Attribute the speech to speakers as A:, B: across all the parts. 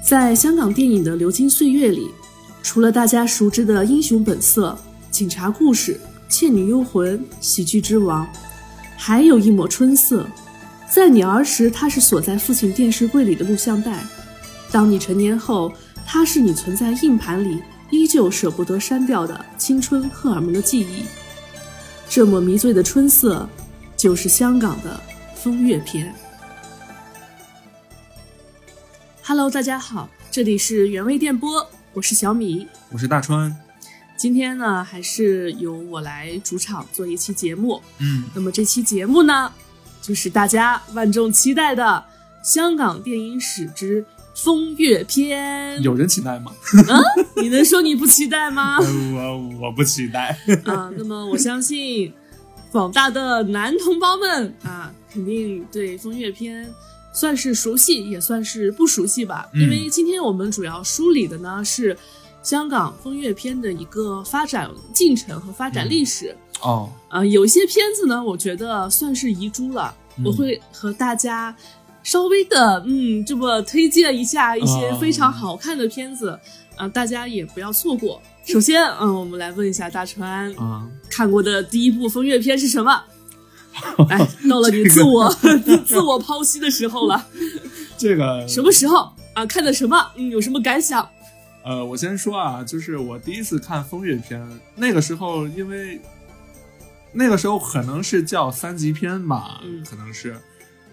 A: 在香港电影的流金岁月里，除了大家熟知的《英雄本色》《警察故事》《倩女幽魂》《喜剧之王》，还有一抹春色。在你儿时，它是锁在父亲电视柜里的录像带；当你成年后，它是你存在硬盘里依旧舍不得删掉的青春荷尔蒙的记忆。这么迷醉的春色，就是香港的风月片。Hello，大家好，这里是原味电波，我是小米。
B: 我是大川。
A: 今天呢，还是由我来主场做一期节目。
B: 嗯，
A: 那么这期节目呢，就是大家万众期待的香港电影史之风月篇。
B: 有人期待吗？
A: 你能说你不期待吗？
B: 呃我我不期待。
A: 啊，那么我相信广大的男同胞们啊，肯定对风月片算是熟悉，也算是不熟悉吧。
B: 嗯
A: 因为今天我们主要梳理的呢是香港风月片的一个发展进程和发
B: 嗯
A: 展历史。
B: 哦，
A: 啊，有一些片子呢，我觉得算是遗珠了，
B: 嗯
A: 我会和大家稍微的嗯，这么推荐一下一些
B: 哦
A: 非常好看的片子，啊、大家也不要错过。首先，嗯，我们来问一下大川，
B: 啊，
A: 看过的第一部风月片是什
B: 哦
A: 么？
B: 啊
A: 哎，到了你自我、 自我剖析的时候了，
B: 这个
A: 什么时候啊？看的什么？嗯，有什么感想？
B: 呃，我先说啊，就是我第一次看风月片，那个时候因为那个时候可能是叫三级片吧，
A: 嗯
B: 可能是。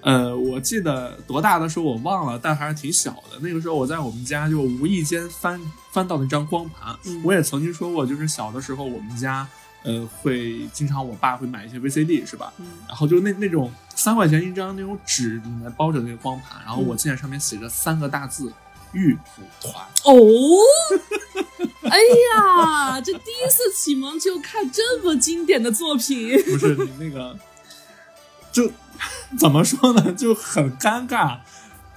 B: 呃，我记得多大的时候我忘了，但还是挺小的。那个时候我在我们家就无意间翻翻到那张光盘，
A: 嗯
B: 我也曾经说过，就是小的时候我们家呃会经常我爸会买一些 VCD 是吧？
A: 嗯
B: 然后就那那种三块钱一张那种纸里面包着那个光盘，然后我
A: 嗯
B: 记得上面写着三个大字“玉蒲团
A: 哦， 哎呀，这第一次启蒙就看这么经典的作品”，
B: 不是你那个， 就怎么说呢，就很尴尬。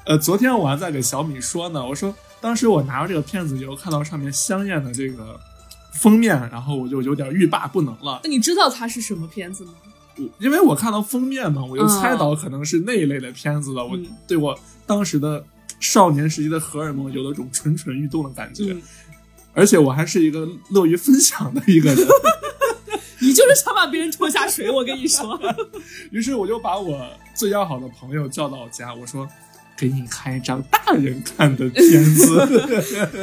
B: 呃，昨天我还在给小米说呢，我说当时我拿到这个片子以后，看到上面香艳的这个封面，然后我就有点欲罢不能了。
A: 那你知道它是什么片子吗？
B: 我因为我看到封面嘛，我就
A: 嗯
B: 猜到可能是那一类的片子了。我
A: 嗯
B: 对我当时的少年时期的荷尔蒙有了种蠢蠢欲动的感觉，
A: 嗯，
B: 而且我还是一个乐于分享的一个人，
A: 你就是想把别人拖下水，我跟你 说。
B: 于是我就把我最要好的朋友叫到家，我说：“给你看一张大人看的片子。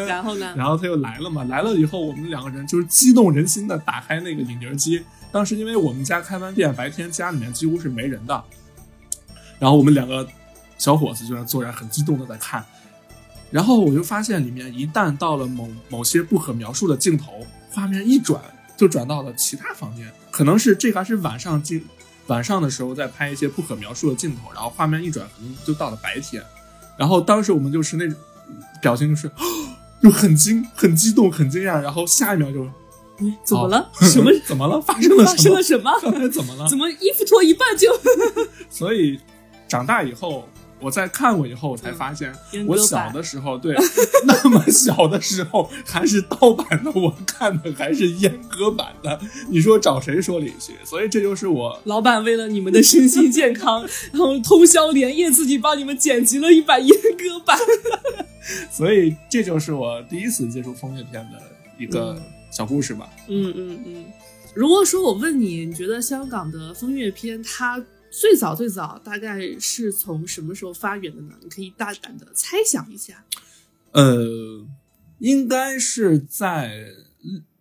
A: 然后”呢？
B: 然后他又来了嘛，来了以后，我们两个人就是激动人心的打开那个影碟机。当时因为我们家开饭店，白天家里面几乎是没人的，然后我们两个小伙子就在坐着很激动的在看，然后我就发现里面一旦到了某某些不可描述的镜头，画面一转就转到了其他房间，可能是这个还是晚上镜晚上的时候在拍一些不可描述的镜头，然后画面一转可能就到了白天，然后当时我们就是那种表情就是。 就很惊、很激动、很惊讶，然后下一 秒就
A: 嗯怎么了？
B: 哦
A: 什么？
B: 怎么了？发生了
A: 发
B: 什
A: 生了
B: 么？
A: 什么？
B: 刚才怎么了？
A: 怎么衣服脱一半就
B: 所以长大以后，我在看过以后，我才发现、
A: 嗯
B: 我小的时候，对， 那么小的时候还是盗版的，我看的还是阉割版的。你说找谁说理去？所以这就是我
A: 老板为了你们的身心健康， 然后通宵连夜自己帮你们剪辑了一版阉割版。
B: 所以这就是我第一次接触风月片的一个小故事吧。
A: 嗯嗯嗯。如果说我问你，你觉得香港的风月片它最早最早大概是从什么时候发源的呢？你可以大胆的猜想一下。
B: 呃，应该是在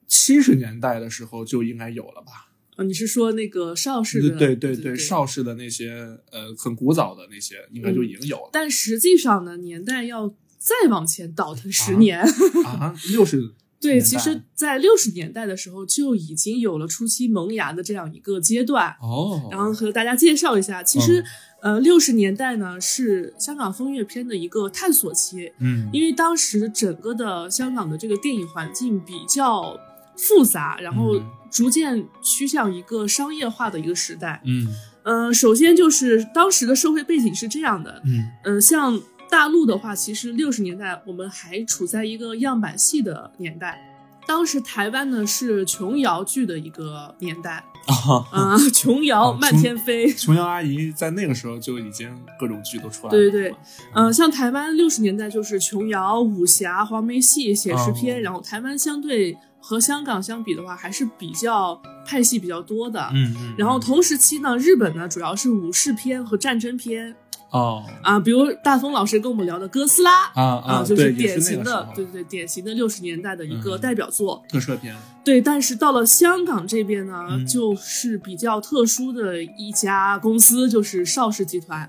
B: 七十年代的时候就应该有了吧。
A: 呃，你是说那个邵氏
B: 对
A: 的？
B: 对
A: 对
B: 对对，。邵氏的那些呃很古早的那些，应该就已
A: 嗯
B: 经有了。
A: 但实际上呢，年代要再往前倒腾十年。
B: 啊，六十
A: 对，
B: 年代
A: 其实，在六十年代的时候就已经有了初期萌芽的这样一个阶段。
B: 哦，嗯
A: 然后和大家介绍一下，其实，呃，六十年代呢是香港风月片的一个探索期，
B: 嗯
A: 因为当时整个的香港的这个电影环境比较复杂，然后
B: 嗯
A: 逐渐趋向一个商业化的一个时代。
B: 嗯
A: 嗯、首先就是当时的社会背景是这样的，
B: 嗯
A: 嗯、像大陆的话，其实六十年代我们还处在一个样板戏的年代。当时台湾呢是琼瑶剧的一个年 代
B: 啊，
A: 啊，琼瑶、
B: 啊
A: 漫
B: 琼
A: 天飞，
B: 琼瑶阿姨在那个时候就已经各种剧都出来了，
A: 对对对，嗯、像台湾六十年代就是琼瑶、武侠、黄梅戏、写实片，
B: 哦
A: 然后台湾相对和香港相比的话，还是比较派系比较多的。
B: 嗯嗯，
A: 然后
B: 嗯
A: 同时期呢，日本呢主要是武士片和战争片
B: 哦
A: 啊，比如大峰老师跟我们聊的《哥斯拉》
B: 啊啊，
A: 就
B: 对，也
A: 典
B: 是那
A: 型
B: 个时
A: 的，
B: 候
A: 对对对，典型的六十年代的一个
B: 嗯
A: 代表作。
B: 特摄片，
A: 对，但是到了香港这边呢，
B: 嗯
A: 就是比较特殊的一家公司，就是邵氏集团。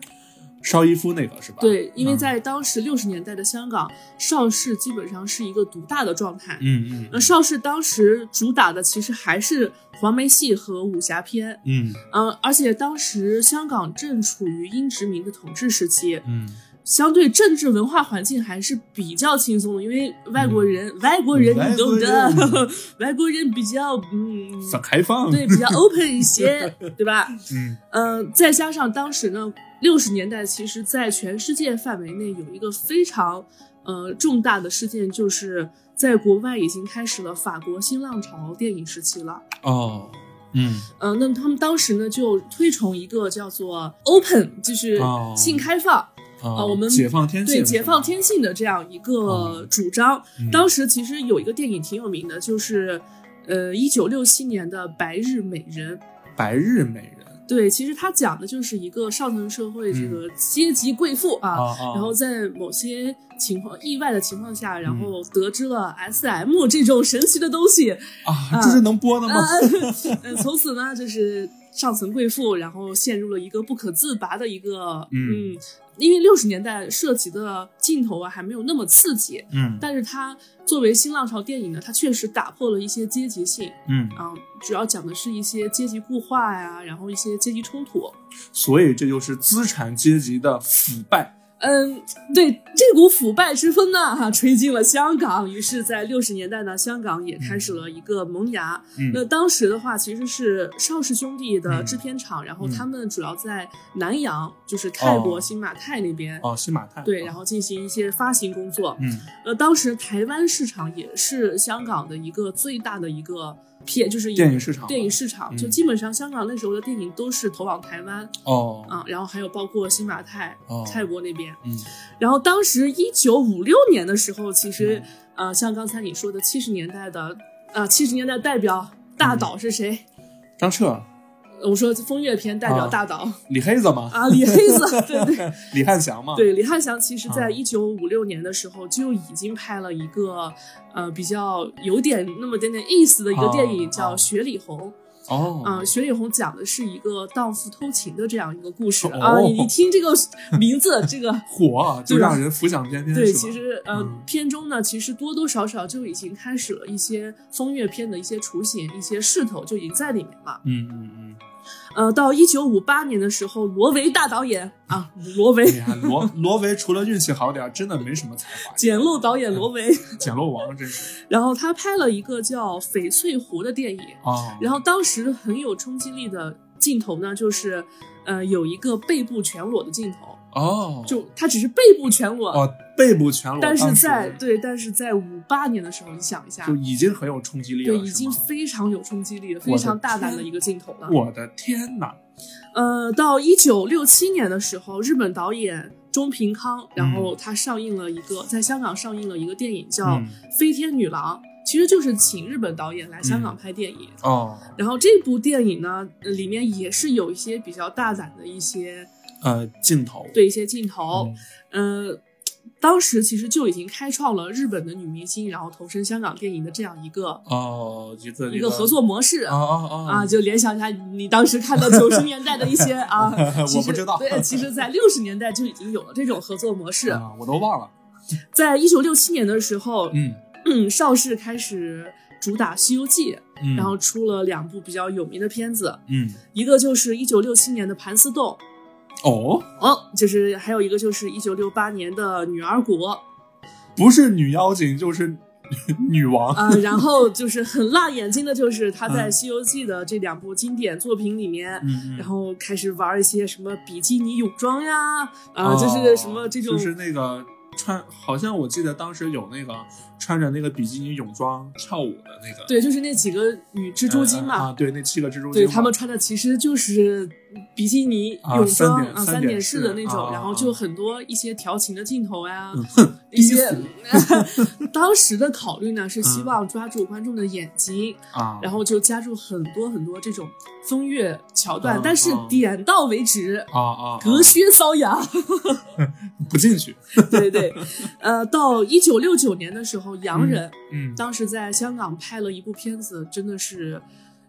B: 邵逸夫那个是吧？
A: 对，因为
B: 嗯
A: 在当时六十年代的香港，邵氏基本上是一个独大的状态。
B: 嗯嗯
A: 那邵氏当时主打的其实还是黄梅戏和武侠片，
B: 嗯
A: 嗯，而且当时香港正处于英殖民的统治时期，
B: 嗯，
A: 相对政治文化环境还是比较轻松的，因为外国人，外国人你懂
B: 嗯外国
A: 的
B: 人，
A: 外国人比较嗯，
B: 反开放，
A: 对，比 较 open 一些，对吧？
B: 嗯
A: 呃，再加上当时呢，六十年代其实在全世界范围内有一个非常呃重大的事件，就是在国外已经开始了法国新浪潮电影时期了。
B: 哦嗯
A: 嗯、那么他们当时呢就推崇一个叫做 open，就是
B: 哦
A: 性开放，
B: 啊
A: 啊我们
B: 解放天性
A: 对
B: 是吧，
A: 解放天性的这样一个
B: 哦
A: 主张。
B: 嗯
A: 当时其实有一个电影挺有名的，就是呃一九六七年的《白日美人》。
B: 白日美人
A: 对，其实他讲的就是一个上层社会这个阶级贵妇啊，
B: 啊啊，
A: 然后在某些情况意外的情况下，然后得知了 S M 这种神奇的东西，
B: 啊，这是能播的
A: 啊
B: 吗？
A: 呃，从此呢就是上层贵妇，然后陷入了一个不可自拔的一个
B: 嗯
A: 因为六十年代涉及的镜头啊还没有那么刺激，
B: 嗯
A: 但是它作为新浪潮电影呢，它确实打破了一些阶级性
B: 嗯，
A: 啊，主要讲的是一些阶级固化呀、然后一些阶级冲突。
B: 所以这就是资产阶级的腐败。
A: 嗯，对，这股腐败之风呢，哈，吹进了香港。于是，在六十年代呢，香港也开始了一个萌芽。
B: 嗯
A: 那当时的话，其实是邵氏兄弟的
B: 嗯
A: 制片厂，然后
B: 嗯
A: 他们主要在南洋，就是泰国
B: 哦
A: 新马泰那边，
B: 哦，新马泰
A: 对，然
B: 后
A: 后进行一些发行工作。
B: 嗯
A: 呃，当时台湾市场也是香港的一个最大的一个片，就是
B: 电影市场
A: 电影市场，
B: 嗯
A: 就基本上香港那时候的电影都是投往台湾
B: 哦
A: 啊，然后还有包括新马泰、
B: 哦
A: 泰国那边。
B: 嗯
A: 然后当时一九五六年的时候，其实、
B: 嗯
A: 呃，像刚才你说的七十年代的呃七十年代代表大
B: 嗯
A: 导是谁？
B: 张彻
A: 我说风月片代表
B: 啊
A: 大导啊
B: 李黑子嘛，
A: 李黑 子，对对
B: 李汉祥嘛，
A: 对，李翰祥其实在
B: 啊
A: 一九五六年的时候就已经拍了一个呃比较有点那么点点意思的一个
B: 哦
A: 电影，叫《
B: 哦
A: 雪里红》。啊，
B: 哦
A: 雪里红讲的是一个荡妇偷情的这样一个故事、
B: 哦
A: 啊。你你听这个名字，这个
B: 火啊就
A: 对
B: 让人浮想翩翩
A: 对，
B: 是吧
A: 其实呃，
B: 嗯
A: 片中呢，其实多多少少就已经开始了一些风月片的一些雏形、一些势头就已经在里面了。
B: 嗯嗯嗯，
A: 呃，到一九五八年的时候，罗维大导演啊，罗
B: 哎
A: 维，
B: 呀，罗罗维除了运气好点儿，真的没什么才华，
A: 简陋导演罗维，
B: 简陋王 真是
A: 然后他拍了一个叫《翡翠湖》的电影，
B: 哦，
A: 然后当时很有冲击力的镜头呢，就是呃，有一个背部全裸的镜头，
B: 哦
A: 就他只是背部全裸，
B: 哦背部全裸，
A: 但是
B: 当时
A: 在对，但是在五八年的时候，你想一下，
B: 就已经很有冲击力了，
A: 对，已
B: 是
A: 经
B: 吗
A: 非常有冲击力了，
B: 我
A: 非
B: 的
A: 常大胆
B: 天
A: 的一个镜头了。
B: 我的天哪！
A: 呃，到一九六七年的时候，日本导演中平康，
B: 嗯
A: 然后他上映了一个、在香港上映了一个电影叫《
B: 嗯
A: 飞天女郎》，其实就是请日本导演来香港拍电影。
B: 嗯哦，
A: 然后这部电影呢，呃里面也是有一些比较大胆的一些
B: 呃，镜头
A: 对一些镜头
B: 嗯，
A: 呃，当时其实就已经开创了日本的女明星然后投身香港电影的这样一个
B: 哦，一个
A: 一个合作模式
B: 啊啊啊
A: 啊，就联想一下你当时看到九十年代的一些
B: ，
A: 啊
B: 我
A: 其实
B: 不知道
A: 对，其实，在六十年代就已经有了这种合作模式。
B: 啊，我都忘了。
A: 在一九六七年的时候，
B: 嗯
A: 嗯，邵氏开始主打《西游记》，
B: 嗯，
A: 然后出了两部比较有名的片子，
B: 嗯
A: 一个就是一九六七年的《盘丝洞
B: 哦，》，
A: 哦，就是还有一个就是一九六八年的《女儿国》
B: 不是女 妖精就是女王
A: 啊、然后就是很辣眼睛的，就是他在《
B: 嗯
A: 西游记》的这两部经典作品里面，
B: 嗯
A: 然
B: 嗯。
A: 后开始玩一些什么比基尼泳装呀，啊、
B: 哦
A: 就是什么这种，
B: 就是那个穿，好像我记得当时有那个穿着那个比基尼泳装跳舞的那个，
A: 对，就是那几个女蜘蛛精
B: 啊
A: 嘛，
B: 啊，对，那七个蜘蛛精
A: 对
B: 嘛，
A: 他们穿的其实就是比基尼、
B: 啊
A: 泳装
B: 三点
A: 啊，
B: 三
A: 点
B: 点
A: 式
B: 式
A: 的那种，
B: 啊嗯
A: 然后就很多一些调情的镜头呀、一
B: 低俗
A: 些 当时的考虑呢是希望抓住观众的眼睛，
B: 啊，
A: 然后就加入很多很多这种风月桥段，
B: 啊
A: 但是
B: 啊
A: 点到为止。
B: 啊啊，啊
A: 隔靴搔痒，
B: 不进去，
A: 对对，呃，到一九六九年的时候，洋
B: 嗯
A: 人、
B: 嗯
A: 当时在香港拍了一部片子，真的是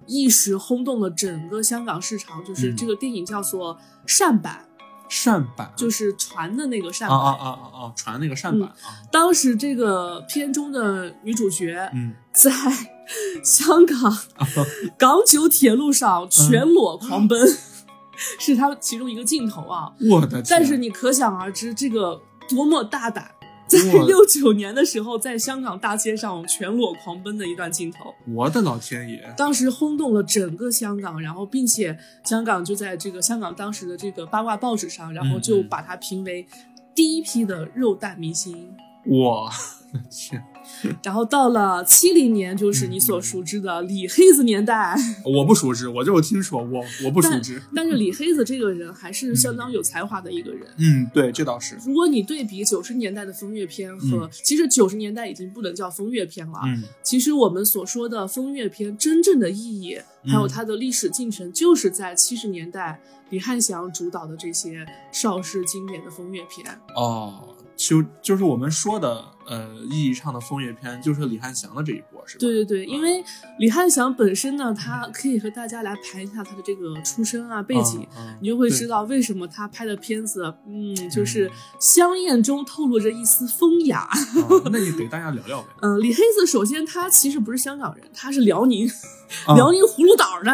A: 一时轰动了整个香港市场。就是
B: 嗯
A: 这个电影叫做《扇板》，
B: 扇板
A: 就是嗯船的那个扇
B: 啊
A: 板。
B: 啊啊啊啊，传那个扇板啊，
A: 当时这个片中的女主角
B: 嗯，啊
A: 在香港港九铁路上全裸
B: 嗯
A: 狂奔， 是她其中一个镜头啊。
B: 我的天，
A: 但是你可想而知，这个多么大胆！在
B: 我
A: 六九年的时候，在香港大街上全裸狂奔的一段镜头，
B: 我的老天爷，
A: 当时轰动了整个香港，然后并且香港就在这个香港当时的这个八卦报纸上，然后就把它评为第一批的肉蛋明星。
B: 我 的天，
A: 然后到了七零年，就是你所熟知的李黑子年代。
B: 我不熟知，我就是听说，我我不熟
A: 但
B: 知，
A: 但是李黑子这个人还是相当有才华的一个人。
B: 嗯，对，这倒是，
A: 如果你对比九十年代的风月片和，
B: 嗯
A: 其实九十年代已经不能叫风月片了，啊
B: 嗯
A: 其实我们所说的风月片真正的意义，
B: 嗯
A: 还有它的历史进程，就是在七十年代李翰祥主导的这些邵氏经典的风月片。
B: 哦，就就是我们说的呃意义上的风月片，就是李翰祥的这一波是吧？
A: 对对对，因为李翰祥本身呢，他可以和大家来盘一下他的这个出身啊、背景。
B: 嗯，嗯
A: 你就会
B: 对
A: 知道为什么他拍的片子，嗯，就是香艳中透露着一丝风雅。
B: 啊那你给大家聊 聊呗。
A: 嗯、李黑子首先他其实不是香港人，他是辽宁，
B: 啊
A: 辽宁葫芦岛的，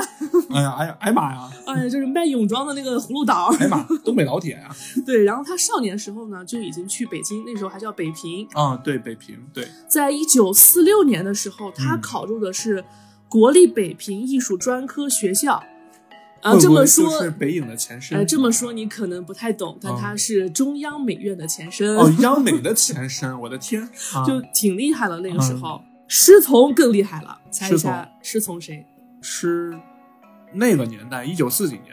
B: 哎呀，哎呀，哎妈呀，
A: 哎，就是卖泳装的那个葫芦岛。
B: 哎妈，东北老铁呀！
A: 对，然后他少年时候呢就已经去北京，那时候还叫北平。
B: 啊，对，北平，对，
A: 在一九四六年的时候，他
B: 嗯
A: 考入的是国立北平艺术专科学校。啊，
B: 会
A: 这
B: 不会
A: 么
B: 就
A: 说
B: 是，北影的前身。
A: 呃，这么说你可能不太懂，但
B: 哦
A: 他是中央美院的前身，
B: 哦，央美的前身，我的天，啊
A: 就挺厉害了。那个时候，师从更厉害了，猜一
B: 嗯师从
A: 下师从谁？
B: 是那个年代，一九四几年，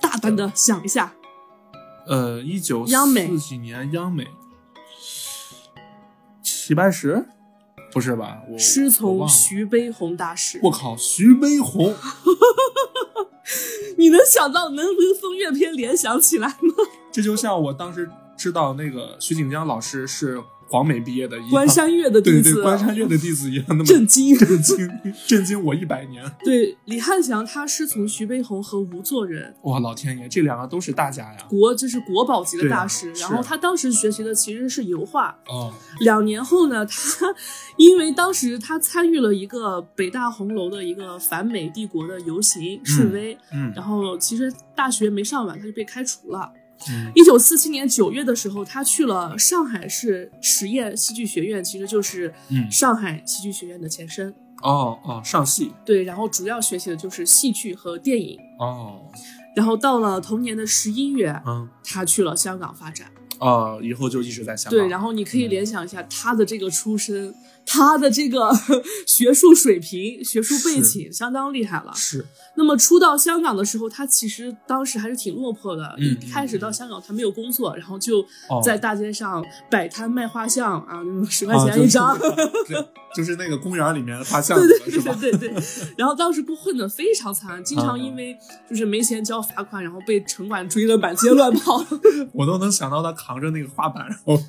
A: 大胆的想一下，
B: 呃，一九
A: 央美
B: 四几年央美，齐白石，不是吧？我
A: 师
B: 我
A: 从
B: 忘了
A: 徐悲鸿大师。
B: 我靠，徐悲鸿，
A: 你能想到能跟风月片联想起来吗？
B: 这就像我当时知道那个徐锦江老师是黄梅毕业的一样，
A: 关山月的弟
B: 对
A: 子，啊
B: 对，关山月的弟子一样，那么
A: 震惊。
B: 震惊震惊我一百年！
A: 对，李翰祥他师从徐悲鸿和吴作人，
B: 哇，老天爷，这两个都是大家呀！
A: 国这是国宝级的
B: 对啊
A: 大师。
B: 是
A: 然后他当时学习的其实是油画。
B: 哦，
A: 两年后呢，他因为当时他参与了一个北大红楼的一个反美帝国的游行示威，
B: 嗯
A: 然后其实大学没上完他就被开除了。
B: 嗯
A: 一九四七年九月的时候，他去了上海市实验戏剧学院，其实就是
B: 嗯
A: 上海戏剧学院的前身。
B: 哦哦，上戏
A: 对，然后主要学习的就是戏剧和电影。
B: 哦，
A: 然后到了同年的十一月，
B: 嗯
A: 他去了香港发展。
B: 哦，以后就一直在香港。
A: 对，然后你可以联想一下他的这个出身，他的这个 学术水平、学术背景相当厉害了。
B: 是
A: 那么初到香港的时候，他其实当时还是挺落魄的。
B: 嗯
A: 一开始到香港，他没有工作，然后就
B: 哦
A: 在大街上摆摊卖画像啊，那种十块
B: 啊
A: 钱一张。
B: 就是那个对就是那个公园里面的画像
A: 对对
B: 是吧？啊
A: 对对对，然后当时不混的非常惨，经常因为就是没钱交罚款，然后被城管追了满街乱 跑。
B: 我都能想到他扛着那个画板，然后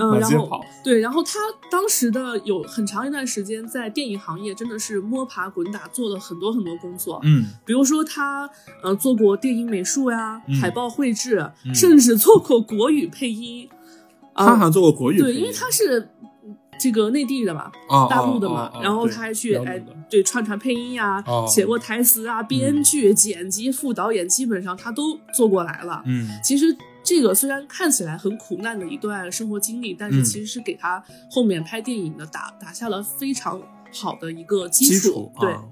A: 嗯，
B: 满
A: 然
B: 街
A: 后
B: 跑。
A: 对，然后他当时的有很长一段时间在电影行业真的是摸爬滚打，做了很多很多工作，
B: 嗯，
A: 比如说他呃做过电影美术呀、
B: 嗯
A: 海报绘制，
B: 嗯
A: 甚至做过国语配音。
B: 他好
A: 啊、
B: 像做过国语配
A: 对，
B: 音，
A: 因为他是嗯这个内地的嘛，
B: 哦
A: 大陆的
B: 哦
A: 嘛，
B: 哦哦
A: 然后
B: 对
A: 他还去
B: 辽宁
A: 哎
B: 的
A: 对串串配音呀、
B: 哦
A: 写过台词啊，编剧、剪辑、副导演，基本上他都做过来了。
B: 嗯
A: 其实这个虽然看起来很苦难的一段生活经历，但是
B: 嗯
A: 其实是给他后面拍电影的打打下了非常好的一个基
B: 基
A: 础。
B: 础哦
A: 对
B: 啊，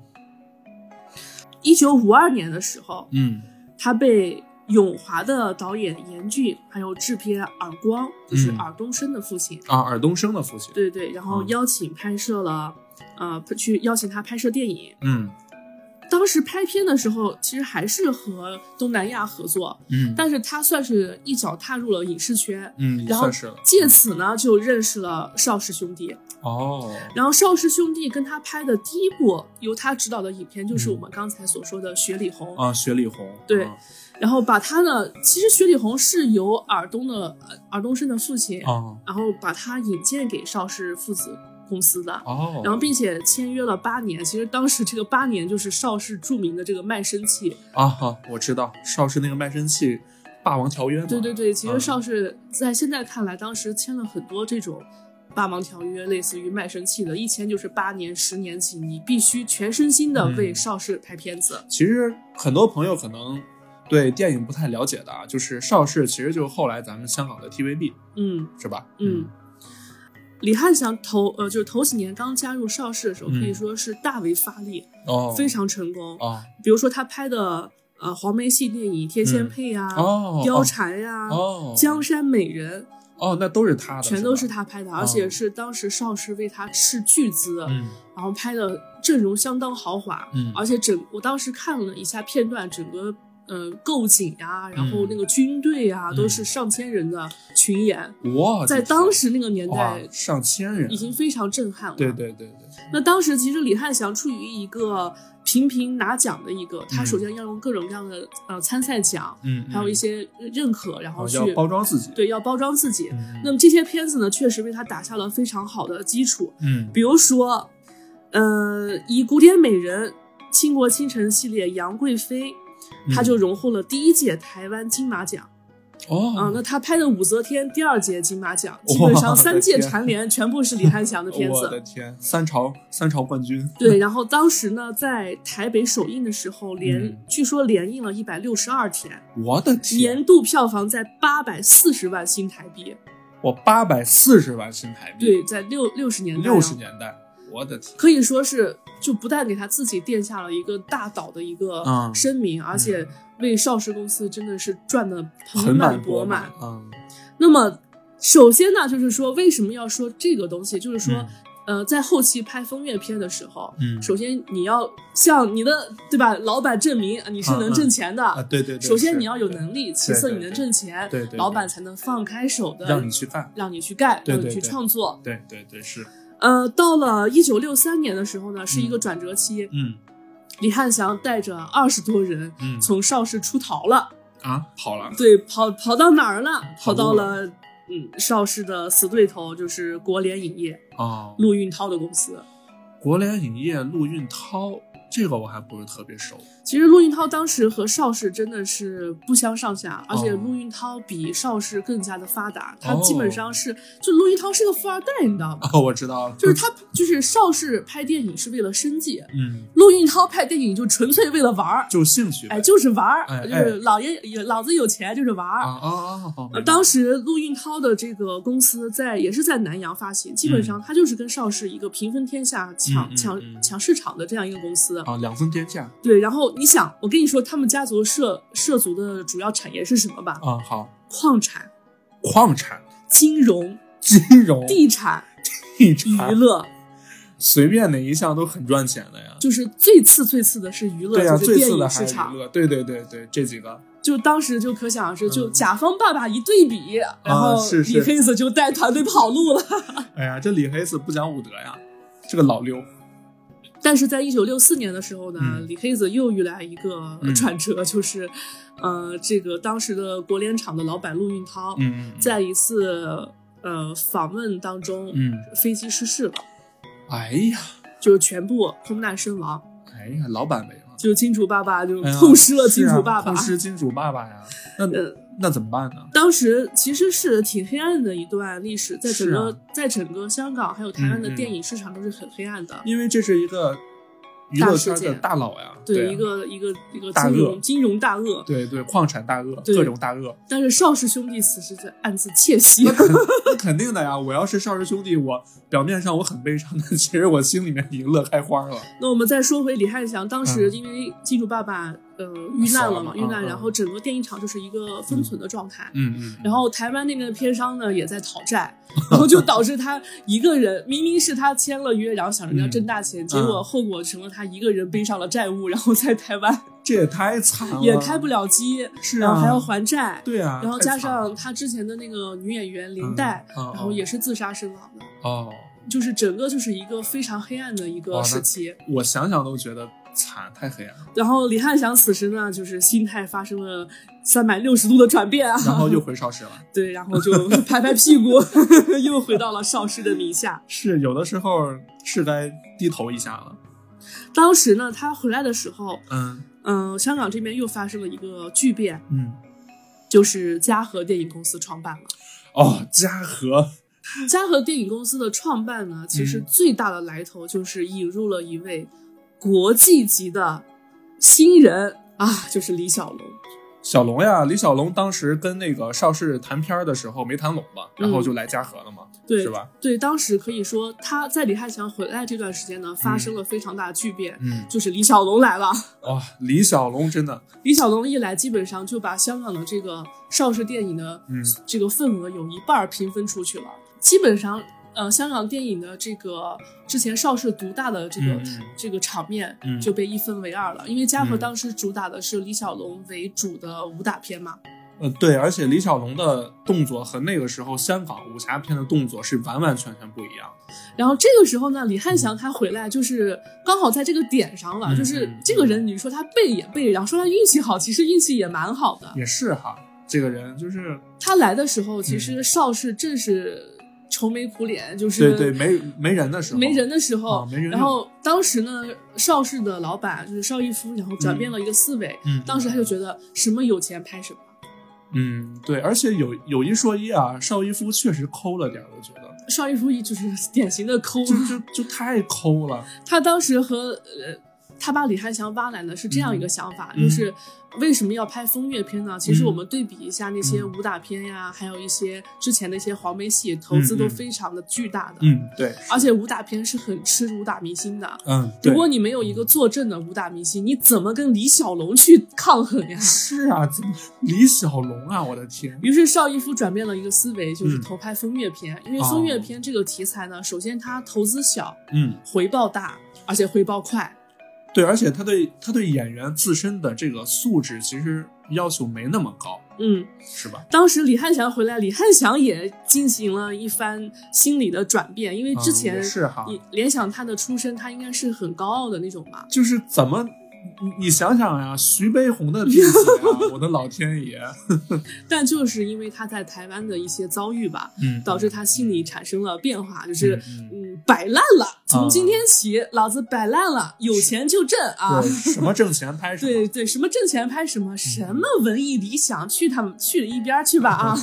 A: 一九五二年的时候，
B: 嗯
A: 他被永华的导演严俊，还有制片耳光，就是
B: 嗯
A: 尔冬升的父亲，
B: 啊，尔冬升的父亲，
A: 对对，然后
B: 嗯
A: 邀请拍摄了，呃，去邀请他拍摄电影。
B: 嗯
A: 当时拍片的时候，其实还是和东南亚合作，
B: 嗯
A: 但是他算是一脚踏入了影视圈，
B: 嗯，
A: 然后
B: 算是了
A: 借此呢就认识了邵氏兄弟。
B: 哦，
A: 然后邵氏兄弟跟他拍的第一部由他执导的影片，
B: 嗯
A: 就是我们刚才所说的《雪里红》。
B: 啊，雪里红，
A: 对
B: 啊
A: 然后把他呢，其实《雪里红》是由尔东的呃尔东升的父亲，
B: 哦
A: 然后把他引荐给邵氏父子公司的。
B: 哦，
A: 然后并且签约了八年。其实当时这个八年就是邵氏著名的这个卖身契。
B: 啊，好，我知道邵氏那个卖身契《霸王条约》嘛，
A: 对对对，其实
B: 嗯
A: 邵氏在现在看来，当时签了很多这种。霸王条约类似于卖身契的，一签就是八年、十年起，你必须全身心的为
B: 嗯
A: 邵氏拍片子。
B: 其实很多朋友可能对电影不太了解的啊，就是邵氏其实就是后来咱们香港的 TVB
A: 嗯
B: 是吧？
A: 嗯，李翰祥头呃，就是头几年刚加入邵氏的时候，
B: 嗯
A: 可以说是大为发力，
B: 哦，
A: 非常成功。
B: 哦
A: 比如说他拍的呃黄梅戏电影《天仙
B: 嗯
A: 配》啊，
B: 哦
A: 貂
B: 哦
A: 蝉呀、
B: 哦
A: 江山美人》
B: 哦，那都是他的，
A: 全都是
B: 吧。哦
A: 他拍的，而且是当时邵氏为他斥巨资，
B: 嗯
A: 然后拍的阵容相当豪华，
B: 嗯
A: 而且整我当时看了一下片段，整个呃构景啊，然后那个军队啊，
B: 嗯
A: 都是上千人的群演，
B: 哇，
A: 在
B: 这
A: 当时那个年
B: 哇
A: 代
B: 上千人，
A: 已经非常震撼了。
B: 对。对对对，
A: 那当时其实李翰祥处于一个频频拿奖的一个，他
B: 嗯
A: 首先要用各种各样的呃参赛奖，
B: 嗯，
A: 还有
B: 嗯
A: 一些认可，然后
B: 哦
A: 去
B: 要包装自己，
A: 对要包装自己。
B: 嗯，
A: 那么这些片子呢，确实为他打下了非常好的基础。
B: 嗯
A: 比如说，呃，以古典美人、倾国倾城系列《杨贵妃》，
B: 嗯
A: 她就荣获了第一届台湾金马奖
B: 哦
A: 啊、那她拍的《武则天》第二届金马 奖，基
B: 我
A: 本
B: 的
A: 上三届
B: 天
A: 蝉 联全部是李翰祥的片
B: 我的
A: 子。
B: 天，三朝三朝冠军，
A: 对，然后当时呢，在台北首映的时候，连、
B: 嗯
A: 据说连映了一百六十二天，
B: 我的天，
A: 年度票房在八百四十万新台币。
B: 我八百四十万新台币，
A: 对，在六六十年代啊，
B: 六十年代，我的天，
A: 可以说是就不但给他自己垫下了一个大导的一个
B: 嗯
A: 声明，而且为邵氏公司真的是赚的
B: 盆
A: 盆满钵
B: 钵
A: 满。
B: 嗯
A: 那么，首先呢，就是说为什么要说这个东西，就是说。呃，在后期拍风月片的时候，
B: 嗯
A: 首先你要向你的对吧，老板证明啊你是
B: 嗯
A: 能
B: 嗯
A: 挣钱的。
B: 啊，对对对，
A: 首先
B: 是
A: 你要有能力，其次
B: 对
A: 你能挣钱，
B: 对对对
A: 老板才能放开手的
B: 让你去干，
A: 让你去干，
B: 对
A: 让
B: 对
A: 你去
B: 对
A: 创作。
B: 对对对是，
A: 呃，到了一九六三年的时候呢，是一个
B: 嗯
A: 转折期，
B: 嗯
A: 李翰祥带着二十多人
B: 嗯
A: 从邵氏出逃了，
B: 啊跑了，
A: 对，跑跑到哪儿了？跑
B: 跑路
A: 到了嗯邵氏的死对头，就是国联影业
B: 哦，
A: 陆运涛的公司。
B: 国联影业陆运涛，这个我还不是特别熟，
A: 其实陆运涛当时和邵氏真的是不相上下，而且
B: 哦
A: 陆运涛比邵氏更加的发达，他
B: 哦
A: 基本上是就陆运涛是个富二代，你知道吗？
B: 哦，我知道了，
A: 就是他就是邵氏拍电影是为了生计，
B: 嗯，
A: 陆运涛拍电影就纯粹为了玩儿。
B: 就兴趣呗，
A: 哎，就是玩儿，
B: 哎
A: 就是老爷有老子有钱就是玩儿。
B: 啊啊啊啊
A: 呃，
B: 啊，
A: 当
B: 时
A: 时陆运涛的这个公司在也是在南洋发行，基本上它就是跟邵氏一个平分天下、抢、
B: 嗯
A: 抢、
B: 嗯
A: 抢市场的这样一个公司。
B: 啊两分天下
A: 对，然后你想，我跟你说，他们家族涉涉足的主要产业是什么吧？
B: 啊好，
A: 矿产、
B: 矿产、
A: 金融、
B: 金融、
A: 地产、
B: 地
A: 娱
B: 哦产，
A: 乐，
B: 随便哪一项都很赚钱的呀。
A: 就是最次最次的是娱乐，
B: 对呀、啊
A: 就是
B: 最
A: 电
B: 次的
A: 影
B: 还
A: 市
B: 是娱
A: 场。
B: 乐，对对对对，这几个
A: 就当时就可想而知，就
B: 嗯啊
A: 甲方爸爸一对比，然后
B: 是是
A: 李黑子就带团队跑路了。
B: 哎呀，这李黑子不讲武德呀，这个老六
A: 但是在一九六四年的时候呢，
B: 嗯
A: 李黑子又遇来一个
B: 嗯
A: 转折，就是，呃，这个当时的国联厂的老板陆运涛，
B: 嗯，嗯，
A: 在一次呃访问当中，
B: 嗯
A: 飞机失事了，
B: 哎呀，
A: 就是全部空难身亡，
B: 哎呀，老板没了，
A: 就是金主爸爸就
B: 哎呀
A: 痛失了金
B: 是啊
A: 主爸爸。
B: 痛失金主爸爸呀，那
A: 呃
B: 那怎么办呢？
A: 当时其实是挺黑暗的一段历史，在整个、
B: 是啊
A: 在整个香港还有台湾的
B: 嗯嗯
A: 电影市场都是很黑暗的，
B: 因为这是一个娱乐圈的大佬呀，
A: 对
B: 啊
A: 一个一个一个
B: 大
A: 金
B: 鳄
A: 融金融大鳄，
B: 对对矿产大鳄，
A: 对
B: 各种大鳄，
A: 但是邵氏兄弟此时在暗自窃 喜。
B: 那肯定的呀。我要是邵氏兄弟，我表面上我很悲伤，但其实我心里面已经乐开花了。
A: 那我们再说回李翰祥，当时
B: 嗯
A: 因为金主爸爸呃遇难了嘛，
B: 死
A: 遇
B: 了嘛
A: 难，
B: 嗯嗯
A: 然后整个电影厂就是一个封存的状态。
B: 嗯嗯，
A: 然后台湾那边的片商呢也在讨债，然后就导致他一个人，明明是他签了约，然后想着要
B: 嗯
A: 挣大钱，结果后果成了他一个人背上了债务，然后在台湾
B: 这也太惨了，
A: 也开不了机，
B: 哦是
A: 然
B: 啊，
A: 后还要还债，
B: 对啊，
A: 然后
B: 太
A: 加
B: 惨了
A: 上他之前的那个女演员林黛，
B: 嗯嗯
A: 然后也是自杀身亡的，
B: 哦，
A: 就是整个就是一个非常黑暗的一个
B: 哇那
A: 时期。
B: 我想想都觉得惨，太黑暗了。
A: 然后李翰祥此时呢，就是心态发生了三百六十度的转变啊，
B: 然后又回超 市了。
A: 对，然后就拍拍屁股， 又回到了邵氏的名下。
B: 是，有的时候是该低头一下了。
A: 当时呢，他回来的时候，
B: 嗯
A: 嗯、香港这边又发生了一个巨变，
B: 嗯，
A: 就是嘉禾电影公司创办了。
B: 哦，嘉禾，
A: 嘉禾电影公司的创办呢，其实
B: 嗯
A: 最大的来头就是引入了一位国际级的新人啊，就是李小龙。
B: 小龙呀，李小龙当时跟那个邵氏谈片儿的时候没谈拢嘛，然后就来嘉禾了嘛，
A: 对
B: 是吧？
A: 对，当时可以说他在李翰祥回来这段时间呢，发生了非常大的巨变，
B: 嗯，
A: 就是李小龙来了。
B: 哇、李小龙真的，
A: 李小龙一来，基本上就把香港的这个邵氏电影的
B: 嗯
A: 这个份额有一半儿平分出去了。基本上，呃，香港电影的这个之前邵氏独大的这个、
B: 嗯嗯
A: 这个场面
B: 嗯
A: 就被一分为二了。因为嘉禾
B: 嗯
A: 当时主打的是李小龙为主的武打片嘛，
B: 呃，对，而且李小龙的动作和那个时候香港武侠片的动作是完完全全不一样的。
A: 然后这个时候呢，李翰祥他回来就是刚好在这个点上了，
B: 嗯
A: 就是
B: 嗯
A: 这个人你说他背也背，然后说他运气好，其实运气也蛮好的。
B: 也是哈，这个人就是
A: 他来的时候，其实
B: 嗯
A: 邵氏正是愁眉苦脸，就是
B: 对对没没人的时候，
A: 没人的时候，
B: 啊没人
A: 然后当时呢，邵氏的老板就是邵逸夫，然后转变了一个思维，
B: 嗯
A: 当时他就觉得什么有钱拍什么。
B: 嗯，对，而且有有一说一啊，邵逸夫确实抠了点儿，我觉得
A: 邵逸夫就是典型的抠，
B: 就就就太抠了。
A: 他当时和呃，他把李翰祥挖来呢是这样一个想法，
B: 嗯
A: 就是为什么要拍风月片呢？其实
B: 嗯
A: 我们对比一下那些武打片呀，还有一些之前的一些黄梅戏，投资都非常的巨大的，
B: 嗯，对，
A: 而且武打片是很吃武打明星的。
B: 嗯，对
A: 如，果你没有一个坐镇的武打明星，你怎么跟李小龙去抗衡呀？
B: 是啊，怎么李小龙啊，我的天，
A: 于是邵逸夫转变了一个思维，就是
B: 嗯
A: 投拍风月片，因为
B: 哦
A: 风月片这个题材呢，首先它投资小，
B: 嗯，
A: 回报大，而且回报快。
B: 对，而且他对他对演员自身的这个素质其实要求没那么高，
A: 嗯，
B: 是吧？
A: 当时李翰祥回来，李翰祥也进行了一番心理的转变，因为之
B: 嗯
A: 前
B: 也是哈，
A: 你联想他的出身，他应该是很高傲的那种吧。
B: 就是怎么。你你想想呀、徐悲鸿的弟子呀，我的老天爷！
A: 但就是因为他在台湾的一些遭遇吧，
B: 嗯
A: 导致他心里产生了变化，就是
B: 嗯
A: 嗯摆烂了，从今天起、老子摆烂了，有钱就挣啊
B: 对。什么挣钱拍什么，
A: 对对，什么挣钱拍什么，什么文艺理想，去他们去一边儿去吧啊！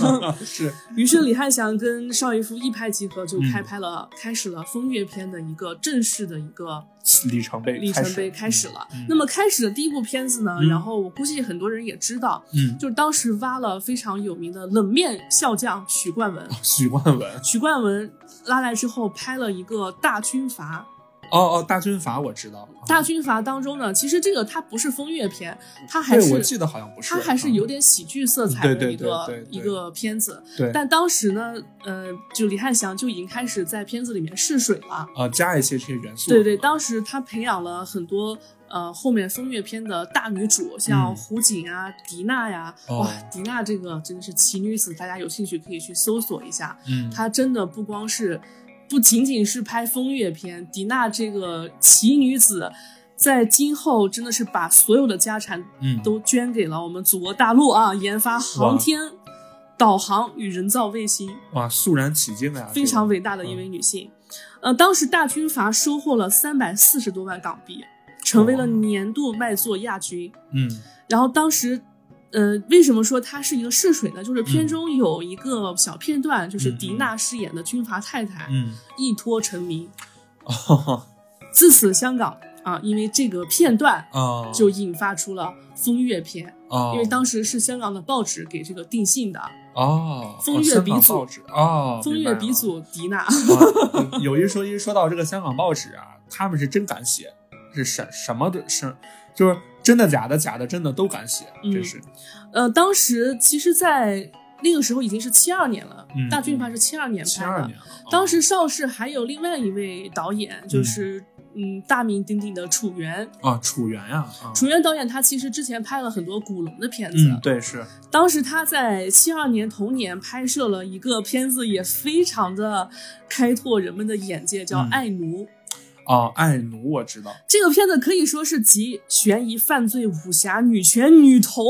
B: 是
A: 于是李翰祥跟邵逸夫一拍即合，就开拍了，开始了风月片的一个正式的一个
B: 里程碑，
A: 里程碑开始了。那么开始的第一部片子呢，
B: 嗯
A: 然后我估计很多人也知道，
B: 嗯，
A: 就是当时挖了非常有名的冷面笑匠许冠文。
B: 哦许冠文，
A: 许冠文拉来之后拍了一个大军阀，
B: 哦哦，大军阀我知道，
A: 大军阀当中呢，其实这个它不是风月片，它还
B: 对，
A: 是
B: 我记得好像不是，
A: 它还是有
B: 嗯
A: 点喜剧色彩的
B: 对对
A: 一个
B: 对对对
A: 一个片子。
B: 对，
A: 但当时呢，呃，就李翰祥就已经开始在片子里面试水了。
B: 呃加一些这些元素，
A: 对对，当时他培养了很多呃后面风月片的大女主，像
B: 嗯
A: 胡锦啊、迪娜呀，
B: 哦
A: 哇，迪娜这个真的是奇女子，大家有兴趣可以去搜索一下。
B: 嗯，
A: 她真的不光是，不仅仅是拍风月片，迪娜这个奇女子。在今后真的是把所有的家产
B: 嗯
A: 都捐给了我们祖国大陆啊，研发航天、导航与人造卫星，
B: 哇肃然起敬啊，
A: 非常
B: 这个
A: 伟大的一位女性。呃，当时大军阀收获了三百四十多万港币，成为了
B: 哇哦
A: 年度卖座亚军。
B: 嗯
A: 然后当时，呃，为什么说它是一个试水呢？就是
B: 嗯
A: 片中有一个小片段，就是迪娜饰演的军阀太太、
B: 嗯
A: 一脱成名。
B: 哦
A: 自此，香港啊，因为这个片段
B: 哦，
A: 就引发出了风月片，
B: 哦
A: 因为当时是香港的报纸给这个定性的，
B: 哦
A: 风
B: 哦
A: 月
B: 香
A: 鼻
B: 港
A: 祖
B: 报纸哦，
A: 风
B: 明
A: 月
B: 白
A: 鼻
B: 了。
A: 祖 迪娜。
B: 啊有有一说一，说到这个香港报纸啊，他们是真敢写，是什什么的，是就是真的假的，假的真的都敢写，
A: 嗯
B: 这是
A: 呃，当时其实，在那个时候已经是七二年了，
B: 嗯
A: 大军阀》是七二年
B: 七
A: 拍
B: 二
A: 的
B: 年。了，啊
A: 当时邵氏还有另外一位导演，就是嗯大名鼎鼎的楚原。
B: 啊，楚原呀，啊
A: 楚原导演他其实之前拍了很多古龙的片子，
B: 嗯，对是，
A: 当时他在七二年同年拍摄了一个片子，也非常的开拓人们的眼界，叫
B: 嗯
A: 《爱奴》。
B: 哦，爱奴我知道，
A: 这个片子可以说是集悬疑、犯罪、武侠、女权、女童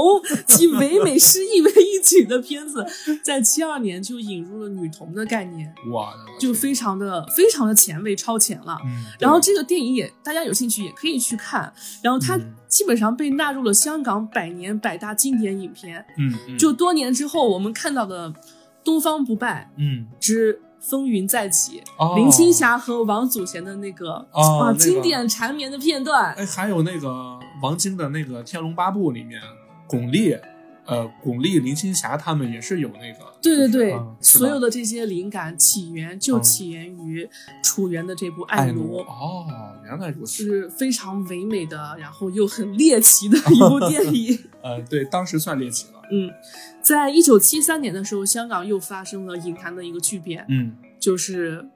A: 及唯美诗意为一体的片子，在七二年就引入了女童的概念，
B: 我的
A: 就非常的非常的前卫、超前了。
B: 嗯，
A: 然后
B: 对
A: 这个电影也大家有兴趣也可以去看，然后它
B: 嗯
A: 基本上被纳入了香港百年百大经典影片。
B: 嗯嗯
A: 就多年之后我们看到的《东方不败
B: 嗯
A: 之风云再起》，
B: 哦
A: 林青，霞和王祖贤的那个、
B: 哦
A: 啊
B: 那个
A: 经典缠绵的片段。
B: 哎，还有那个王晶的那个《天龙八部》里面，巩俐，呃，巩俐、林青霞他们也是有那个，
A: 对对对，
B: 嗯是
A: 所
B: 吧
A: 有的这些灵感起源就
B: 嗯
A: 起源于楚原的这部《
B: 爱
A: 爱奴》，
B: 哦，原来如此，
A: 是非常唯美的，然后又很猎奇的一部电 影。
B: 呃，对，当时算猎奇了，
A: 嗯，在一九七三年的时候，香港又发生了影坛的一个巨变，
B: 嗯。
A: 就是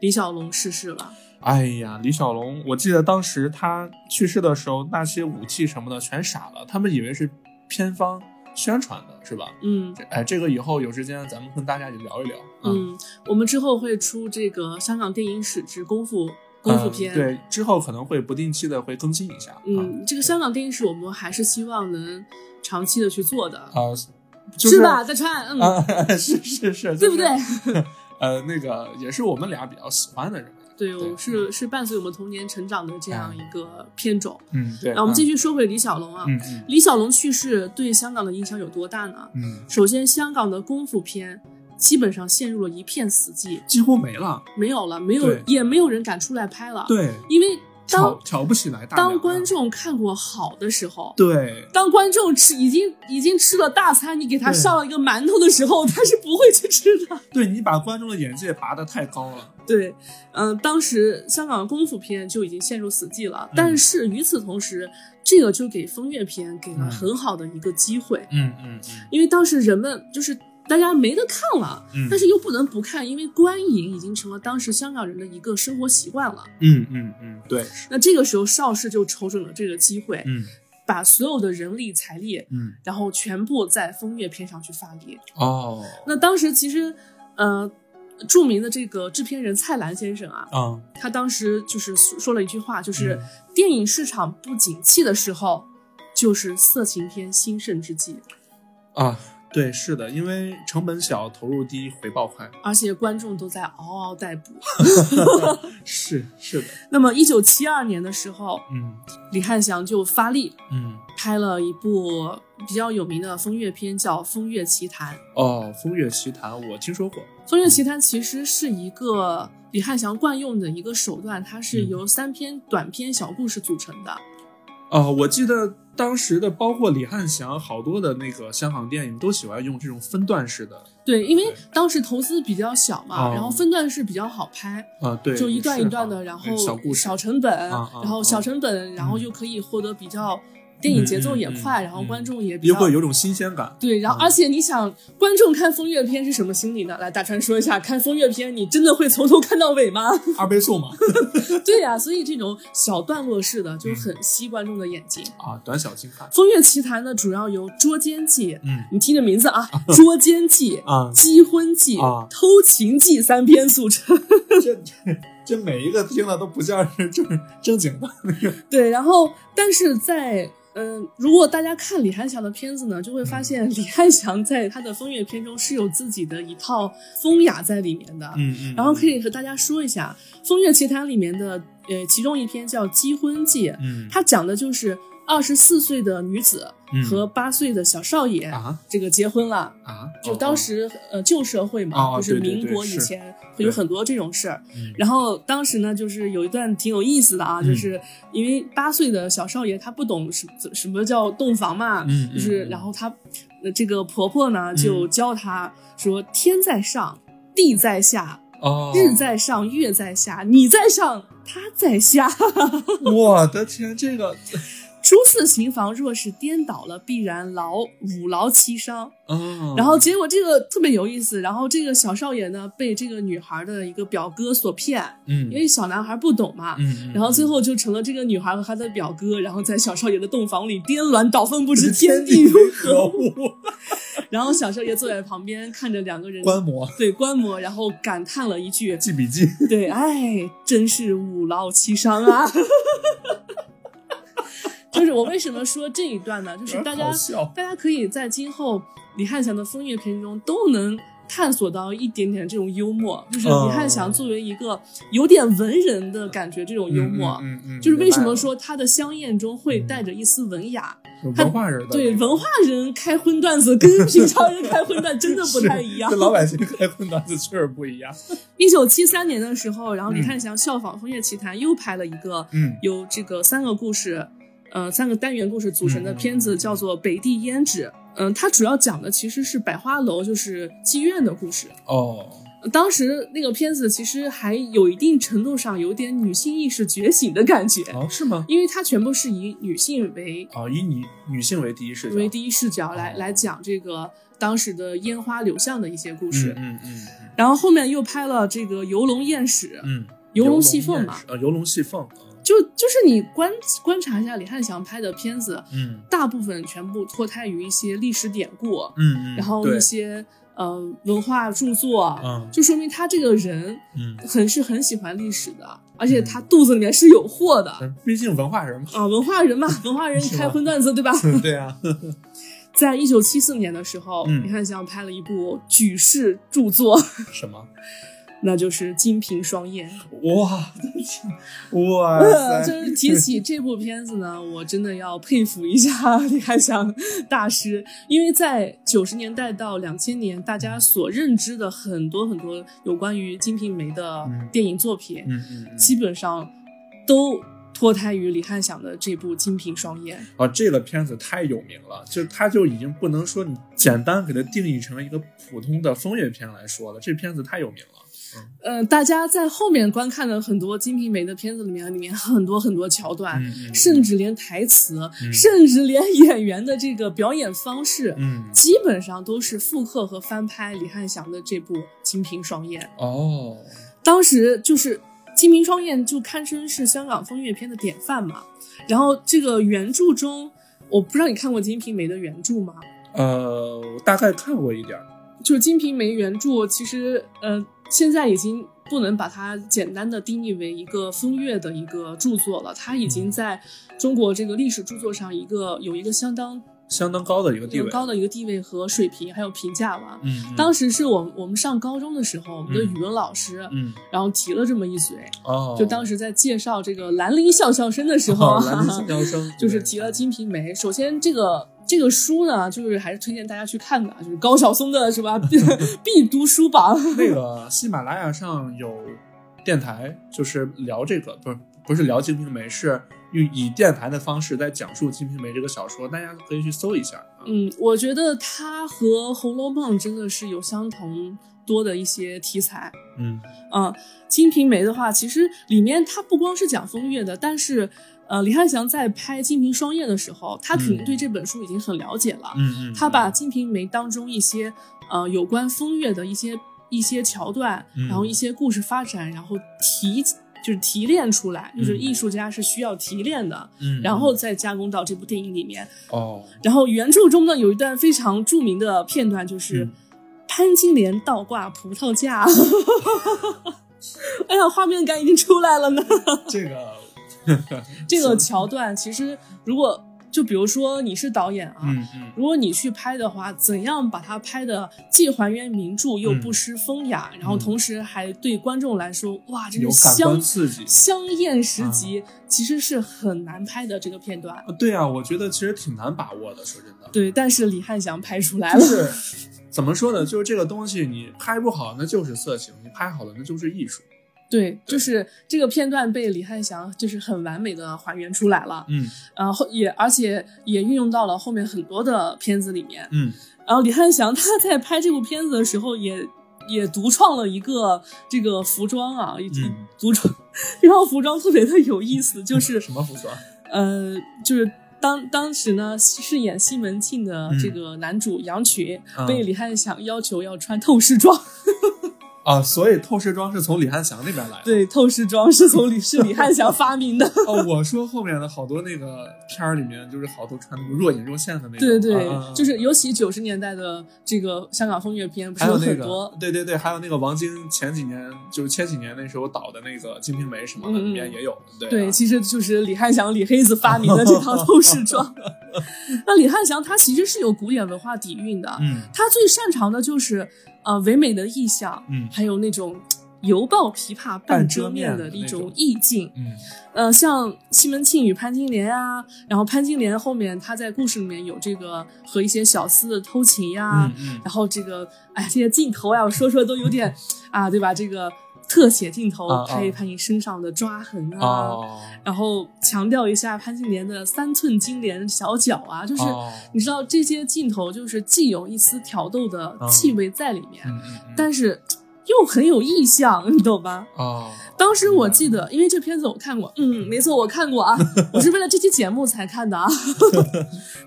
A: 李小龙逝世了。
B: 哎呀，李小龙，我记得当时他去世的时候，那些武器什么的全傻了，他们以为是片方宣传的，是吧？
A: 嗯
B: 这哎，这个以后有时间咱们跟大家也聊一聊。
A: 嗯，我们之后会出这个香港电影史之功夫功夫片。
B: 嗯对，之后可能会不定期的会更新一下。啊，
A: 嗯，这个香港电影史我们还是希望能长期的去做的，
B: 呃，就是
A: 吧？？大川，嗯，
B: 啊， 是是是，
A: 对不对？？
B: 呃，那个也是我们俩比较喜欢的人。
A: 对，我
B: 对
A: 是是伴随我们童年成长的这样一个片种。
B: 嗯，对。
A: 那我们继
B: 续。
A: 续说回李小龙啊，
B: 嗯嗯
A: 李小龙去世对香港的影响有多大呢？
B: 嗯，
A: 首先，香港的功夫片基本上陷入了一片死寂，
B: 几乎没了。
A: 没有了，没有
B: 对
A: 也没有人敢出来拍了。，
B: 对，
A: 因为
B: 挑
A: 当
B: 挑不起来大梁
A: 当
B: 了。
A: 观众看过好的时候。
B: 对
A: 当观众吃已经已经吃了大餐，你给他
B: 对
A: 上了一个馒头的时候，他是不会去吃的。
B: 对，你把观众的眼界拔得太高了。
A: 对，嗯、当时香港的功夫片就已经陷入死寂了，
B: 嗯
A: 但是与此同时，这个就给风月片给了
B: 嗯
A: 很好的一个机会，
B: 嗯嗯嗯。
A: 因为当时人们就是大家没得看了，
B: 嗯
A: 但是又不能不看，因为观影已经成了当时香港人的一个生活习惯了。
B: 嗯嗯嗯，对，是
A: 那这个时候，邵氏就瞅准了这个机会，
B: 嗯
A: 把所有的人力财力，
B: 嗯，
A: 然后全部在风月片上去发力。
B: 哦，
A: 那当时其实，呃，著名的这个制片人蔡澜先生啊，
B: 嗯
A: 他当时就是说了一句话，就是
B: 嗯
A: 电影市场不景气的时候，就是色情片兴盛之际，
B: 啊，对，是的，因为成本小，投入低，回报快，
A: 而且观众都在嗷嗷待哺。
B: 是是的，
A: 那么，一九七二年的时候，
B: 嗯
A: 李翰祥就发力
B: 嗯，
A: 拍了一部比较有名的风月片，叫《风月奇谭》。
B: 哦，《风月奇谭》我听说过，
A: 《风月奇谭》其实是一个李翰祥惯用的一个手段，它是
B: 嗯
A: 由三篇短篇小故事组成的。
B: 哦，我记得当时的包括李翰祥好多的那个香港电影都喜欢用这种分段式的，
A: 对，因为
B: 对
A: 当时投资比较小嘛，
B: 哦
A: 然后分段式比较好拍，
B: 啊，对，
A: 就一段一
B: 是
A: 段的，
B: 哈
A: 然
B: 对
A: 后
B: 小故事，
A: 成本，
B: 啊啊
A: 然后小成本，然后又可以获得比较电影节奏也快，
B: 嗯嗯嗯
A: 然后观众也比
B: 也
A: 较
B: 会有啊种新鲜 感，
A: 对，然后而且你想，观众看风月片是什么心理呢？来，大川说一下，看风月片你真的会从头看到尾 吗？
B: 二倍速嘛，
A: 对呀、所以这种小段落式的就很吸观众的眼睛。
B: 啊，短小精悍，
A: 风月奇谭呢，主要由捉奸记，
B: 嗯
A: 你听这名字啊，捉奸记。
B: 啊，
A: จี้婚记、
B: 啊
A: 偷情记三篇组成，
B: 这这这每一个听了都不像是 正正经的那个，
A: 对，然后但是在嗯、如果大家看李翰祥的片子呢，就会发现李翰祥在他的风月片中是有自己的一套风雅在里面的，
B: 嗯嗯
A: 然后可以和大家说一下《风月奇谭》里面的呃其中一篇叫《鸡婚记》，
B: 嗯
A: 它讲的就是二十四岁的女子和八岁的小少爷、
B: 啊
A: 这个结婚了。
B: 啊，
A: 就当时、呃旧社会嘛，
B: 哦
A: 就是
B: 对对
A: 民
B: 对
A: 国以
B: 是
A: 前会有
B: 对
A: 很多这种事儿。
B: 嗯
A: 然后当时呢，就是有一段挺有意思的啊，
B: 嗯
A: 就是因为八岁的小少爷他不懂什什么叫洞房嘛，
B: 嗯嗯
A: 就是
B: 嗯
A: 然后他呃这个婆婆呢就教他说天在上，地在下，
B: 哦，
A: 日在上，月在下，你在上，他在下。
B: 我的天，这个
A: 初次行房若是颠倒了，必然劳五劳七伤。
B: 嗯，
A: 然后结果这个特别有意思，然后这个小少爷呢被这个女孩的一个表哥所骗，
B: 嗯，
A: 因为小男孩不懂嘛，
B: 嗯，
A: 然后最后就成了这个女孩和她的表哥，然后在小少爷的洞房里颠鸾倒凤， 不知天地如何物。
B: 物，
A: 然后小少爷坐在旁边看着两个人
B: 观摩
A: 对观摩，然后感叹了一句
B: 记笔记，：“
A: 对，哎，真是五劳七伤啊。” 就是我为什么说这一段呢？就是大家
B: 好笑，
A: 大家可以在今后李翰祥的风月片中都能探索到一点点这种幽默，就是
B: 嗯
A: 李翰祥作为一个有点文人的感觉，这种幽默。
B: 嗯嗯，嗯
A: 就是为什么说他的香艳中会带着一丝文雅？
B: 明白了有文化人的
A: 对，文化人开荤段子跟平常人开荤段真的不太一样
B: 是。跟老百姓开荤段子确实不一样，
A: 一九七三年的时候，然后李
B: 嗯
A: 翰祥效仿《风月奇谭》又拍了一个
B: 嗯
A: 由这个三个故事，呃，三个单元故事组成的
B: 嗯
A: 片子，叫做《北地胭脂》。嗯，它主要讲的其实是百花楼，就是妓院的故事。
B: 哦，
A: 呃当时那个片子其实还有一定程度上有点女性意识觉醒的感觉，
B: 哦是吗？
A: 因为它全部是以女性为
B: 哦，以女女性为第一视角，哦
A: 为第一视角来来讲这个当时的烟花流巷的一些故事。
B: 嗯嗯嗯
A: 然后后面又拍了这个《游龙艳史》，
B: 嗯，
A: 游龙戏凤嘛
B: 嘛，呃，游龙戏凤，啊
A: 就就是你观观察一下李翰祥拍的片子，
B: 嗯
A: 大部分全部脱胎于一些历史典故，
B: 嗯嗯，
A: 然后
B: 对
A: 一些呃文化著作，
B: 嗯
A: 就说明他这个人
B: 嗯，
A: 很是很喜欢历史的，而且他肚子里面是有货的。
B: 但呃毕竟文化人嘛，
A: 啊，文化人 嘛，文化人
B: 嗯是吧
A: 开荤段子，对吧？
B: 对啊，
A: 在一九七四年的时候，
B: 嗯
A: 李翰祥拍了一部举世著作，
B: 什么？
A: 那就是《金瓶双燕》。
B: 哇，哇
A: 呃，
B: 塞，
A: 就是提起这部片子呢，我真的要佩服一下 李翰祥大师，因为在九十年代到两千年，大家所认知的很多很多有关于《金瓶梅》的
B: 嗯
A: 电影作品，
B: 嗯嗯嗯，
A: 基本上都脱胎于李翰祥的这部《金瓶双燕》。
B: 啊，这个片子太有名了，就它就已经不能说你简单给它定义成一个普通的风月片来说了，这片子太有名了。
A: 呃，大家在后面观看的很多《金瓶梅》的片子里面，里面很多很多桥段，
B: 嗯嗯，
A: 啊甚至连台词，
B: 嗯
A: 甚至连演员的这个表演方式，
B: 嗯，
A: 基本上都是复刻和翻拍李翰祥的这部《金瓶双燕》。
B: 哦，
A: 当时就是《金瓶双燕》就堪称是香港风月片的典范嘛。然后这个原著中，我不知道你看过《金瓶梅》的原著吗？
B: 呃，我大概看过一点儿，
A: 就是《金瓶梅》原著，其实呃，现在已经不能把它简单的定义为一个风月的一个著作了，它已经在中国这个历史著作上一个有一个相当
B: 相当高的一个地
A: 有
B: 位，
A: 高的一个地位和水平，还有评价吧。
B: 嗯，嗯，
A: 当时是我们我们上高中的时候，我们的
B: 嗯
A: 语文老师，
B: 嗯
A: 然后提了这么一嘴，
B: 哦，
A: 就当时在介绍这个兰陵笑笑生的时候
B: 哦
A: 啊，
B: 兰陵新娘生
A: 就是提了《
B: 对嗯
A: 金瓶梅》。首先，这个这个书呢，就是还是推荐大家去看的，就是高晓松的是 吧？必必读书榜。
B: 那个喜马拉雅上有电台，就是聊这个，不是不是聊《金瓶梅》，是用以电台的方式在讲述《金瓶梅》这个小说，大家可以去搜一下。啊
A: 嗯，我觉得它和《红楼梦》真的是有相同多的一些题材。
B: 嗯
A: 嗯，《金瓶梅》的话，其实里面它不光是讲风月的，但是呃，李翰祥在拍《金瓶双燕》的时候，他肯定对这本书已经很了解了。
B: 嗯嗯，
A: 他把《金瓶梅》当中一些呃有关风月的一些一些桥段，
B: 嗯
A: 然后一些故事发展，然后提就是提炼出来，就是
B: 嗯
A: 艺术家是需要提炼的，
B: 嗯，嗯
A: 然后再加工到这部电影里面。
B: 哦，
A: 然后原著中呢有一段非常著名的片段，就是、
B: 嗯
A: 潘金莲倒挂葡萄 架。 哎呀，画面感已经出来了 呢。
B: 这个嗯
A: 这个桥段其实，如果就比如说你是导演啊，
B: 嗯嗯
A: 如果你去拍的话，怎样把它拍的既还原名著
B: 嗯
A: 又不失风雅，然后同时还对观众来说，哇，这
B: 有
A: 是
B: 感官嗯
A: 香
B: 刺激。
A: 香艳时极，其实是很难拍的这个片段。
B: 啊对啊，我觉得其实挺难把握的，说 真的。
A: 对，但是李翰祥拍出来
B: 就
A: 了。
B: 是怎么说呢？就是这个东西，你拍不好那就是色情，你拍好了那就是艺术。
A: 对，就是这个片段被李翰祥就是很完美的还原出来了，
B: 嗯
A: 然后也而且也运用到了后面很多的片子里面。
B: 嗯，
A: 然后李翰祥他在拍这部片子的时候也。也独创了一个这个服装啊，以及
B: 嗯
A: 独创，这套服装特别的有意思，就是
B: 啊什么服装？
A: 呃，就是当当时呢，饰演西门庆的这个男主杨群、
B: 嗯
A: 被李翰祥要求要穿透视装，
B: 啊，所以透视装是从李翰祥那边来的。
A: 对，透视装是从李是李翰祥发明的，
B: 哦，我说后面的好多那个片儿里面，就是好多穿那个若隐若现的那种，
A: 对对，
B: 啊啊
A: 就是尤其九十年代的这个香港风月片，不是
B: 还有那
A: 很
B: 个
A: 多，，
B: 对对对，还有那个王晶前几年就是前几年那时候导的那个《金瓶梅》什么的，
A: 嗯嗯
B: 里面也有，对啊
A: 对，
B: 对
A: 其实就是李翰祥、李黑子发 明的这套透视装。 那李翰祥他其实是有古典文化底蕴的，
B: 嗯
A: 他最擅长的就是呃唯美的意象，
B: 嗯
A: 还有那种犹抱琵琶半遮面的
B: 半遮面的
A: 一
B: 那
A: 种
B: 种
A: 意境。
B: 嗯
A: 呃，像西门庆与潘金莲啊，然后潘金莲后面他在故事里面有这个和一些小厮的偷情呀、
B: 嗯嗯，
A: 然后这个哎这些镜头呀，我说说都有点啊，对吧？这个特写镜头
B: 啊啊
A: 拍一拍你身上的抓痕啊。
B: 哦
A: 然后强调一下潘金莲的三寸金莲小脚啊，就是
B: 哦
A: 你知道这些镜头就是既有一丝挑逗的气味在里面，
B: 嗯嗯嗯，
A: 但是又很有意象，你懂吧？
B: 哦，
A: 当时我记
B: 嗯
A: 得，因为这片子我看过，嗯，没错，我看过啊， 我是为了这期节目才看的啊。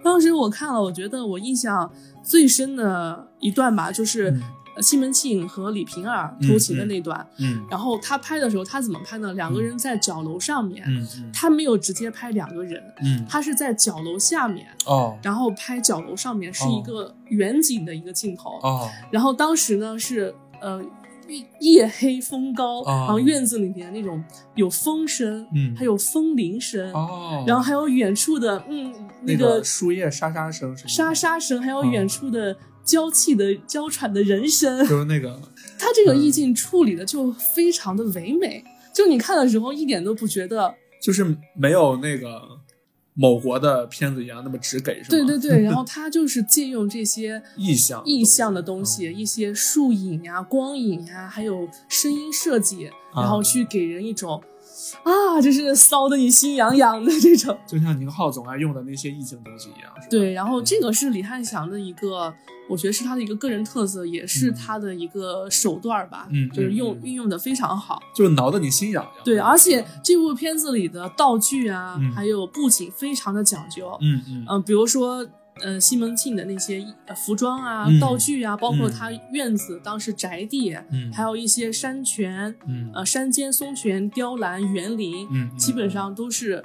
A: 当时我看了，我觉得我印象最深的一段吧，就是呃
B: 嗯
A: 西门庆和李瓶儿偷情的那段。
B: 嗯
A: 然后他拍的时候，他怎么拍呢？两个人在角楼上面，
B: 嗯嗯
A: 他没有直接拍两个人，
B: 嗯，
A: 他是在角楼下面，
B: 哦
A: 然后拍角楼上面是一个远景的一个镜头。
B: 哦
A: 然后当时呢是呃夜夜黑风高，
B: 哦
A: 然后院子里面那种有风声，
B: 嗯
A: 还有风铃声，
B: 哦，
A: 然后还有远处的嗯
B: 那
A: 个
B: 树叶沙沙声是吗？
A: 沙沙声，还有
B: 嗯
A: 远处的娇气的娇喘的人声，
B: 就是嗯那个
A: 它这个意境处理的就非常的唯美，就你看的时候一点都不觉得。
B: 就是没有那个某国的片子一样那么直给是吗？
A: 对对对，然后它就是借用这些
B: 意象
A: 意象的东西，一些树影呀、光影呀，还有声音设计，
B: 啊
A: 然后去给人一种啊，就是骚的你心痒痒的这种。
B: 就像宁浩总爱用的那些意境东西一样，是吧？
A: 对，然后这个是李翰祥的一个，我觉得是他的一个个人特色，也是他的一个手段儿吧，
B: 嗯
A: 就是用
B: 嗯嗯
A: 运用的非常好。
B: 就是挠得你心痒痒。
A: 对，而且这部片子里的道具啊，
B: 嗯
A: 还有布景非常的讲究，
B: 嗯嗯
A: 嗯、比如说，呃，西门庆的那些衣呃服装啊、
B: 嗯
A: 道具啊，包括
B: 嗯
A: 他院子、当时宅地，啊
B: 嗯
A: 还有一些山泉、
B: 嗯
A: 呃山间松泉、雕栏、园林，
B: 嗯
A: 基本上都是。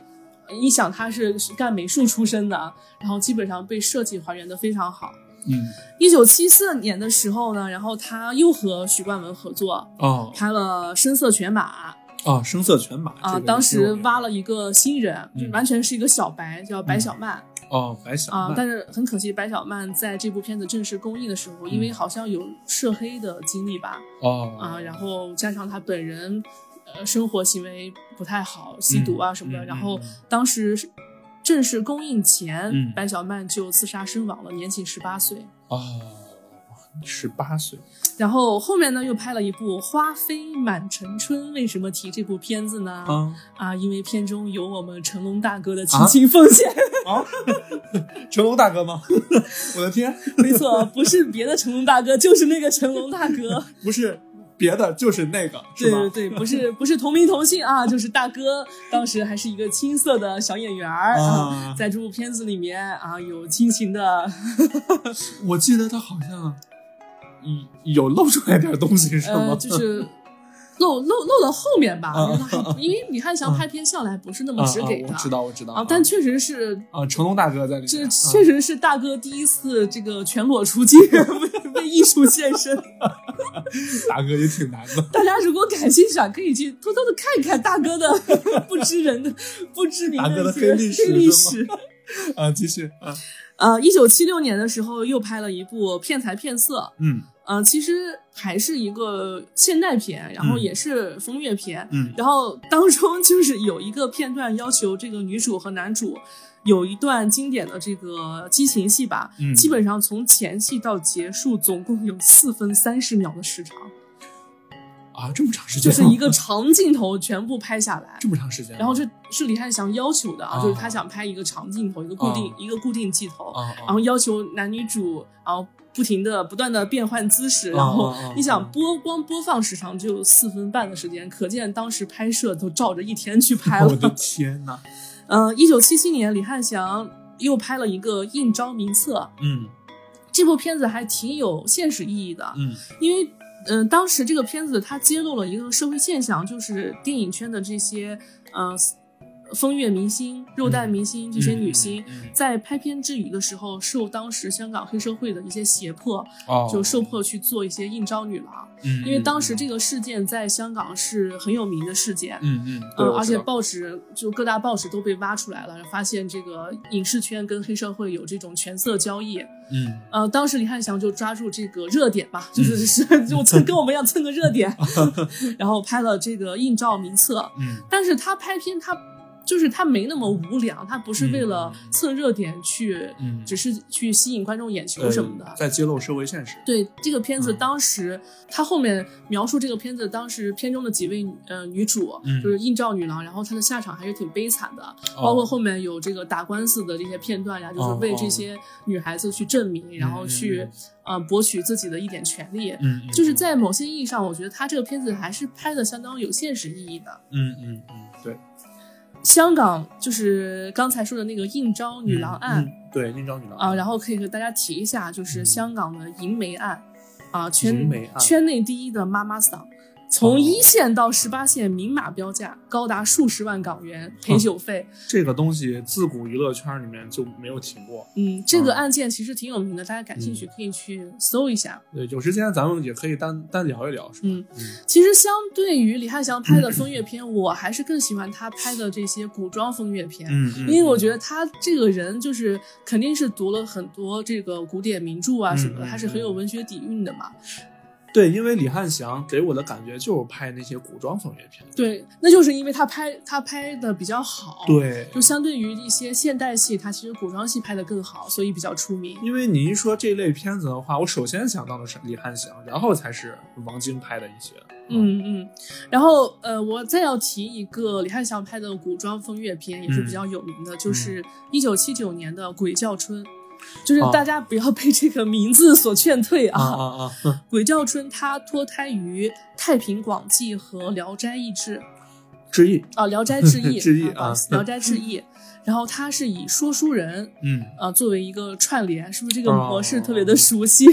A: 呃你想他是是干美术出身的，然后基本上被设计还原的非常好。
B: 嗯
A: 一九七四年的时候呢，然后他又和许冠文合作
B: 哦
A: 拍了《声色犬马》
B: 哦，声色犬马
A: 啊，当时挖
B: 了
A: 了一个新人，
B: 嗯
A: 完全是一个小白，叫白小曼。
B: 哦白小
A: 啊、
B: 曼
A: 但是很可惜，白小曼在这部片子正式公映的时候，因
B: 嗯
A: 为好像有涉黑的经历吧，
B: 哦
A: 啊、然后加上她本人，呃，生活行为不太好，吸毒啊什么的，
B: 嗯嗯
A: 然后
B: 嗯
A: 当时是正式公映前，
B: 嗯
A: 白小曼就自杀身亡了，年仅十八岁。
B: 哦十八岁
A: 然后后面呢，又拍了一部《花飞满城春》。为什么提这部片子呢？
B: 啊
A: 啊，因为片中有我们成龙大哥的
B: 啊
A: 亲情奉献。
B: 啊，成龙大哥吗？ 我的天，
A: 没错，不是别的成龙大哥，就是那个成龙大哥。
B: 不是别的就是那个
A: 对
B: 是吧？
A: 对对，不是不是同名同姓啊，就是大哥当时还是一个青涩的小演员儿啊
B: 啊，
A: 在这部片子里面啊有亲情的，
B: 我记得他好像嗯有露出来点东西是
A: 呃，
B: 吗？
A: 就是露露露到后面吧，
B: 啊
A: 因为他还因为李翰祥拍片向来不是那么
B: 啊
A: 直给
B: 啊
A: 的
B: 我知道我知道
A: 啊，但确实是。
B: 啊成龙大哥在里面，
A: 这
B: 啊
A: 确实是大哥第一次这个全裸出镜， 为为艺术献身。
B: 大哥也挺难 的。
A: 大家如果感兴趣啊，可以去偷偷的看一看大哥的 不知人的、不知名
B: 大哥的
A: 一些
B: 黑历史
A: 黑历
B: 是
A: 史。
B: 啊，继续啊，
A: 呃，一九七六年的时候又拍了一部《骗财骗色》，
B: 嗯
A: 呃，其实还是一个现代片，然后
B: 嗯
A: 也是风月片，
B: 嗯
A: 然后当中 就是有一个片段要求这个女主和男主有一段经典的这个激情戏吧，
B: 嗯
A: 基本上从前戏到结束总共有四分三十秒的时长，
B: 啊，这么长时间
A: 就
B: 吗，
A: 是一个长镜头全部拍下来
B: 这。么长时间吗，
A: 然后这是李翰祥要求的啊，
B: 哦
A: 就是他想拍一个长镜头，一个固定、
B: 哦
A: 一个固定镜头，
B: 啊
A: 然后要求男女主，然后不停的不断的变换姿势，
B: 哦
A: 然后
B: 哦哦
A: 你想播光播放时长就有四分半的时间，可见当时拍摄都照着一天去拍
B: 我的
A: 了。
B: 天呐！
A: 嗯，一九七七年，李翰祥又拍了一个《应招名册》，
B: 嗯
A: 这部片子还挺有现实意义的，
B: 嗯
A: 因为。嗯，当时这个片子它揭露了一个社会现象，就是电影圈的这些，呃，风月明星、肉蛋明星、这些女星，
B: 嗯嗯
A: 在拍片之余的时候，受当时香港黑社会的一些胁迫，
B: 哦，
A: 就受迫去做一些应招女郎。
B: 嗯，嗯，
A: 因为当时这个事件在香港是很有名的事件，
B: 嗯嗯，对
A: 嗯，
B: 我
A: 而
B: 知
A: 且
B: 道
A: 报纸就各大报纸都被挖出来了，发现这个影视圈跟黑社会有这种权色交易。
B: 嗯
A: 呃，当时李翰祥就抓住这个热点吧，就是是 就蹭跟我们一样蹭个热 点，然后拍了这个《映照名册》，
B: 嗯
A: 但是他拍片他。就是他没那么无良，他不是为了蹭热点去，
B: 嗯
A: 只是去吸引观众眼球
B: 呃
A: 什么的。
B: 在揭露社会现实。
A: 对这个片子，
B: 嗯
A: 当时、他后面描述这个片子，当时片中的几位女呃女主，
B: 嗯
A: 就是映照女郎，然后她的下场还是挺悲惨的，
B: 哦
A: 包括后面有这个打官司的这些片段呀，就是为这些女孩子去证明，然后去
B: 嗯
A: 呃博取自己的一点权利。
B: 嗯，嗯
A: 就是在某些意义上，我觉得他这个片子还是拍的相当有现实意义的。
B: 嗯嗯嗯，对，
A: 香港就是刚才说的那个应招女郎案，
B: 嗯，嗯对，应招女郎
A: 啊，然后可以和大家提一下，就是
B: 嗯
A: 香港的银梅案，啊，圈
B: 银梅案
A: 圈内第一的妈妈桑，
B: 哦
A: 从一线到十八线明码标价，高达数十万港元
B: 啊
A: 陪酒费。
B: 这个东西自古娱乐圈里面就没有停过。
A: 嗯，这个
B: 啊
A: 案件其实挺有名的，大家感兴趣
B: 嗯
A: 可以去搜一下。
B: 对，有时间咱们也可以单单聊一聊，是吧？
A: 嗯
B: 嗯
A: 其实相对于李翰祥拍的风月片，我还是更喜欢他拍的这些古装风月片。
B: 嗯嗯，
A: 因为我觉
B: 得
A: 得他这个人就是肯定是读了很多这个古典名著啊什么的，
B: 嗯嗯
A: 他是很有文学底蕴的嘛。
B: 对，因为李翰祥给我的感觉就是拍那些古装风月片。
A: 对，那就是因为他拍他拍的比较好，，
B: 对，
A: 就相对于一些现代戏，他其实古装戏拍的更好，所以比较出名。
B: 因为你一说这类片子的话，我首先想到的是李翰祥，然后才是王晶拍的一些。
A: 嗯嗯，然后呃，我再要提一个李翰祥拍的古装风月片，也是
B: 嗯
A: 比较有名的，就是一九七九年的《鬼叫春》，就是
B: 啊
A: 大家不要被这个名字所劝退
B: 啊啊啊！哼
A: 鬼叫春》它脱胎于《太平广记》和《聊斋志异》。
B: 致意，》
A: 啊，《聊斋志异
B: 志异
A: 不好意思
B: 啊
A: 聊斋志 异》，然后它是以说书人
B: 嗯
A: 呃作为一个串联，是不是这个
B: 哦
A: 模式特别的熟悉？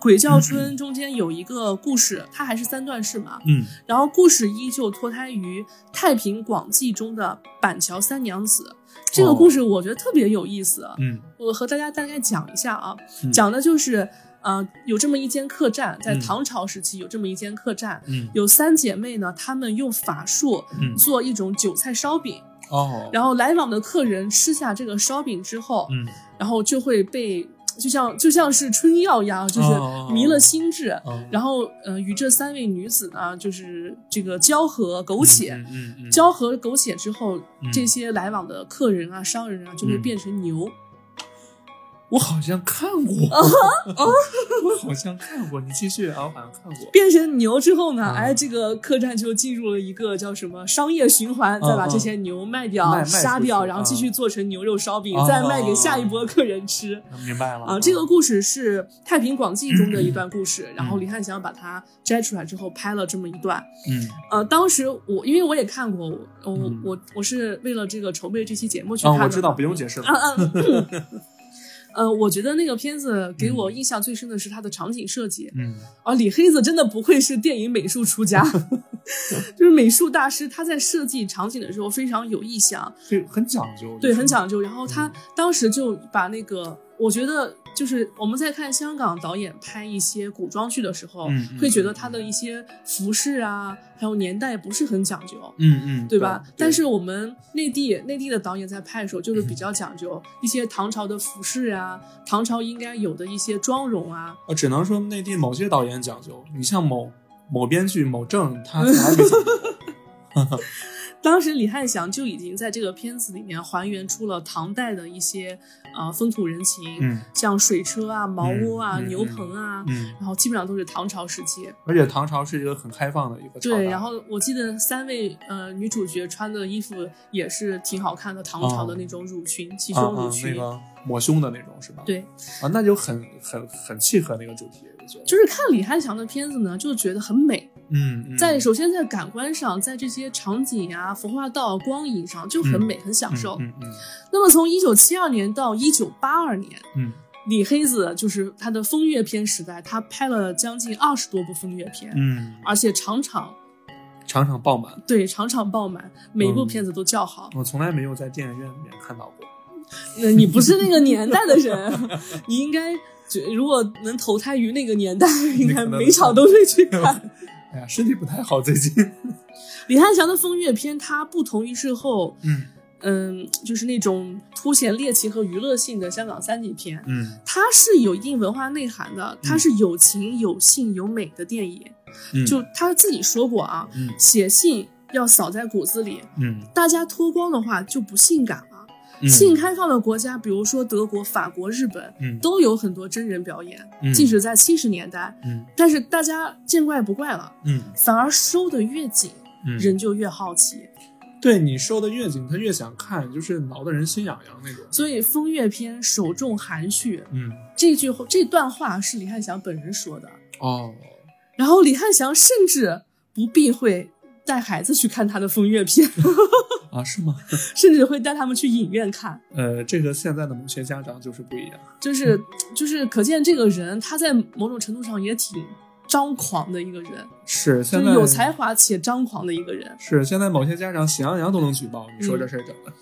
A: 鬼叫春中间有一个故事，它还是三段式嘛，
B: 嗯
A: 然后故事依旧脱胎于《太平广记》中的板桥三娘子。这个
B: 哦
A: 故事我觉得特别有意思，
B: 嗯
A: 我和大家大概讲一下啊，
B: 嗯
A: 讲的就是，呃，有这么一间客栈，在
B: 嗯
A: 唐朝时期有这么一间客栈，
B: 嗯
A: 有三姐妹呢，她们用法术
B: 嗯
A: 做一种韭菜烧饼，
B: 哦，
A: 然后来往的客人吃下这个烧饼之后，
B: 嗯
A: 然后就会被就像就像是春药一样，就是
B: 哦
A: 迷了心智。
B: 哦
A: 然后，呃，与这三位女子呢，就是这个交合苟且，
B: 嗯嗯嗯
A: 交合苟且之后，
B: 嗯
A: 这些来往的客人啊、商人啊，就会
B: 嗯
A: 变成牛。
B: 我好像看过，
A: 啊
B: 我好像看过。你继续啊，我好像看 过。
A: 变成牛之后呢，
B: 嗯
A: 哎，这个客栈就进入了一个叫什么商业循环，再把
B: 嗯
A: 这些牛卖掉、
B: 卖卖出去
A: 杀掉，然后
B: 嗯
A: 继续做成牛肉烧饼，
B: 哦
A: 再卖给下一波客人吃。
B: 明白了
A: 啊，这个故事是《太平广记》中的一段故事，然后李翰祥把它摘出来之后拍了这么一段。
B: 嗯
A: 呃，当时我因为我也看过，我我
B: 嗯
A: 我我是为了这个筹备这期节目去
B: 啊
A: 看，的、
B: 我知道，不用解释了。
A: 啊啊。 呃，我觉得那个片子给我印象最深的是它的场景设计，
B: 嗯
A: 啊，李黑子真的不愧是电影美术 出家，就是美术大师，他在设计场景的时候非常有意向，
B: 这很讲究，
A: 对，
B: 就是
A: 很讲究。然后他当时就把那个，我觉得就是我们在看香港导演拍一些古装剧的时候，
B: 嗯嗯
A: 会觉得他的一些服饰啊，还有年代不是很讲究。
B: 嗯嗯，
A: 对吧？但是我们内地内地的导演在拍的时候，就是比较讲究一些唐朝的服饰啊，唐朝应该有的一些妆容啊，
B: 呃只能说内地某些导演讲究。你像某某编剧某正，他从来没讲究。
A: 当时李翰祥就已经在这个片子里面还原出了唐代的一些呃风土人情，
B: 嗯
A: 像水车啊、茅屋啊、
B: 嗯嗯
A: 牛棚啊，
B: 嗯，
A: 然后基本上都是唐朝时期。
B: 而且唐朝是一个很开放的一个朝代。
A: 对，然后我记得三位呃女主角穿的衣服也是挺好看的，唐朝的那种乳裙、齐
B: 啊
A: 胸乳
B: 嗯啊，那
A: 裙。
B: 个抹胸的那种是吧？
A: 对
B: 啊，那就很很很契合那个主题。
C: 我觉得
A: 就是看李翰祥的片子呢，就觉得很美，
B: 嗯，嗯
A: 在首先在感官上，在这些场景啊、服化道、光影上就很美，很享受。
B: 嗯嗯
A: 那么从一九七二年到一九八二年，
B: 嗯
A: 李黑子就是他的风月片时代，他拍了将近二十多部风月片，
B: 嗯，嗯
A: 而且场场
B: 场场爆满。
A: 对场场爆满，每一部
B: 嗯
A: 片子都叫好。
B: 我从来没有在电影院里面看到过。
A: 那你不是那个年代的人，你应该觉如果能投胎于那个年代，应该每场都会去看。
B: 哎呀，身体不太好最近。
A: 李翰祥的风月片，它不同于事后，
B: 嗯
A: 嗯，就是那种凸显猎奇和娱乐性的香港三级片，
B: 嗯
A: 它是有一定文化内涵的，它是有情有性有美的电影。
B: 嗯，
A: 就他自己说过啊，
B: 嗯
A: 写信要扫在骨子里，
B: 嗯
A: 大家脱光的话就不性感了。
B: 嗯
A: 性开放的国家，比如说德国、法国、日本，
B: 嗯
A: 都有很多真人表演，
B: 嗯
A: 即使在七十年代，
B: 嗯
A: 但是大家见怪不怪了，
B: 嗯
A: 反而收的越紧，
B: 嗯，
A: 人就越好奇。
B: 对你收的越紧，他越想看，就是挠的人心痒痒那种。
A: 所以风月篇首重含蓄，
B: 嗯
A: 这句这段话是李翰祥本人说的。
B: 哦，
A: 然后李翰祥甚至不避讳带孩子去看他的风月片，
B: 啊，是吗？
A: 甚至会带他们去影院看。
B: 呃，这和现在的某些家长就是不一样。
A: 就是就是，可见这个人他在某种程度上也挺张狂的一个人，
B: 是，
A: 就
B: 现
A: 是
B: 在
A: 有才。华且张狂的一个人。
B: 是，现在某些家长喜羊羊都能举报，你
A: 嗯
B: 说这事儿整的。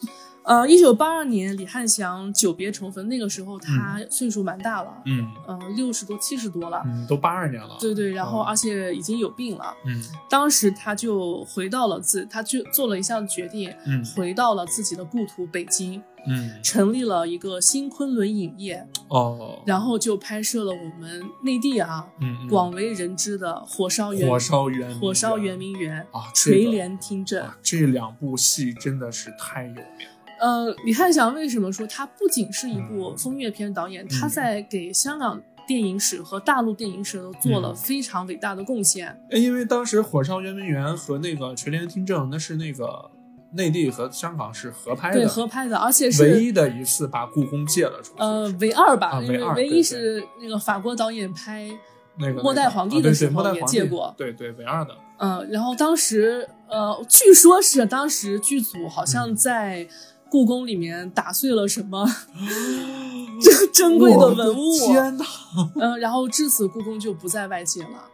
A: 呃，一九八二年，李翰祥久别重逢，那个时候他岁数蛮大了，
B: 嗯
A: 嗯，六十、多、七十多了。
B: 嗯，都八二年了。
A: 对对，然后
B: 哦
A: 而且已经有病了，
B: 嗯
A: 当时他就回到了自，他就做了一项决定，
B: 嗯
A: 回到了自己的故土北京，
B: 嗯
A: 成立了一个新昆仑影业，
B: 哦，
A: 然后就拍摄了我们内地啊
B: 嗯嗯
A: 广为人知的《火烧圆
B: 火烧圆明
A: 火烧圆
B: 园
A: 明园》
B: 啊，这个
A: 垂帘听政。
B: 啊这两部戏真的是太有名了。
A: 呃，李翰祥为什么说他不仅是一
B: 嗯
A: 部风月片导演，他在给香港电影史和大陆电影史都做
B: 嗯
A: 了非常伟大的贡献。
B: 哎因为当时《火烧圆明园》和那个《垂帘听政》，那是那个内地和香港是合拍的，
A: 对合拍的，而且
B: 唯
A: 是
B: 一的一次把故宫借了出去。
A: 呃唯二吧，
B: 啊
A: 因为
B: 唯二
A: 唯
B: 对
A: 一
B: 对
A: 是那个法国导演拍，
B: 那个
A: 末代皇帝的时候也
B: 啊对对末代皇帝
A: 借过
B: 对对，唯二的。
A: 呃，然后当时呃，据说是当时剧组好像
B: 嗯
A: 在。故宫里面打碎了什 么珍珍贵的文物？啊
B: 我的天哪，
A: 嗯，然后至此故宫就不在外界了，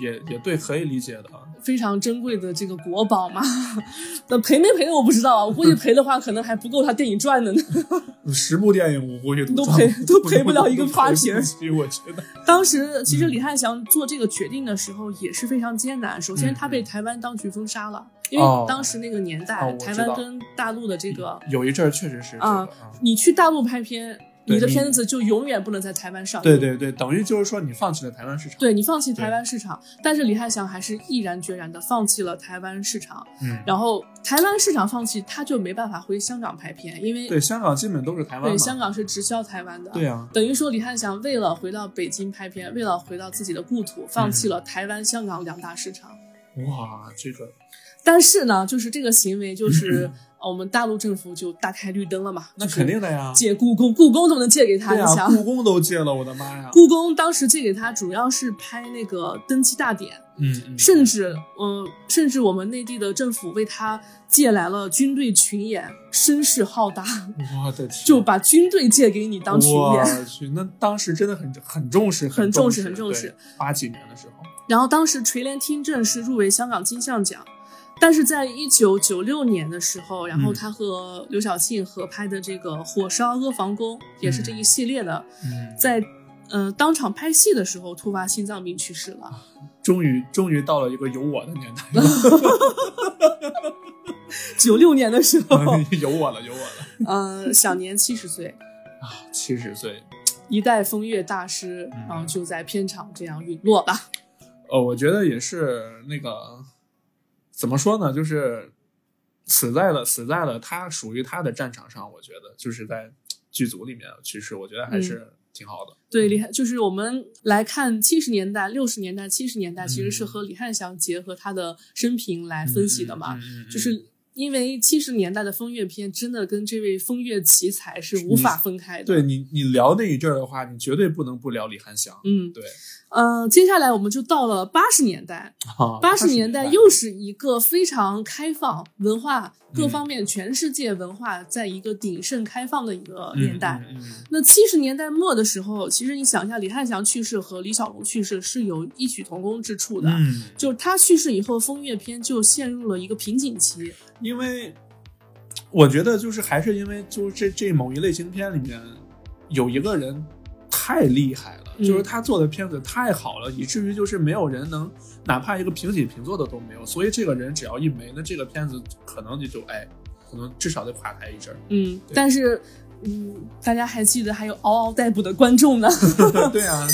B: 也也对，可以理解的。啊
A: 非常珍贵的这个国宝嘛。那赔没赔的我不知道啊，我估计赔的话可能还不够他电影赚的呢。
B: 十部电影我估计
A: 都 赔都赔不了一个花瓶儿
B: 儿，我觉得。
A: 当时其实李翰祥做这个决定的时候也是非常艰难，首先
B: 嗯
A: 他被台湾当局封杀了，因
B: 哦
A: 为当时那个年代，
B: 哦我
A: 台
B: 知
A: 湾
B: 道
A: 跟大陆的这个，
B: 有一阵儿确实是这个
A: 啊你去大陆拍片，
B: 对
A: 你的
B: 你
A: 片子就永远不能在台湾上映。
B: 对对对，等于就是说你放弃了台湾市场。
A: 对你放弃台湾市场，但是李翰祥还是毅然决然的放弃了台湾市场，
B: 嗯，
A: 然后台湾市场放弃，他就没办法回香港拍片，因为
B: 对香港基本都是台湾嘛。
A: 对香港是直销台湾的。
B: 对啊，
A: 等于说李翰祥为了回到北京拍片，为了回到自己的故土，放
B: 嗯
A: 弃了台湾、香港两大市场。
B: 哇，这个
A: 但是呢，就是这个行为， 就是呃我们大陆政府就大开绿灯了嘛，
B: 那肯定的呀，
A: 借故宫，故宫都不能借给他，
B: 对
A: 你
B: 啊，
A: 想。
B: 故宫都借了，我的妈呀！
A: 故宫当时借给他，主要是拍那个登基大典，
B: 嗯嗯，
A: 甚至，嗯、甚至我们内地的政府为他借来了军队群演，声势浩大，
B: 我的天，
A: 就把军队借给你当群演。
B: 我去，那当时真的很很重视，
A: 很重
B: 重
A: 视很重视
B: 对。八几年的时候，
A: 然后当时垂帘听政是入围香港金像奖，但是在一九九六年的时候，然后
B: 嗯
A: 他和刘晓庆合拍的这个《火烧阿房宫》也是这一系列的，
B: 嗯，
A: 在呃当场拍戏的时候突发心脏病去世了。
B: 终于终于到了一个有我的年代，
A: 九六年的时候，
B: 有我了，有我了
A: 呃，享年七十岁，
B: 啊，七十岁。
A: 一代风月大师，
B: 嗯
A: 然后就在片场这样陨落吧。
B: 呃，我觉得也是那个怎么说呢，就是死在了死在了他属于他的战场上，我觉得就是在剧组里面去世，我觉得还
A: 嗯
B: 是挺好的。
A: 对，李翰就是我们来看七十年代、六十年代、七十年代，其实是
B: 嗯
A: 和李翰祥结合他的生平来分析的嘛。
B: 嗯，嗯嗯嗯
A: 就是因为七十年代的风月片真的跟这位风月奇才是无法分开的。
B: 嗯对，你，你聊那一阵儿的话，你绝对不能不聊李翰祥。
A: 嗯
B: 对，
A: 呃，接下来我们就到了八十年代，
B: 哦
A: 八十年代又是一个非常开放，文化
B: 嗯
A: 各方面，全世界文化在一个鼎盛开放的一个年代。
B: 嗯，嗯嗯
A: 那七十年代末的时候，其实你想一下，李翰祥去世和李小龙去世是有异曲同工之处的。
B: 嗯
A: 就是他去世以后，风月片就陷入了一个瓶颈期。
B: 因为我觉得就是还是因为就是这这某一类型片里面有一个人太厉害了，
A: 嗯
B: 就是他做的片子太好了，以至于就是没有人能哪怕一个平起平坐的都没有，所以这个人只要一没，那这个片子可能也就哎，可能至少得垮台一阵儿。
A: 嗯，但是，嗯，大家还记得还有嗷嗷待哺的观众呢。
B: 对啊，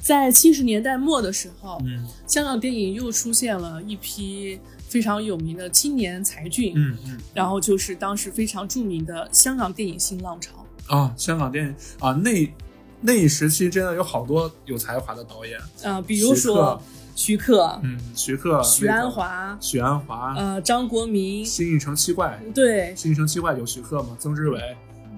A: 在七十年代末的时候，
B: 嗯
A: 香港电影又出现了一批非常有名的青年才俊，
B: 嗯嗯
A: 然后就是当时非常著名的香港电影新浪潮。
B: 啊、香港电影啊那那一时期真的有好多有才华的导演，
A: 呃，比如说徐克、
B: 嗯，徐克、
A: 许
B: 那
A: 鞍
B: 个、
A: 华，
B: 许鞍华、
A: 呃，张国明，
B: 新一城七怪，
A: 对，
B: 新城七怪有徐克吗？曾志伟、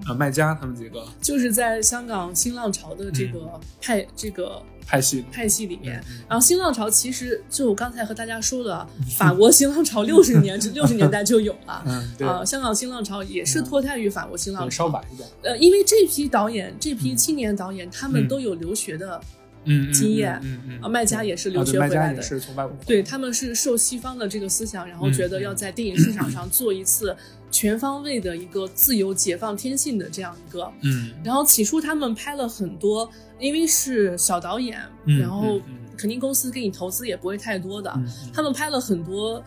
B: 呃麦家他们几个
A: 就是在香港新浪潮的这
B: 嗯
A: 个派、这个
B: 拍戏的。
A: 派系里面。
B: 嗯
A: 然后新浪潮其实就我刚才和大家说的，法国新浪潮六十年六十年代就有了。
B: 嗯， 对，嗯
A: 啊、香港新浪潮也是脱胎于法国新浪
B: 对
A: 潮
B: 稍，晚一点。
A: 呃，因为这批导演，这批
B: 嗯
A: 青年导演，他
B: 嗯
A: 们都有留学的，
B: 嗯，嗯
A: 经验
B: 嗯嗯，
A: 啊，麦家也是
B: 是
A: 留学
B: 麦
A: 回
B: 家
A: 来
B: 也
A: 的，
B: 是从外国回来
A: 对他们是受西方的这个思想，然后
B: 嗯
A: 觉得
B: 嗯
A: 要在电影市场上做一次全方位的一个自由解放天性的这样一个。
B: 嗯，
A: 然后起初他们拍了很多，因为是小导演，
B: 嗯
A: 然后
B: 嗯嗯
A: 肯定公司给你投资也不会太多的，
B: 嗯
A: 啊他们拍了很多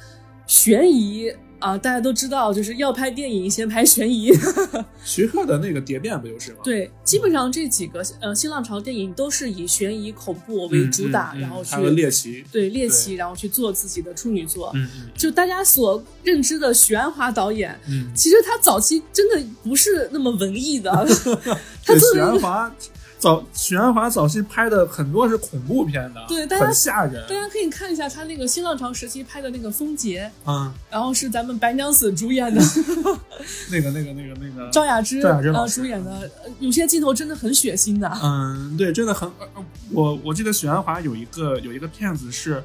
A: 悬疑啊、大家都知道，就是要拍电影先拍悬疑。
B: 徐克的那个《蝶变》不就是吗？
A: 对，基本上这几个呃新浪潮电影都是以悬疑恐怖
B: 嗯，
A: 为主打，
B: 嗯嗯
A: 然后去
B: 还有猎奇，
A: 对猎奇，然后去做自己的处女作。
B: 嗯嗯
A: 就大家所认知的许鞍华导演，
B: 嗯，
A: 其实他早期真的不是那么文艺的， 他
B: 对
A: 做
B: 许
A: 的
B: 鞍华早许鞍华早期拍的很多是恐怖片的，
A: 对大家
B: 很吓人
A: 大，家可以看一下他那个新浪潮时期拍的那个《风劫
B: 嗯，》，
A: 然后是咱们白娘子主演的，
B: 那个那个那个那个
A: 赵雅芝
B: 赵雅芝
A: 呃
B: 老师
A: 主演的，呃有些镜头真的很血腥的。
B: 嗯，对，真的很，呃呃我我记得许鞍华有一个有一个片子是，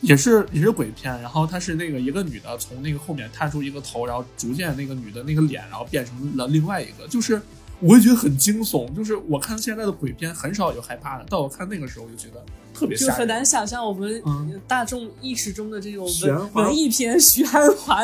B: 也是也是鬼片，然后她是那个一个女的从那个后面探出一个头，然后逐渐那个女的那个脸，然后变成了另外一个，就是我也觉得很惊悚，就是我看现在的鬼片很少有害怕的，但我看那个时候就觉得特别
A: 就
B: 吓
A: 很难
B: 人。
A: 想象我们
B: 嗯
A: 大众意识中的这种
B: 许鞍
A: 文
B: 华
A: 文艺片，许鞍华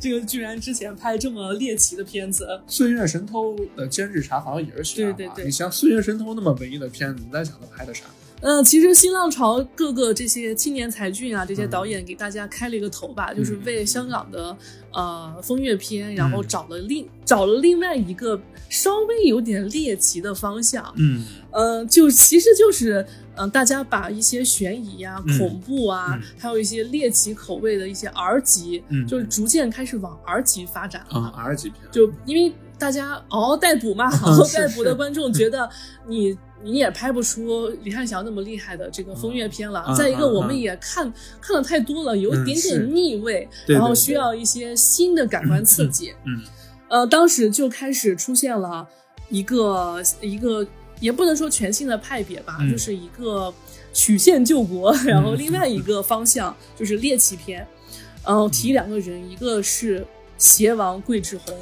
A: 这个居然之前拍这么猎奇的片子，
B: 《岁月神偷》的监制啥好像也是许鞍华，
A: 对对对
B: 你像《岁月神偷》那么文艺的片子，你在想他拍的啥？
A: 嗯，其实新浪潮各个这些青年才俊啊，这些导演给大家开了一个头
B: 嗯
A: 吧，就是为香港的呃风月片，然
B: 嗯
A: 后找了另找了另外一个稍微有点猎奇的方向，
B: 嗯
A: 嗯，就其实就是嗯、呃大家把一些悬疑啊、
B: 嗯
A: 恐怖啊，
B: 嗯
A: 还有一些猎奇口味的一些 R 级，
B: 嗯
A: 就是逐渐开始往 R 级发展了。
B: 嗯，R 级片
A: 就因为大家嗷嗷待哺
B: 啊
A: 嘛，嗷嗷待哺的观
B: 嗯
A: 众觉得你你也拍不出李翰祥那么厉害的这个风月片了。
B: 嗯
A: 再一个，
B: 嗯
A: 我们
B: 嗯
A: 也看、看了太多了，有一点
B: 嗯是
A: 点腻味，
B: 对
A: 然
B: 对
A: 后
B: 对
A: 需要一些新的感官刺激。
B: 嗯
A: 呃，当时就开始出现了一个一个，也不能说全新的派别吧，
B: 嗯
A: 就是一个曲线救国， 然后另外一个方向就是猎奇片。然后提两个人，一个是邪王桂志红，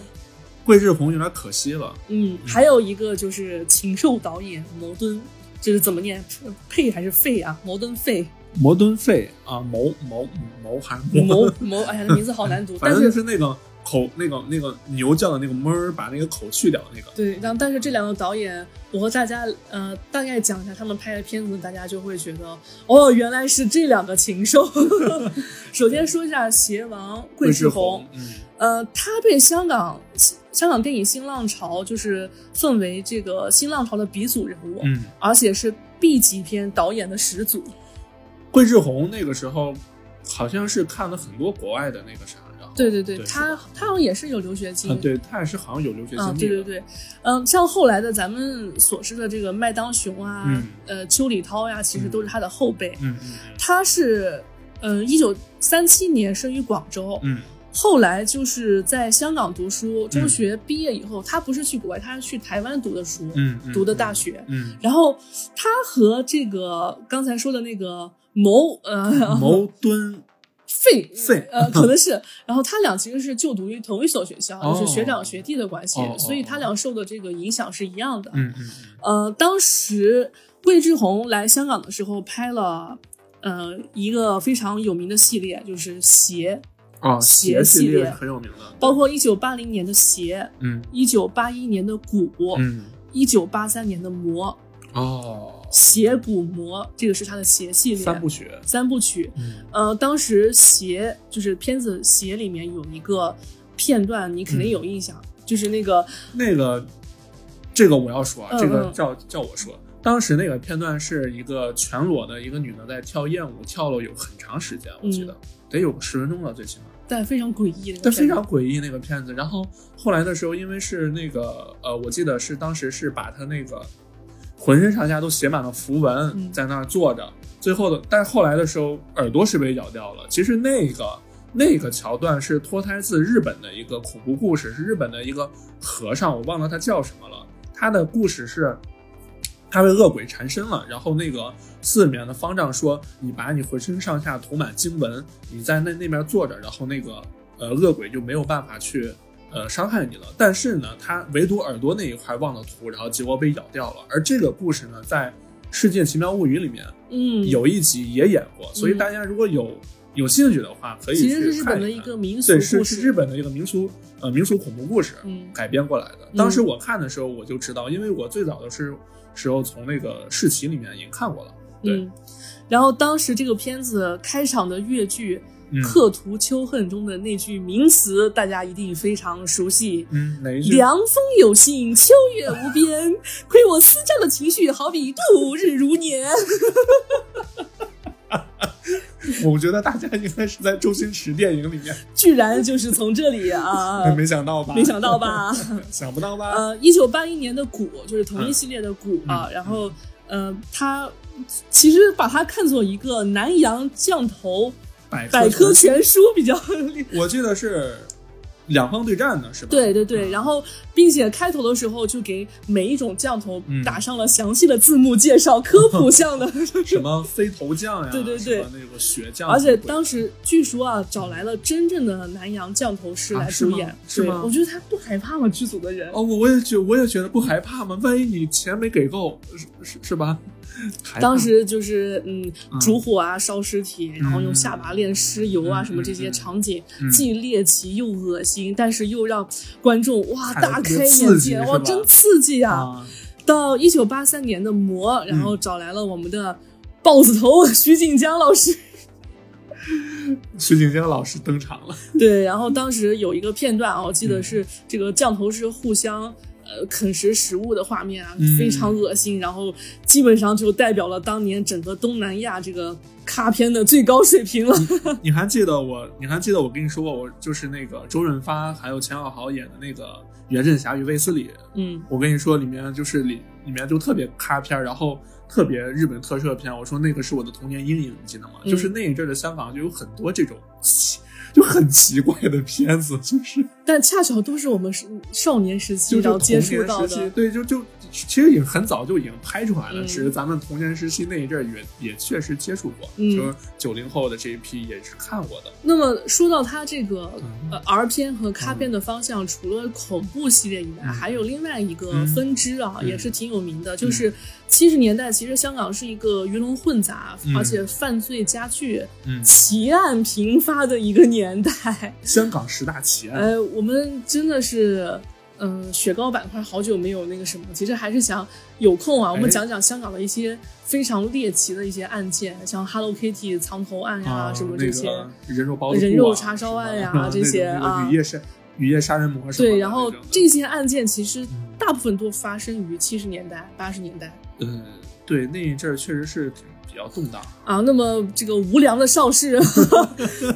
B: 桂志红有点可惜了。
A: 嗯，还有一个就是禽兽导演牟敦，就是怎么念佩还是费啊？牟敦费，
B: 摩敦费啊，谋谋谋还是谋，
A: 牟牟，哎呀，这名字好难读。
B: 反
A: 但
B: 正就是是那个口那个那个牛叫的那个哞儿，把那个口去掉那个。
A: 对，然后但是这两个导演，我和大家呃大概讲一下他们拍的片子，大家就会觉得哦，原来是这两个禽兽。 首先说一下《邪王桂
B: 志
A: 志红》，，
B: 嗯
A: 呃，他被香港香港电影新浪潮就是奉为这个新浪潮的鼻祖人物，
B: 嗯，
A: 而且是 B 级片导演的始祖。
B: 桂志红那个时候好像是看了很多国外的那个啥，然后
A: 对对对，
B: 对
A: 他他好像也是有留学经
B: 啊，
A: 历。
B: 对他也是好像有留学经历
A: 啊
B: 的，，
A: 对对对，嗯，像后来的咱们所知的这个麦当雄啊，
B: 嗯
A: 呃，邱礼涛呀、其实都是他的后辈。
B: 嗯嗯
A: 他是，嗯、呃，一九三七年生于广州，
B: 嗯
A: 后来就是在香港读书，中学毕业以后，他不是去国外，他是去台湾读的书，
B: 嗯嗯
A: 读的大学。
B: 嗯，
A: 然后他和这个刚才说的那个谋呃
B: 矛盾
A: 费
B: 费
A: 呃可能是，然后他俩其实是就读于同一所学校，
B: 哦
A: 就是学长学弟的关系，
B: 哦哦哦
A: 所以他俩受的这个影响是一样的。
B: 嗯嗯
A: 呃，当时魏志红来香港的时候拍了。呃，一个非常有名的系列就是鞋，
B: 嗯，哦，
A: 鞋系
B: 系列
A: 列
B: 很有名的，
A: 包括一九八零年的鞋，
B: 嗯
A: 一九八一年的鼓，
B: 嗯，
A: 一九八三年的魔，
B: 哦，
A: 鞋鼓魔，这个是他的鞋系列
B: 三部曲，
A: 三部曲。
B: 嗯
A: 呃，当时鞋就是片子鞋里面有一个片段，你
B: 嗯
A: 肯定有印象，就是那个
B: 那个，这个我要说啊，
A: 嗯
B: 这个
A: 嗯
B: 叫叫我说。当时那个片段是一个全裸的一个女的在跳艳舞，跳了有很长时间，
A: 嗯
B: 我记得、得有个十分钟了，最起码。
A: 但非常诡异的，
B: 但非常诡异那个片子。然后后来的时候，因为是那个呃，我记得是当时是把他那个浑身上下都写满了符文，
A: 嗯
B: 在那儿坐着。最后的，但是后来的时候耳朵是被咬掉了。其实那个那个桥段是脱胎自日本的一个恐怖故事，是日本的一个和尚，我忘了他叫什么了。他的故事是。他被恶鬼缠身了，然后那个寺里面的方丈说：“你把你浑身上下涂满经文，你在那那边坐着，然后那个呃恶鬼就没有办法去呃伤害你了。但是呢，他唯独耳朵那一块忘了涂，然后结果被咬掉了。而这个故事呢，在《世界奇妙物语》里面
A: 嗯，
B: 有一集也演过，所以
A: 嗯
B: 大家如果有有兴趣的话，可以
A: 其实是
B: 去
A: 日
B: 看
A: 本的
B: 看
A: 一个民俗
B: 对，
A: 故
B: 是是日
A: 事，
B: 本的一个民俗呃民俗恐怖故事。
A: 嗯
B: 改编过来的。当时我看的时候我就知道，因为我最早的是时候从那个世奇里面已经看过了。对，
A: 嗯。然后当时这个片子开场的越剧
B: 嗯
A: 《刻图秋恨》中的那句名词，大家一定非常熟悉，
B: 嗯，哪一句？
A: 凉风有信，秋月无边。亏我思乡的情绪，好比度日如年。
B: 我觉得大家应该是在周星驰电影里面，
A: 居然就是从这里啊，
B: 没想到吧？
A: 没想到？吧？
B: 想不到吧？
A: 呃，一九八一年的鼓就是同一系列的鼓啊，
B: 嗯
A: 然后呃，他其实把它看作一个南洋降头
B: 百
A: 百科全书比较。
B: 全，我记得是两方对战呢，是吧？
A: 对对对，然后并且开头的时候就给每一种降头
B: 嗯
A: 打上了详细的字幕介绍，科普 项的
B: 什么飞头将呀？
A: 对对对
B: 什么那个血 将，
A: 而且当时据说啊，找来了真正的南洋降头师
B: 啊
A: 来
B: 是
A: 主
B: 吗
A: 演，
B: 是
A: 对
B: 吗
A: 我觉得他不害怕吗？剧组的人。
B: 哦，我我也觉我也觉得不害怕嘛，万一你钱没给够，是是是吧？害怕
A: 当时就是嗯
B: 嗯，
A: 烛火啊，烧尸体，然后
B: 嗯
A: 用下巴炼尸油啊，
B: 嗯
A: 什么这些场景，
B: 嗯
A: 既猎奇又恶心，但是又让观众哇
B: 看得
A: 大
B: 特别
A: 开
B: 刺
A: 眼
B: 激
A: 界，
B: 是
A: 哇，
B: 吧
A: 真刺激啊！
B: 啊，
A: 到一九八三年的《魔》，然
B: 嗯
A: 后找来了我们的豹子头徐锦江老 师，
B: 徐景江老师登场了。
A: 对，然后当时有一个片段啊，我记
B: 嗯
A: 得是这个降头师互相呃啃食食物的画面啊，
B: 嗯
A: 非常恶心，然后基本上就代表了当年整个东南亚这个咖片的最高水平了。
B: 你还记得我？你还记得我跟你说过，我就是那个周润发还有钱小豪演的那个《袁振侠与卫斯理》。
A: 嗯，
B: 我跟你说，里面就是里里面就特别咖片儿，然后特别日本特摄片。我说那个是我的童年阴影，你记得吗？
A: 嗯
B: 就是那一阵儿的香港就有很多这种奇就很奇怪的片子，就是
A: 但恰巧都是我们少年时期
B: 就是
A: 然后
B: 童
A: 接
B: 年
A: 触到
B: 时期，
A: 的。
B: 对，就就其实已经很早就已经拍出来了，
A: 嗯
B: 只是咱们童年时期那一阵儿也也确实接触过，
A: 嗯
B: 就是九零后的这一批也是看过的。
A: 那么说到它这个
B: 嗯
A: 呃 R 片和咖片的方向，除了恐怖系列以外，
B: 嗯
A: 还有另外一个
B: 嗯
A: 分支啊，
B: 嗯
A: 也是挺有名的，就是七十年代其实香港是一个鱼龙混杂，
B: 嗯
A: 而且犯罪加剧、
B: 嗯，
A: 奇案频发的一个年代。
B: 香港十大奇案。
A: 呃，我们真的是。嗯，雪糕板块好久没有那个什么，其实还是想有空啊，我们
B: 哎
A: 讲讲香港的一些非常猎奇的一些案件，像 Hello Kitty 藏头案呀、
B: 啊，
A: 什么这些。
B: 那个人肉包子、啊、
A: 人肉叉烧案呀
B: 什么的
A: 这些
B: 那种
A: 啊
B: 那个雨夜杀雨夜杀人魔啊什么的
A: 对，然后
B: 那种的
A: 这些案件其实
B: 嗯
A: 大部分都发生于七十年代、八十年代
B: 呃，对那一阵儿确实是挺比较动荡。
A: 啊。那么这个无良的邵氏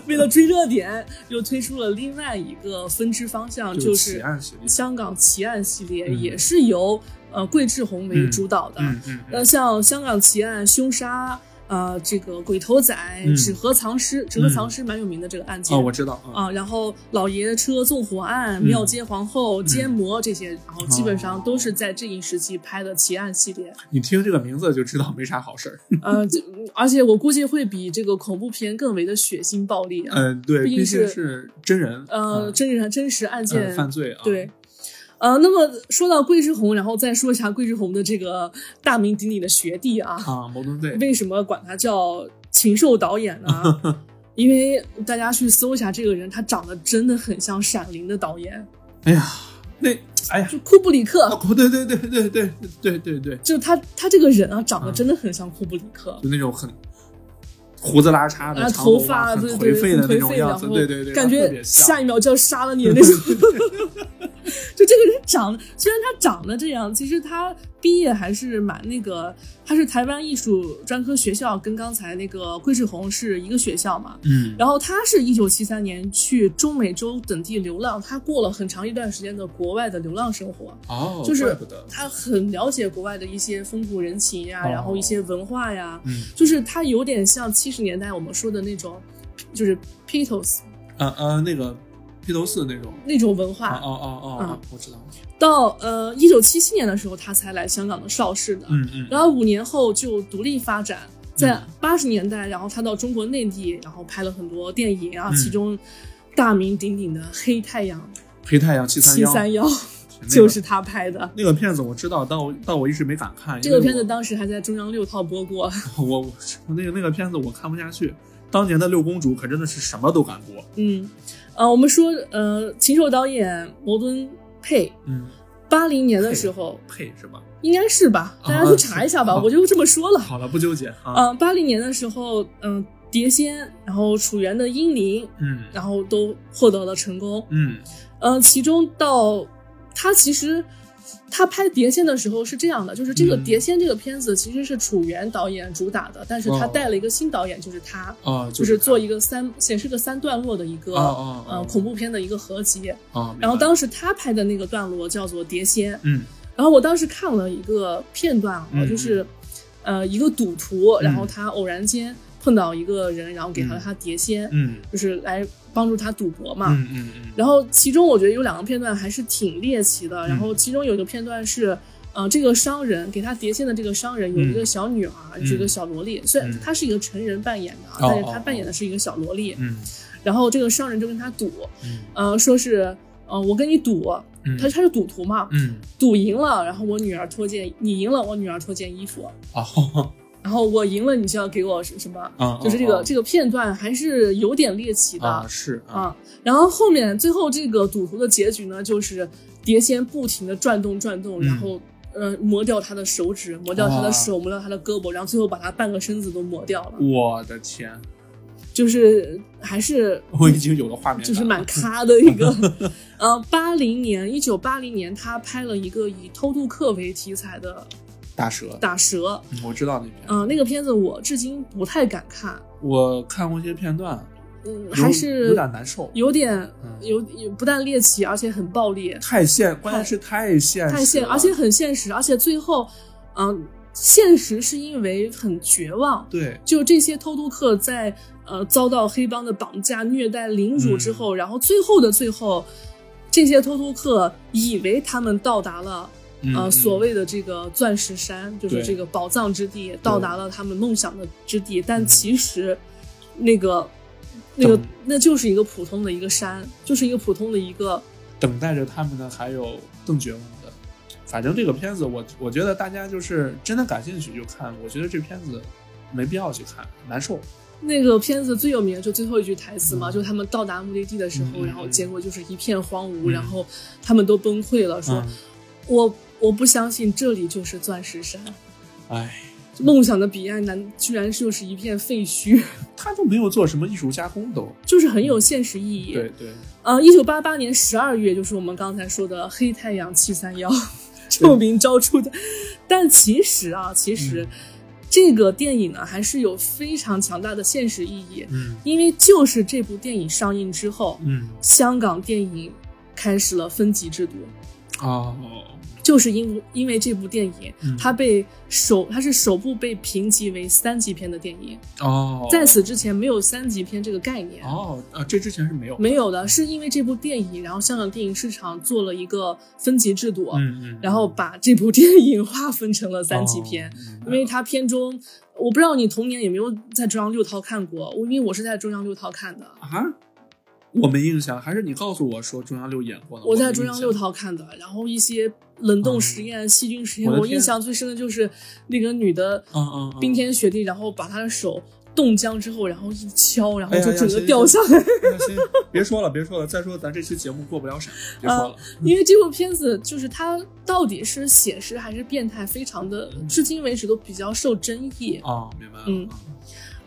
A: 为了追热点，又推出了另外一个分支方向，就
B: 奇
A: 是
B: 案系列，
A: 香港奇案系列，
B: 嗯
A: 也是由呃桂志红为主导的。
B: 嗯嗯，
A: 那像香港奇案、凶杀、呃这个鬼头仔、
B: 嗯
A: 纸盒藏尸、纸盒藏尸蛮有名的这个案件。
B: 哦，我知道啊，
A: 啊，然后老爷车纵火案、
B: 嗯哦
A: 庙街皇后、奸魔这些，然后基本上都是在这一时期拍的奇案系列。
B: 你听这个名字就知道没啥好事儿。
A: 呃，这而且我估计会比这个恐怖片更为的血腥暴力啊。
B: 嗯，对，
A: 毕竟
B: 毕
A: 是
B: 竟是真人，
A: 呃，
B: 嗯
A: 真人真实案
B: 嗯
A: 件
B: 犯罪啊，
A: 对，，呃，那么说到桂志红，然后再说一下桂志红的这个大名鼎鼎的学弟啊，
B: 啊，矛盾罪，
A: 为什么管他叫禽兽导演呢？ 因为大家去搜一下这个人，他长得真的很像《闪灵》的导演，
B: 哎呀，那，哎呀，
A: 就库布里
B: 啊
A: 克，
B: 对对对对对对对对，
A: 就他他这个人啊，长
B: 嗯
A: 得真的很像库布里克。
B: 就那种很胡子拉碴的
A: 啊，，
B: 长
A: 头
B: 头发
A: 发对
B: 很
A: 对
B: 颓废的那
A: 颓
B: 种
A: 废，
B: 样
A: 然
B: 子，
A: 后
B: 对对对，
A: 感
B: 特别
A: 觉
B: 像
A: 下一秒就要杀了你的那种。 就这个人长，虽然他长得这样，其实他毕业还是蛮那个，他是台湾艺术专科学校，跟刚才那个桂志红是一个学校嘛。
B: 嗯，
A: 然后他是一九七三年去中美洲等地流浪，他过了很长一段时间的国外的流浪生活。
B: 哦，
A: 就是
B: 怪不得，
A: 他很了解国外的一些风土人情呀，
B: 哦
A: 然后一些文化呀，
B: 嗯
A: 就是他有点像七十年代我们说的那种，就是 Beatles
B: 呃呃，那个披头四那种，
A: 那种文化。
B: 哦哦哦哦，我知道，
A: 到呃一九七七年的时候，他才来香港的邵氏的，
B: 嗯嗯，
A: 然后五年后就独立发展。在八十年代，然后他到中国内地，然后拍了很多电影啊，
B: 嗯
A: 其中大名鼎鼎的《黑太阳
B: 黑太阳七》三
A: 七
B: 幺，
A: 三幺
B: 那个
A: 就是他拍的。
B: 那个片子我知道，但我但我一直没敢看，
A: 这
B: 因为
A: 个片子
B: 我
A: 当时还在中央六套播过，
B: 我我那个那个片子我看不下去。当年的六公主可真的是什么都敢播，
A: 嗯，呃，我们说，呃，禽兽导演摩登佩，
B: 嗯，
A: 八零年的时候
B: 配是吧？
A: 应该是吧，大家去查一下吧，
B: 啊
A: 我就这么说了。
B: 好了，不纠结啊，
A: 嗯，八零年的时候，嗯、碟仙，然后楚原的英灵，
B: 嗯
A: 然后都获得了成功。
B: 嗯
A: 呃，其中到他其实他拍《碟仙》的时候是这样的，就是这个
B: 嗯
A: 《碟仙》这个片子其实是楚原导演主打的，但是他
B: 哦
A: 带了一个新导演，就是他，
B: 啊，
A: 就是是做一个三显示个三段落的一个、
B: 哦哦
A: 呃
B: 哦
A: 恐怖片的一个合集。
B: 啊，
A: 然后
B: 明白
A: 当时他拍的那个段落叫做《碟仙》，
B: 嗯
A: 然后我当时看了一个片段啊，
B: 嗯
A: 就是呃一个赌徒，
B: 嗯
A: 然后他偶然间碰到一个人，然后给他
B: 嗯
A: 他碟仙，
B: 嗯
A: 就是来帮助他赌博嘛。
B: 嗯嗯嗯，
A: 啊然后其中我觉得有两个片段还是挺猎奇的，然
B: 嗯
A: 后其中有一个片段是。呃，这个商人给他碟仙的这个商人有一个小女儿，
B: 嗯
A: 是一个小萝莉。虽然
B: 嗯
A: 她是一个成人扮演的啊，
B: 哦
A: 但是
B: 哦
A: 她
B: 哦
A: 扮演的是一个小萝莉。
B: 嗯
A: 然后这个商人就跟他赌，
B: 嗯
A: 呃，说是，呃，我跟你赌，
B: 嗯，
A: 他他是赌徒嘛，
B: 嗯
A: 赌赢了，然后我女儿脱件，你赢了，我女儿脱件衣服，
B: 哦
A: 然后我赢了，你就要给我什什么，
B: 啊，
A: 就是这个、
B: 啊
A: 这个片段还是有点猎奇的
B: 啊是啊
A: 啊然后后面最后这个赌徒的结局呢，就是碟仙不停的转动转动，
B: 嗯
A: 然后。呃，磨掉他的手指，磨掉他的
B: 哇嗯
A: 手，磨掉他的胳膊，然后最后把他半个身子都磨掉了，
B: 我的天，
A: 就是还是
B: 我已经有了画面感了，
A: 就是蛮咖的一个。呃，八零年，一九八零年，他拍了一个以偷渡客为题材的
B: 大蛇，
A: 打蛇。
B: 嗯我知道那片，
A: 嗯、那个片子我至今不太敢看，
B: 我看过一些片段，
A: 嗯，
B: 有
A: 还
B: 有
A: 是
B: 点难受，
A: 有点
B: 嗯
A: 有有不但猎奇，而且很暴力，
B: 太现，关键是啊太现实了，
A: 太现，而且很现实，而且最后，嗯、现实是因为很绝望，
B: 对，
A: 就这些偷渡客在呃遭到黑帮的绑架、虐待、凌辱之
B: 嗯
A: 后，然后最后的最后，这些偷渡客以为他们到达了
B: 嗯
A: 呃
B: 嗯
A: 所谓的这个钻石山，就是
B: 对
A: 这个宝藏之地，到达了他们梦想的之地，但其实那个那个
B: 等
A: 那就是一个普通的一个山，就是一个普通的一个
B: 等待着他们的还有更绝望的。反正这个片子我，我觉得大家就是真的感兴趣就看，我觉得这片子没必要去看，难受。
A: 那个片子最有名的就最后一句台词嘛，
B: 嗯
A: 就他们到达目的地的时候，
B: 嗯嗯
A: 然后结果就是一片荒芜，
B: 嗯
A: 然后他们都崩溃了，说、
B: 嗯，
A: 我我不相信这里就是钻石山，
B: 哎，
A: 梦想的彼岸难居然就是一片废墟，
B: 他都没有做什么艺术加工都。
A: 就是很有现实意义。
B: 嗯对，对，
A: 呃，一九八八年十二月就是我们刚才说的《黑太阳七三幺》 臭名昭著的，但其实啊，其实、
B: 嗯
A: 这个电影呢还是有非常强大的现实意义，
B: 嗯
A: 因为就是这部电影上映之后，
B: 嗯，
A: 香港电影开始了分级制度，
B: 哦，
A: 就是因因为这部电影，
B: 嗯
A: 它被首它是首部被评级为三级片的电影，
B: 哦，
A: 在此之前没有三级片这个概念。
B: 哦啊，这之前是没有，
A: 没有的，是因为这部电影，然后香港电影市场做了一个分级制度，
B: 嗯嗯，
A: 然后把这部电影划分成了三级片，
B: 哦，明白
A: 因为它片中，我不知道你童年有没有在中央六套看过，我因为我是在中央六套看的，
B: 啊，我没印象，还是你告诉我说中央六演过的，
A: 我在
B: 没
A: 中
B: 印
A: 央
B: 象
A: 六，套看的，然后一些冷冻实验、细菌实验，
B: 嗯我的
A: 我
B: 天
A: 印象最深的就是那个女的
B: 嗯嗯嗯，
A: 冰天雪地，然后把她的手冻僵之后，然后一敲，然后
B: 哎呀
A: 就
B: 呀
A: 整个
B: 行
A: 掉下 来。
B: 那先别说了，别说了，再说咱这期节目过不了审，别说了，
A: 因为这部片子就是它到底是写实还是变态，非常的至今为止都比较受争议。
B: 嗯哦，明白了，
A: 嗯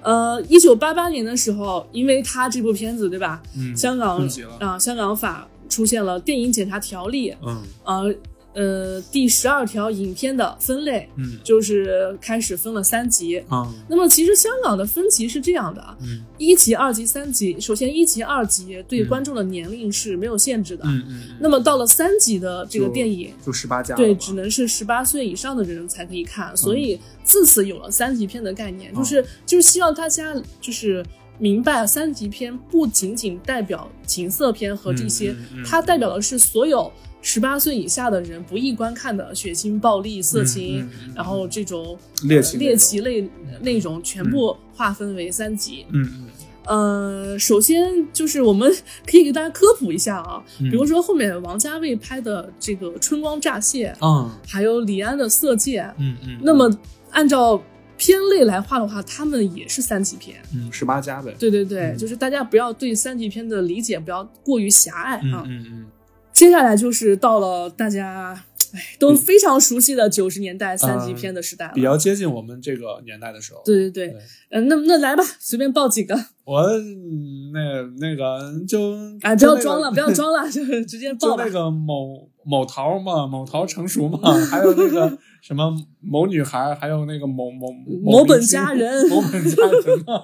A: 呃，一九八八年的时候，因为它这部片子对吧，
B: 嗯，
A: 香港
B: 分级了
A: 啊、香港法出现了电影检查条例，
B: 嗯
A: 呃呃第十二条影片的分类，
B: 嗯
A: 就是开始分了三级。
B: 啊
A: 那么其实香港的分级是这样的：啊
B: 嗯
A: 一级、二级、三级。首先，一级、二级对
B: 嗯
A: 观众的年龄是没有限制的。
B: 嗯嗯，
A: 那么到了三级的这个电影，
B: 就十八加了嗯
A: 对，
B: 吧
A: 只能是十八岁以上的人才可以看，所以自此有了三级片的概念，
B: 哦
A: 就是就是希望大家就是明白三级片不仅仅代表情色片和这些，
B: 嗯嗯嗯
A: 它代表的是所有十八岁以下的人不宜观看的血腥、暴力、色情，
B: 嗯嗯嗯
A: 然后这种
B: 猎
A: 呃
B: 奇嗯内
A: 猎
B: 容
A: 奇类内容全部划分为三级。
B: 嗯
A: 呃，首先就是我们可以给大家科普一下啊，
B: 嗯
A: 比如说后面王家卫拍的这个《春光乍泄》
B: 嗯啊
A: 还有李安的《色戒》，
B: 嗯嗯，
A: 那么按照片类来画的话，他们也是三级片。
B: 嗯十八加呗，
A: 对对对，
B: 嗯
A: 就是大家不要对三级片的理解不要过于狭隘
B: 嗯
A: 啊。
B: 嗯
A: 接下来就是到了大家哎都非常熟悉的九十年代三级片的时代了。
B: 嗯，比较接近我们这个年代的时候，
A: 对对对，
B: 对
A: 嗯、那那来吧，随便报几个
B: 我嗯那那个就
A: 啊，不
B: 就
A: 要
B: 那个
A: 装 了，不要装了， 就是直接
B: 就
A: 报吧
B: 那。个某某桃嘛，某桃成熟嘛，还有那 个什么某女孩，还有那个某某
A: 某本
B: 明星
A: 佳人
B: 某本佳人 嘛，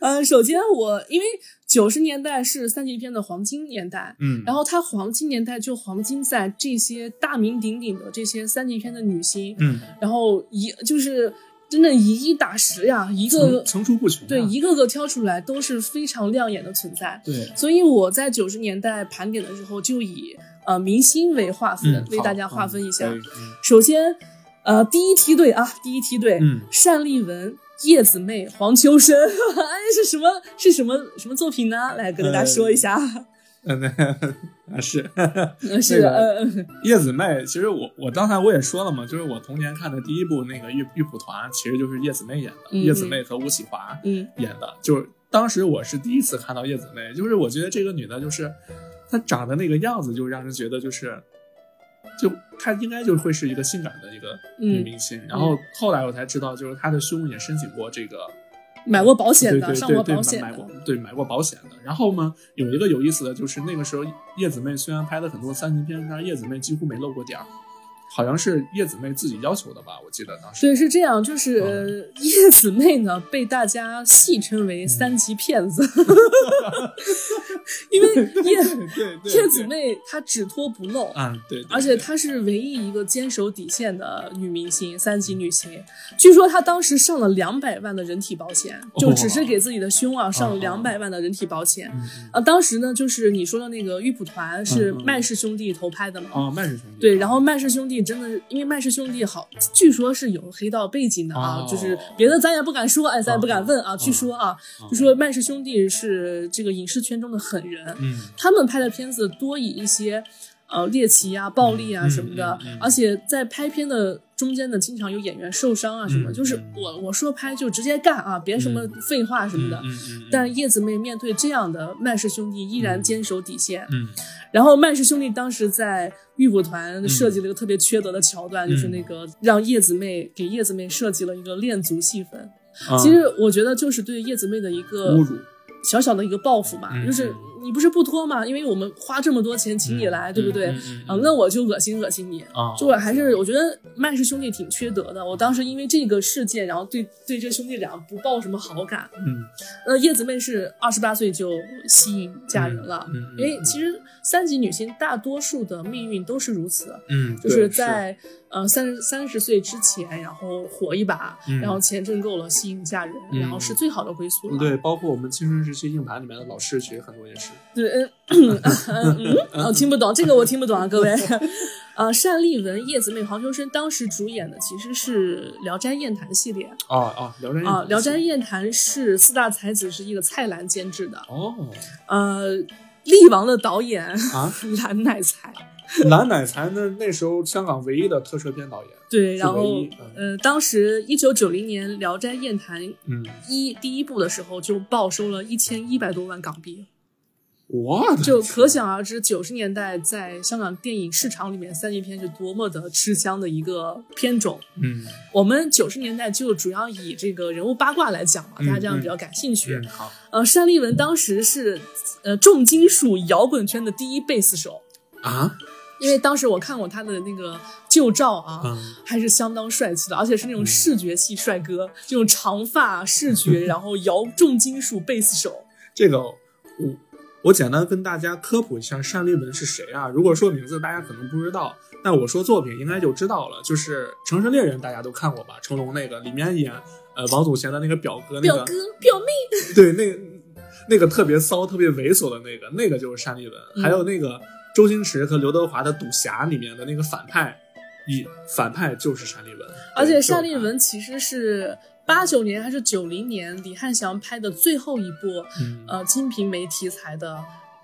A: 呃，首先我因为九十年代是三级片的黄金年代，
B: 嗯
A: 然后它黄金年代就黄金在这些大名鼎鼎的这些三级片的女星，
B: 嗯，
A: 然后一就是真的以一打十呀，一个
B: 层
A: 个
B: 层出不穷啊，
A: 对一个个挑出来都是非常亮眼的存在。
B: 对，
A: 所以我在九十年代盘点的时候，就以呃明星为划分，
B: 嗯，
A: 为
B: 好
A: 大家划分一下。
B: 嗯可以
A: 首先，呃，第一梯队啊，第一梯队，
B: 嗯
A: 单立文。叶子妹、黄秋生， 哎，是什么？是什么什么作品呢？来跟大家说一下。
B: 嗯，那 啊是
A: 呃 是
B: 那
A: 的，
B: 个
A: 呃，嗯
B: 叶子妹。其实我我刚才我也说了嘛，就是我童年看的第一部那个《玉玉蒲团》，其实就是叶子妹演的，
A: 嗯
B: 叶子妹和吴启华。
A: 嗯
B: 演的，就是当时我是第一次看到叶子妹，就是我觉得这个女的，就是她长得那个样子，就让人觉得就是，就她应该就会是一个性感的一个
A: 嗯
B: 女明星。然后后来我才知道，就是她的胸也申请过这个
A: 买过保险的，
B: 对
A: 上
B: 对
A: 过
B: 对
A: 保
B: 对，
A: 险
B: 买买
A: 的
B: 过，对买过保险的。然后呢，有一个有意思的就是那个时候叶子妹虽然拍了很多三级片，但是叶子妹几乎没露过点儿。好像是叶子妹自己要求的吧，我记得当时。
A: 对，是这样，
B: 嗯
A: 就是、呃 叶子妹呢被大家戏称为三级骗子， 因为叶
B: 对对，
A: 叶子妹她只脱不露。
B: 啊，对，对
A: 而且
B: 对
A: 她是唯一一个坚守底线的女明星，三级女星。据说她当时上了两百万的人体保险，就只是给自己的胸
B: 哦
A: 啊上了两百万的人体保险。
B: 嗯嗯
A: 啊，当时呢，就是你说的那个玉蒲团是
B: 嗯嗯
A: 麦氏兄弟投拍的嘛，
B: 哦，曼氏兄弟。
A: 对，然后麦氏兄弟真的，因为麦氏兄弟好，据说是有黑道背景的啊，
B: 哦
A: 就是别的咱也不敢说，哎，咱也不敢问啊。
B: 哦
A: 据说啊，
B: 哦
A: 就说麦氏兄弟是这个影视圈中的狠人，
B: 嗯，
A: 他们拍的片子多以一些呃猎奇啊、暴力啊
B: 嗯
A: 什么的，
B: 嗯嗯嗯
A: 而且在拍片的中间呢，经常有演员受伤啊什么，
B: 嗯
A: 就是
B: 嗯
A: 我我说拍就直接干啊，别什么
B: 嗯
A: 废话什么的。
B: 嗯嗯嗯、
A: 但叶子妹面对这样的麦氏兄弟，依然坚守底线。
B: 嗯
A: 然后曼氏兄弟当时在玉蒲团设计了一个特别缺德的桥段，
B: 嗯
A: 就是那个让叶子妹给叶子妹设计了一个恋足戏份。
B: 啊
A: 其实我觉得就是对叶子妹的一个
B: 嗯侮辱，
A: 小小的一个报复嘛，
B: 嗯
A: 就是你不是不脱吗？因为我们花这么多钱请你来，对不对？
B: 嗯嗯
A: 啊，那我就恶心恶心你。
B: 啊，
A: 就我还是我觉得麦氏兄弟挺缺德的。我当时因为这个事件，然后对对这兄弟俩不抱什么好感。
B: 嗯
A: 呃，叶子妹是二十八岁就吸引嫁人了，
B: 嗯嗯
A: 因为哎其实三级女性大多数的命运都是如此，
B: 嗯，
A: 就
B: 对
A: 是在呃三十三十岁之前，然后火一把，
B: 嗯
A: 然后钱挣够了，吸引嫁人，
B: 嗯
A: 然后是最好的归宿了。
B: 对，包括我们青春时期硬盘里面的老师，其实很多也是，
A: 对，嗯嗯嗯，嗯我听不懂这个，我听不懂啊，各位。呃，单立文、叶子妹、黄秋生当时主演的其实是《聊斋艳谭》系列
B: 哦哦，聊斋
A: 啊，聊斋艳谭》是四大才子之一的蔡澜监制的，
B: 哦
A: 呃，力王的导演
B: 啊，
A: 蓝乃才，
B: 蓝乃才呢，那时候香港唯一的特摄片导演，
A: 对，
B: 是
A: 然
B: 唯
A: 后
B: 一
A: 呃，当时一九九零年《聊斋艳谭》
B: 嗯，
A: 一第一部的时候就报收了一千一百多万港币，
B: 我 的
A: 就
B: 天
A: 可想而知，九十年代在香港电影市场里面，三级片是多么的吃香的一个片种。
B: 嗯
A: 我们九十年代就主要以这个人物八卦来讲嘛，
B: 嗯
A: 大家这样比较感兴趣。
B: 嗯好
A: 呃，单立文当时是呃重金属摇滚圈的第一贝斯手，
B: 啊
A: 因为当时我看过他的那个旧照啊，
B: 嗯
A: 还是相当帅气的，而且是那种视觉系帅哥，这种长发、视觉， 然后摇重金属贝斯手。
B: 这个我我简单跟大家科普一下单立文是谁啊？如果说名字大家可能不知道，但我说作品应该就知道了，就是《城市猎人》大家都看过吧？成龙那个里面演呃王祖贤的那个表哥，那
A: 表
B: 个
A: 哥、表妹，
B: 对那那个特别骚、特别猥琐的那个，那个就是单立文，
A: 嗯
B: 还有那个周星驰和刘德华的《赌侠》里面的那个反派。一反派就是单立文，
A: 而且
B: 对就是
A: 单立
B: 他
A: 文其实是八九年还是九零年李翰祥拍的最后一部
B: 嗯，
A: 呃《金瓶梅》题材的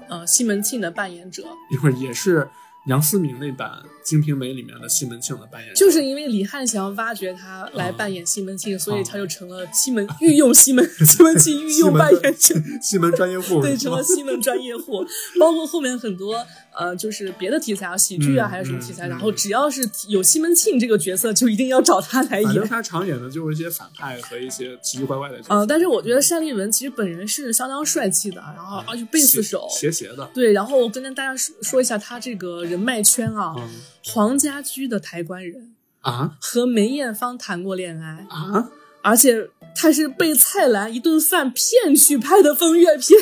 A: 呃西门庆的扮演者，
B: 一会儿也是杨思明那版《金瓶梅》里面的西门庆的扮演者，
A: 就是因为李翰祥挖掘他来扮演西门庆，所以
B: 哦
A: 他就成了西门御用西门西 门庆御
B: 西
A: 用
B: 门
A: 扮
B: 专
A: 演者。
B: 西门 专业户，哦
A: 对，
B: 是
A: 成
B: 吗
A: 了西门专业户，包括后面很多呃，就是别的题材啊，喜剧啊，
B: 嗯
A: 还有什么题材，
B: 嗯
A: 然后只要是有西门庆这个角色，就一定要找他来
B: 反正
A: 演。
B: 他常演的就是一些反派和一些奇奇怪怪的角色，
A: 呃，但是我觉得单立文其实本人是相当帅气的，啊然
B: 啊哎
A: 后而且贝斯手。
B: 斜斜的，
A: 对，然后我跟大家说说一下他这个人脉圈啊，
B: 嗯
A: 黄家驹的抬棺人
B: 啊
A: 和梅艳芳谈过恋爱，
B: 啊，
A: 而且他是被蔡澜一顿饭骗去拍的风月片。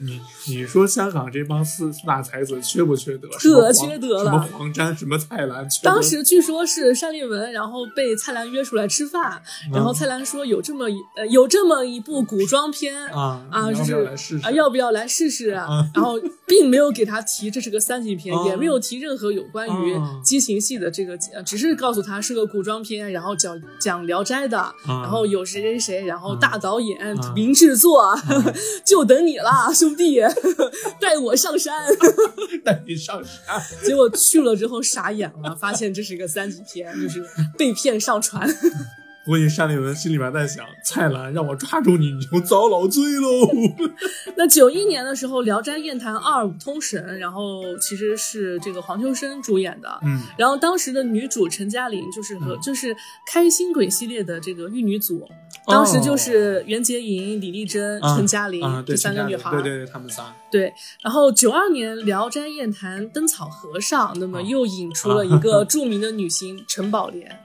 B: 你你说香港这帮四四大才子缺不缺德？
A: 可
B: 什么黄
A: 缺德了
B: 什么黄沾，什么蔡澜，缺德
A: 当时据说是单立文，然后被蔡澜约出来吃饭，
B: 嗯
A: 然后蔡澜说有这么一呃有这么一部古装片
B: 啊
A: 啊，就
B: 你要不
A: 是
B: 要来试试
A: 啊要不要来试试啊？
B: 啊
A: 然后并没有给他提这是个三级片，
B: 啊
A: 也没有提任何有关于
B: 啊
A: 激情戏的这个，呃只是告诉他是个古装片，然后讲讲《聊斋》的，然后有谁谁谁，然后大导演、
B: 啊
A: 名制作， 就等你啦，兄弟， 带我上山。
B: 带你上山，
A: 结果去了之后傻眼了，发现这是一个三级片，就是被骗上船。
B: 我估计单立文心里边在想，蔡澜让我抓住你，你就遭老罪 喽。
A: 那九一年的时候，《聊斋艳谭二五通神》，然后其实是这个黄秋生主演的。
B: 嗯
A: 然后当时的女主陈嘉玲就是和、
B: 嗯
A: 就是开心鬼系列的这个玉女组，当时就是袁洁莹、李丽珍、
B: 哦啊
A: 陈嘉玲、
B: 啊，对
A: 这三个
B: 陈嘉
A: 女
B: 玲
A: 孩儿。
B: 对对对，他们仨
A: 对，然后九二年《聊斋艳谭》《灯草和尚》，那么
B: 啊
A: 又引出了一个著名的女星陈宝莲，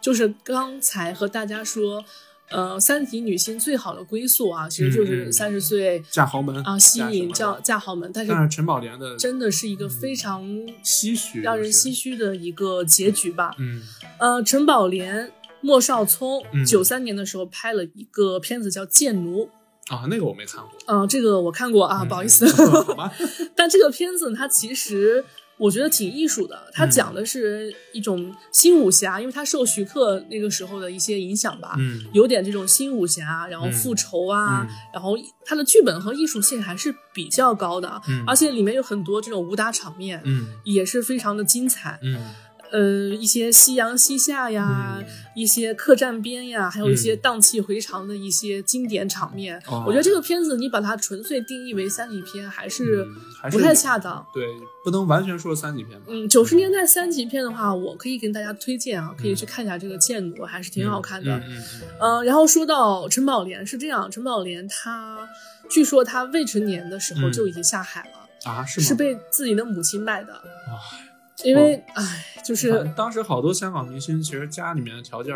A: 就是刚才和大家说，呃，三级女星最好的归宿啊，其实就
B: 嗯
A: 是
B: 嗯
A: 三十岁
B: 嫁豪门
A: 啊，吸引
B: 嫁什么
A: 嫁
B: 的
A: 嫁豪门，但是
B: 但是陈宝莲的
A: 真的是一个非常
B: 嗯唏嘘，
A: 让人唏
B: 嘘。
A: 嘘的一个结局吧。
B: 嗯
A: 呃，陈宝莲、莫少聪
B: 嗯，
A: 九三年的时候拍了一个片子叫《贱奴》，
B: 啊，那个我没看过
A: 嗯、这个我看过啊，
B: 嗯
A: 不好意思。
B: 好吧？
A: 但这个片子它其实我觉得挺艺术的，它
B: 嗯
A: 讲的是一种新武侠，因为它受徐克那个时候的一些影响吧，
B: 嗯
A: 有点这种新武侠，然后复仇啊，
B: 嗯
A: 然后它的剧本和艺术性还是比较高的，
B: 嗯
A: 而且里面有很多这种武打场面。
B: 嗯
A: 也是非常的精彩，
B: 嗯
A: 呃，一些夕阳西下呀，
B: 嗯
A: 一些客栈边呀，还有一些
B: 嗯
A: 荡气回肠的一些经典场面。
B: 哦
A: 我觉得这个片子你把它纯粹定义为三级片，还是
B: 嗯还是
A: 不太
B: 有
A: 恰当。
B: 对，不能完全说三级片吧。
A: 嗯，九十年代三级片的话，我可以跟大家推荐啊，可以去看一下这个《剑奴》，还是挺好看的。
B: 嗯
A: 呃
B: 嗯嗯嗯
A: 嗯、然后说到陈宝莲是这样，陈宝莲她据说他未成年的时候
B: 嗯
A: 就已经下海了，
B: 啊，是吗？
A: 是被自己的母亲卖的。
B: 哇哦
A: 因为唉，就是
B: 当时好多香港明星其实家里面的条件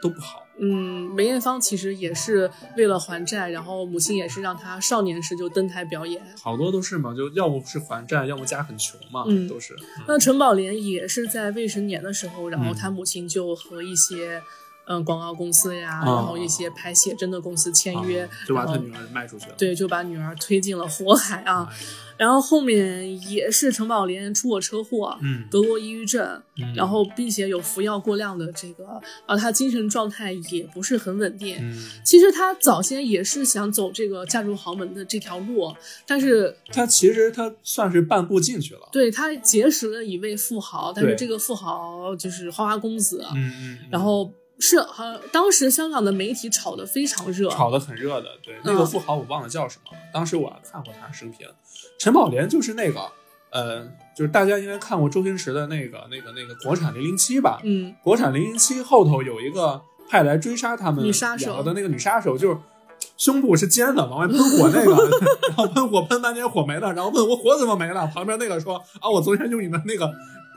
B: 都不好，
A: 嗯，梅艳芳其实也是为了还债，然后母亲也是让她少年时就登台表演。
B: 好多都是嘛，就要不是还债，要么家很穷嘛，
A: 嗯
B: 都是。
A: 那陈宝莲也是在未成年的时候，然后
B: 嗯
A: 她母亲就和一些嗯广告公司呀，
B: 哦
A: 然后一些拍写真的公司签约，
B: 啊就把
A: 然
B: 他
A: 后
B: 女儿卖出去了。
A: 对，就把女儿推进了火海啊。
B: 哎呀，
A: 然后后面也是陈宝莲出过车祸，
B: 嗯，
A: 得过抑郁症，
B: 嗯
A: 然后并且有服药过量的这个，然后她精神状态也不是很稳定。
B: 嗯，
A: 其实她早先也是想走这个嫁入豪门的这条路，但是
B: 他其实他算是半步进去了。
A: 对她结识了一位富豪，但是
B: 对
A: 这个富豪就是花花公子，
B: 嗯嗯嗯，
A: 然后是好像当时香港的媒体炒得非常热，
B: 炒得很热的。对，那个
A: 嗯
B: 富豪我忘了叫什么，当时我看过他视频，陈宝莲就是那个，呃，就是大家应该看过周星驰的那个那个那个国产零零七吧？
A: 嗯，
B: 国产零零七后头有一个派来追杀他们
A: 女杀手
B: 两个的那个女杀手，就是胸部是尖的，往外喷火 那个，然后喷火喷半天火没了，然后问我火怎么没了，旁边那个说啊，我昨天用你的那个。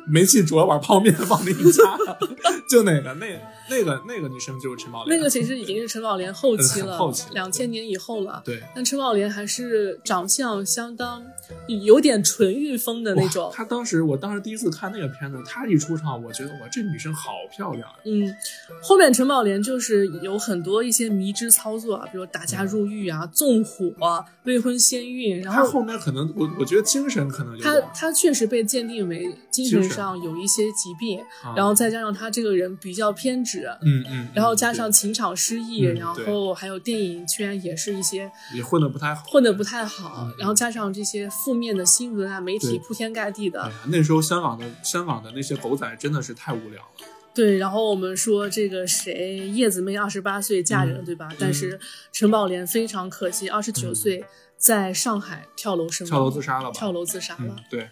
B: 煤气煮了碗泡面往里一加， 就那个那那个那个女生就是陈宝莲，
A: 那个其实已经是陈宝莲后期了
B: 呃很后期，了
A: 两千年以后了。
B: 对，
A: 但陈宝莲还是长相相当有点纯欲风的那种
B: 哇。她当时，我当时第一次看那个片子，她一出场，我觉得哇，这女生好漂亮啊呀！
A: 嗯，后面陈宝莲就是有很多一些迷之操作啊，比如打架入狱啊、纵火啊、未婚先孕，然
B: 她
A: 后
B: 后面可能，我我觉得精神可能有
A: 她
B: 点，
A: 她确实被鉴定为精
B: 精
A: 神
B: 神
A: 上有一些疾病，
B: 啊
A: 然后再加上她这个人比较偏执，
B: 嗯嗯，
A: 然后
B: 嗯
A: 加上
B: 对
A: 情场失意，
B: 嗯
A: 然后还有电影圈也是一些
B: 也混得不太好，
A: 混得不太好，
B: 嗯
A: 然后加上这些负面的新闻啊，媒体
B: 对
A: 铺天盖地的
B: 哎，呀，那时候香港的香港的那些狗仔真的是太无聊了，
A: 对。然后我们说这个谁叶子妹二十八岁嫁人，
B: 嗯嗯
A: 对吧？但是陈宝莲非常可惜，二十九岁在上海跳楼身亡，
B: 跳楼自杀了吧？
A: 跳楼自杀了
B: 嗯。，对，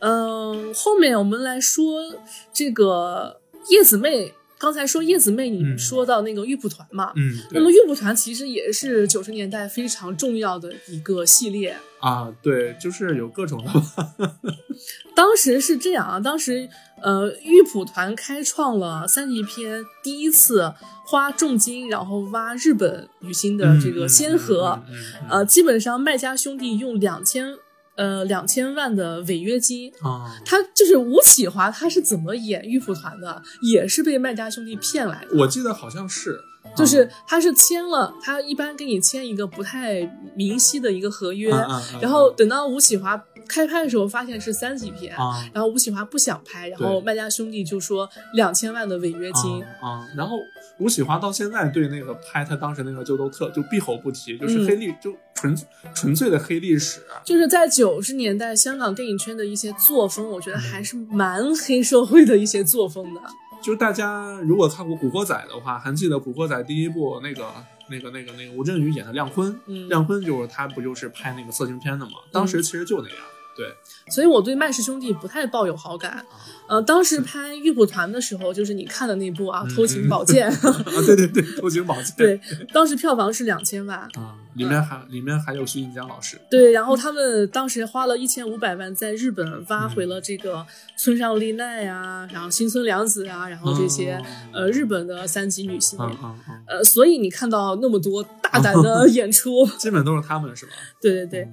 A: 嗯，后面我们来说这个叶子妹，刚才说叶子妹，你
B: 嗯
A: 说到那个玉蒲团嘛，
B: 嗯，
A: 那
B: 对
A: 么乐舞团其实也是九十年代非常重要的一个系列。
B: 啊，对，就是有各种的，
A: 当时是这样啊，当时呃乐谱团开创了三级片第一次花重金然后挖日本女星的这个先河，
B: 嗯，嗯嗯嗯
A: 呃，基本上麦家兄弟用两千呃两千万的违约金。
B: 啊，
A: 他就是吴启华，他是怎么演玉蒲团的？也是被麦家兄弟骗来的。
B: 我记得好像是，啊
A: 就是他是签了，他一般跟你签一个不太明晰的一个合约，
B: 啊啊啊
A: 然后等到吴启华开拍的时候，发现是三级片，
B: 啊，
A: 然后吴启华不想拍，然后
B: 对
A: 麦家兄弟就说两千万的违约金。
B: 啊、啊然后吴启华到现在对那个拍他当时那个就都特就闭口不提，就
A: 嗯
B: 是黑历、就纯纯粹的黑历史。
A: 就是在九十年代香港电影圈的一些作风，我觉得
B: 嗯
A: 还是蛮黑社会的一些作风的。
B: 就大家如果看过《古惑仔》的话，还记得《古惑仔》第一部那个那个那个那个吴镇宇演的亮坤，
A: 嗯
B: 亮坤就是他不就是拍那个色情片的嘛？当时其实就那样，对
A: 所以我对麦氏兄弟不太抱有好
B: 啊
A: 感。呃，当时拍玉蒲团的时候，就是你看的那部啊，
B: 嗯
A: 《偷情宝 剑》
B: 啊，对对对，偷情宝剑，
A: 对，当时票房是两千万。
B: 啊，里面还里面还有徐锦江老师，
A: 对，然后他们当时花了一千五百万在日本
B: 嗯
A: 挖回了这个村上丽奈啊，然后新村良子啊，然后这些、呃日本的三级女星。
B: 哦嗯嗯嗯，
A: 呃，所以你看到那么多大胆 的演出，
B: 基本都是他们是吧？
A: 对对对，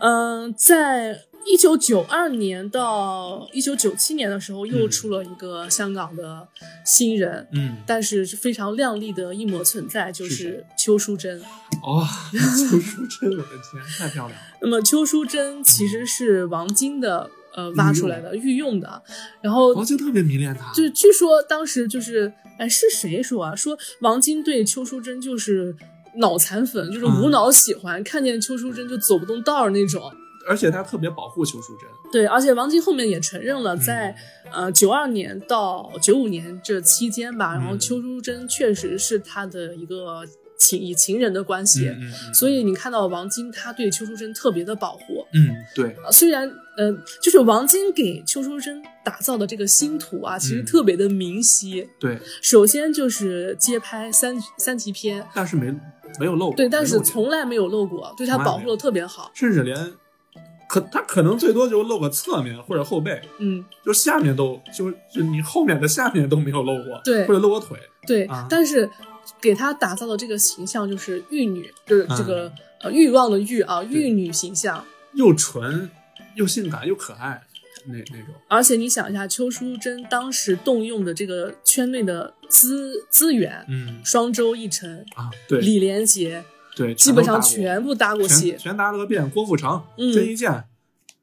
A: 嗯、在一九九二年到一九九七年的时候，又
B: 嗯
A: 出了一个香港的新人，
B: 嗯，
A: 但是是非常亮丽的一抹存在，就是是邱淑贞。
B: 哇、 邱淑贞，我的天，太漂亮了。
A: 那么邱淑贞其实是王晶的呃挖出来的御用哦的，然后
B: 王晶哦特别迷恋他，
A: 就据说当时就是哎是谁说啊？说王晶对邱淑贞就是脑残粉，就是
B: 嗯
A: 无脑喜欢，看见邱淑贞就走不动道儿那种。
B: 而且他特别保护邱淑贞。
A: 对，而且王晶后面也承认
B: 嗯
A: 了在，呃九二年到九五年这期间吧，然后
B: 嗯
A: 邱淑贞确实是他的一个情以情人的关系，
B: 嗯嗯
A: 所以你看到王晶他对邱淑贞特别的保护。
B: 嗯，对，
A: 啊虽然，呃，就是王晶给邱淑贞打造的这个星图啊，其实
B: 嗯
A: 特别的明晰。
B: 对，
A: 首先就是街拍三三级片，
B: 但是没没有漏过，
A: 对，但
B: 没
A: 是
B: 漏过
A: 从来没有漏过，对他
B: 从来没
A: 保护的特别好。
B: 甚至连可他可能最多就漏个侧面或者后背，
A: 嗯，
B: 就下面都就就你后面的下面都没有漏过，
A: 对
B: 或者漏过腿，
A: 对，
B: 啊
A: 但是给他打造的这个形象就是玉女，就是这
B: 嗯
A: 个、呃欲望的欲啊，玉女形象。
B: 又纯又性感又可爱那那种，
A: 而且你想一下，邱淑贞当时动用的这个圈内的资资源，
B: 嗯
A: 双周一晨、
B: 啊，对
A: 李连杰，
B: 对，
A: 基本上
B: 全
A: 全部搭过
B: 都搭过
A: 戏
B: 全。全搭了个遍，郭富城、
A: 嗯
B: 甄一剑，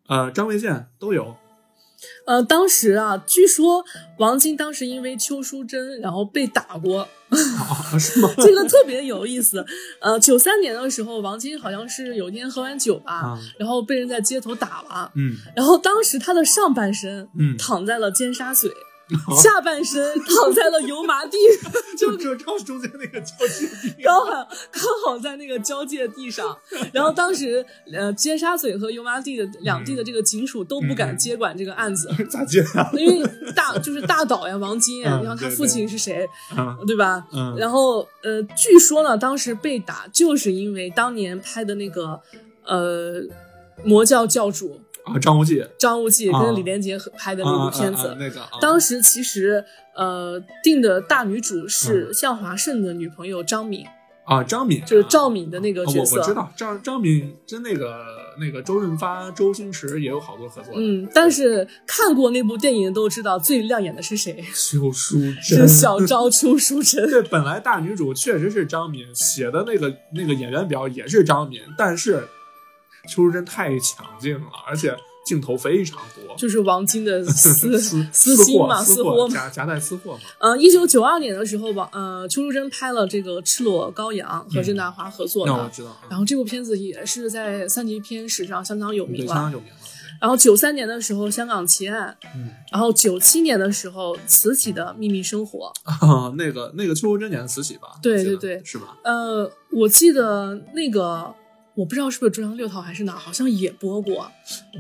B: 呃，张卫健都有，
A: 呃，当时啊，据说王晶当时因为邱淑贞，然后被打过，
B: 啊是吗？
A: 这个特别有意思。呃，九三年的时候，王晶好像是有一天喝完酒吧，
B: 啊，
A: 然后被人在街头打了，
B: 嗯
A: 然后当时他的上半身
B: 嗯，哦
A: 躺在了尖沙咀，下半身躺在了油麻地，
B: 就就就中间那个交界地，
A: 刚好刚好在那个交界地上。然后当时呃，尖沙咀和油麻地的两地的这个警署都不
B: 嗯
A: 敢接管这个案子，
B: 咋接啊？
A: 因为大就是大导呀，王晶呀，
B: 嗯
A: 然后他
B: 对对
A: 父亲是谁，
B: 啊
A: 对吧？
B: 嗯，
A: 然后呃，据说呢，当时被打就是因为当年拍的那个呃魔教教主
B: 啊，张无忌
A: 张无忌
B: 啊
A: 跟李连杰合拍的那
B: 啊
A: 部片子。
B: 啊啊那个啊
A: 当时其实，呃，定的大女主
B: 嗯
A: 是向华胜的女朋友张敏，
B: 啊，张敏
A: 就是
B: 啊
A: 赵敏的那个
B: 啊
A: 角
B: 我
A: 色。
B: 我知道张张敏跟那个那个周润发、周星驰也有好多合作的。
A: 嗯，但是看过那部电影的都知道，最亮眼的是谁？
B: 邱淑
A: 是
B: 贞，
A: 小昭邱淑贞。
B: 对，本来大女主确实是张敏写的那个那个演员表也是张敏，但是邱淑贞太抢镜了，而且镜头非常多，
A: 就是王晶的私
B: 私
A: 心
B: 货
A: 嘛，
B: 私
A: 私货嘛。
B: 夹夹带私 货嘛。
A: 呃，一九九二年的时候，王呃邱淑贞拍了这个《赤裸羔羊》和
B: 嗯
A: 任达华合作的，
B: 那我知道，啊
A: 然后这部片子也是在三级片史上相当有
B: 对
A: 名
B: 相当
A: 了。
B: 有名了。
A: 然后九三年的时候，《香港奇案》
B: 对嗯，
A: 然后九七年的时候，慈禧的秘密生活，
B: 啊，那个那个邱淑贞演的慈禧吧？
A: 对
B: 我记得
A: 对对
B: 是吧？
A: 呃，我记得那个我不知道是不是中央六套还是哪，好像也播过，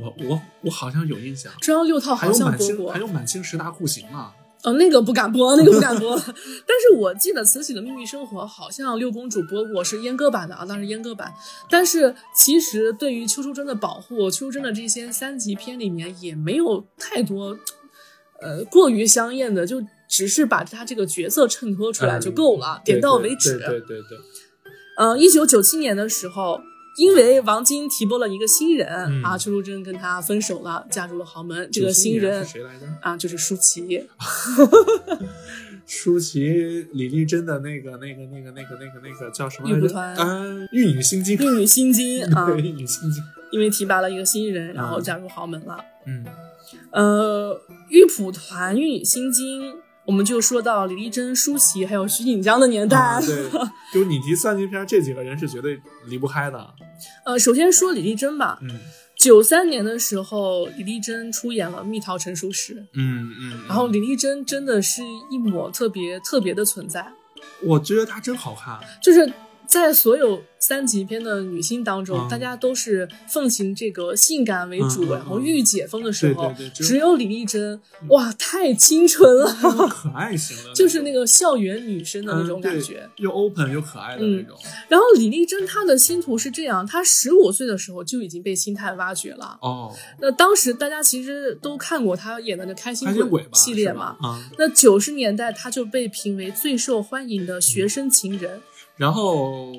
B: 我我我好像有印象，
A: 中央六套
B: 还
A: 哦好
B: 有
A: 像
B: 满
A: 播
B: 清
A: 过
B: 还，有满清十大酷刑啊。
A: 呃，那个不敢播，那个不敢 播，但是我记得慈禧的秘密生活好像六公主播过，是阉割版的啊，当时阉割版，但是其实对于邱淑贞的保护，邱淑贞的这些三级片里面也没有太多，呃，过于香艳的就。只是把她这个角色衬托出来就够了，
B: 嗯对
A: 点到
B: 对
A: 为止。
B: 对对对对，
A: 呃，一九九七年的时候，因为王晶提拨了一个新人、
B: 嗯
A: 啊，邱淑贞跟他分手了，嫁入了豪门。这个
B: 97
A: 新
B: 年
A: 人
B: 是谁来着？
A: 啊，就是舒淇。
B: 舒淇、李丽珍的那个、那个、那个、那个、那个、那个叫什么
A: 玉
B: 来
A: 蒲
B: 着？
A: 团
B: 嗯，玉女心 经，
A: 玉女心经啊，
B: 对，玉女 心经。
A: 因为提拔了一个新人，然后
B: 嗯
A: 嫁入豪门了。
B: 嗯，
A: 呃，玉蒲团、玉女心经，我们就说到李丽珍、舒淇还有徐锦江的年代。
B: 啊对，就是你提三级片，这几个人是绝对离不开的。
A: 呃，首先说李丽珍吧，
B: 嗯
A: 九三年的时候，李丽珍出演了《蜜桃成熟时》，
B: 嗯嗯。
A: 然后李丽珍真的是一抹特别特别的存在。
B: 我觉得她真好看，
A: 就是在所有三级片的女星当中，
B: 嗯
A: 大家都是奉行这个性感为主，
B: 嗯嗯嗯
A: 然后御姐风的时候，
B: 对对对嗯只有
A: 只有李丽珍，哇，太清纯了，
B: 可爱型的，
A: 就是那个校园女生的那种
B: 嗯
A: 感
B: 对
A: 觉。嗯
B: 又 open 又可爱的那种。
A: 然后李丽珍她的星途是这样，她十五岁的时候就已经被星探挖掘了。
B: 哦，
A: 那当时大家其实都看过她演的那《开心
B: 还有
A: 鬼
B: 尾巴》
A: 系列
B: 是吧
A: 嘛。
B: 啊，
A: 那九十年代，她就被评为最受欢迎的学生情人。
B: 然后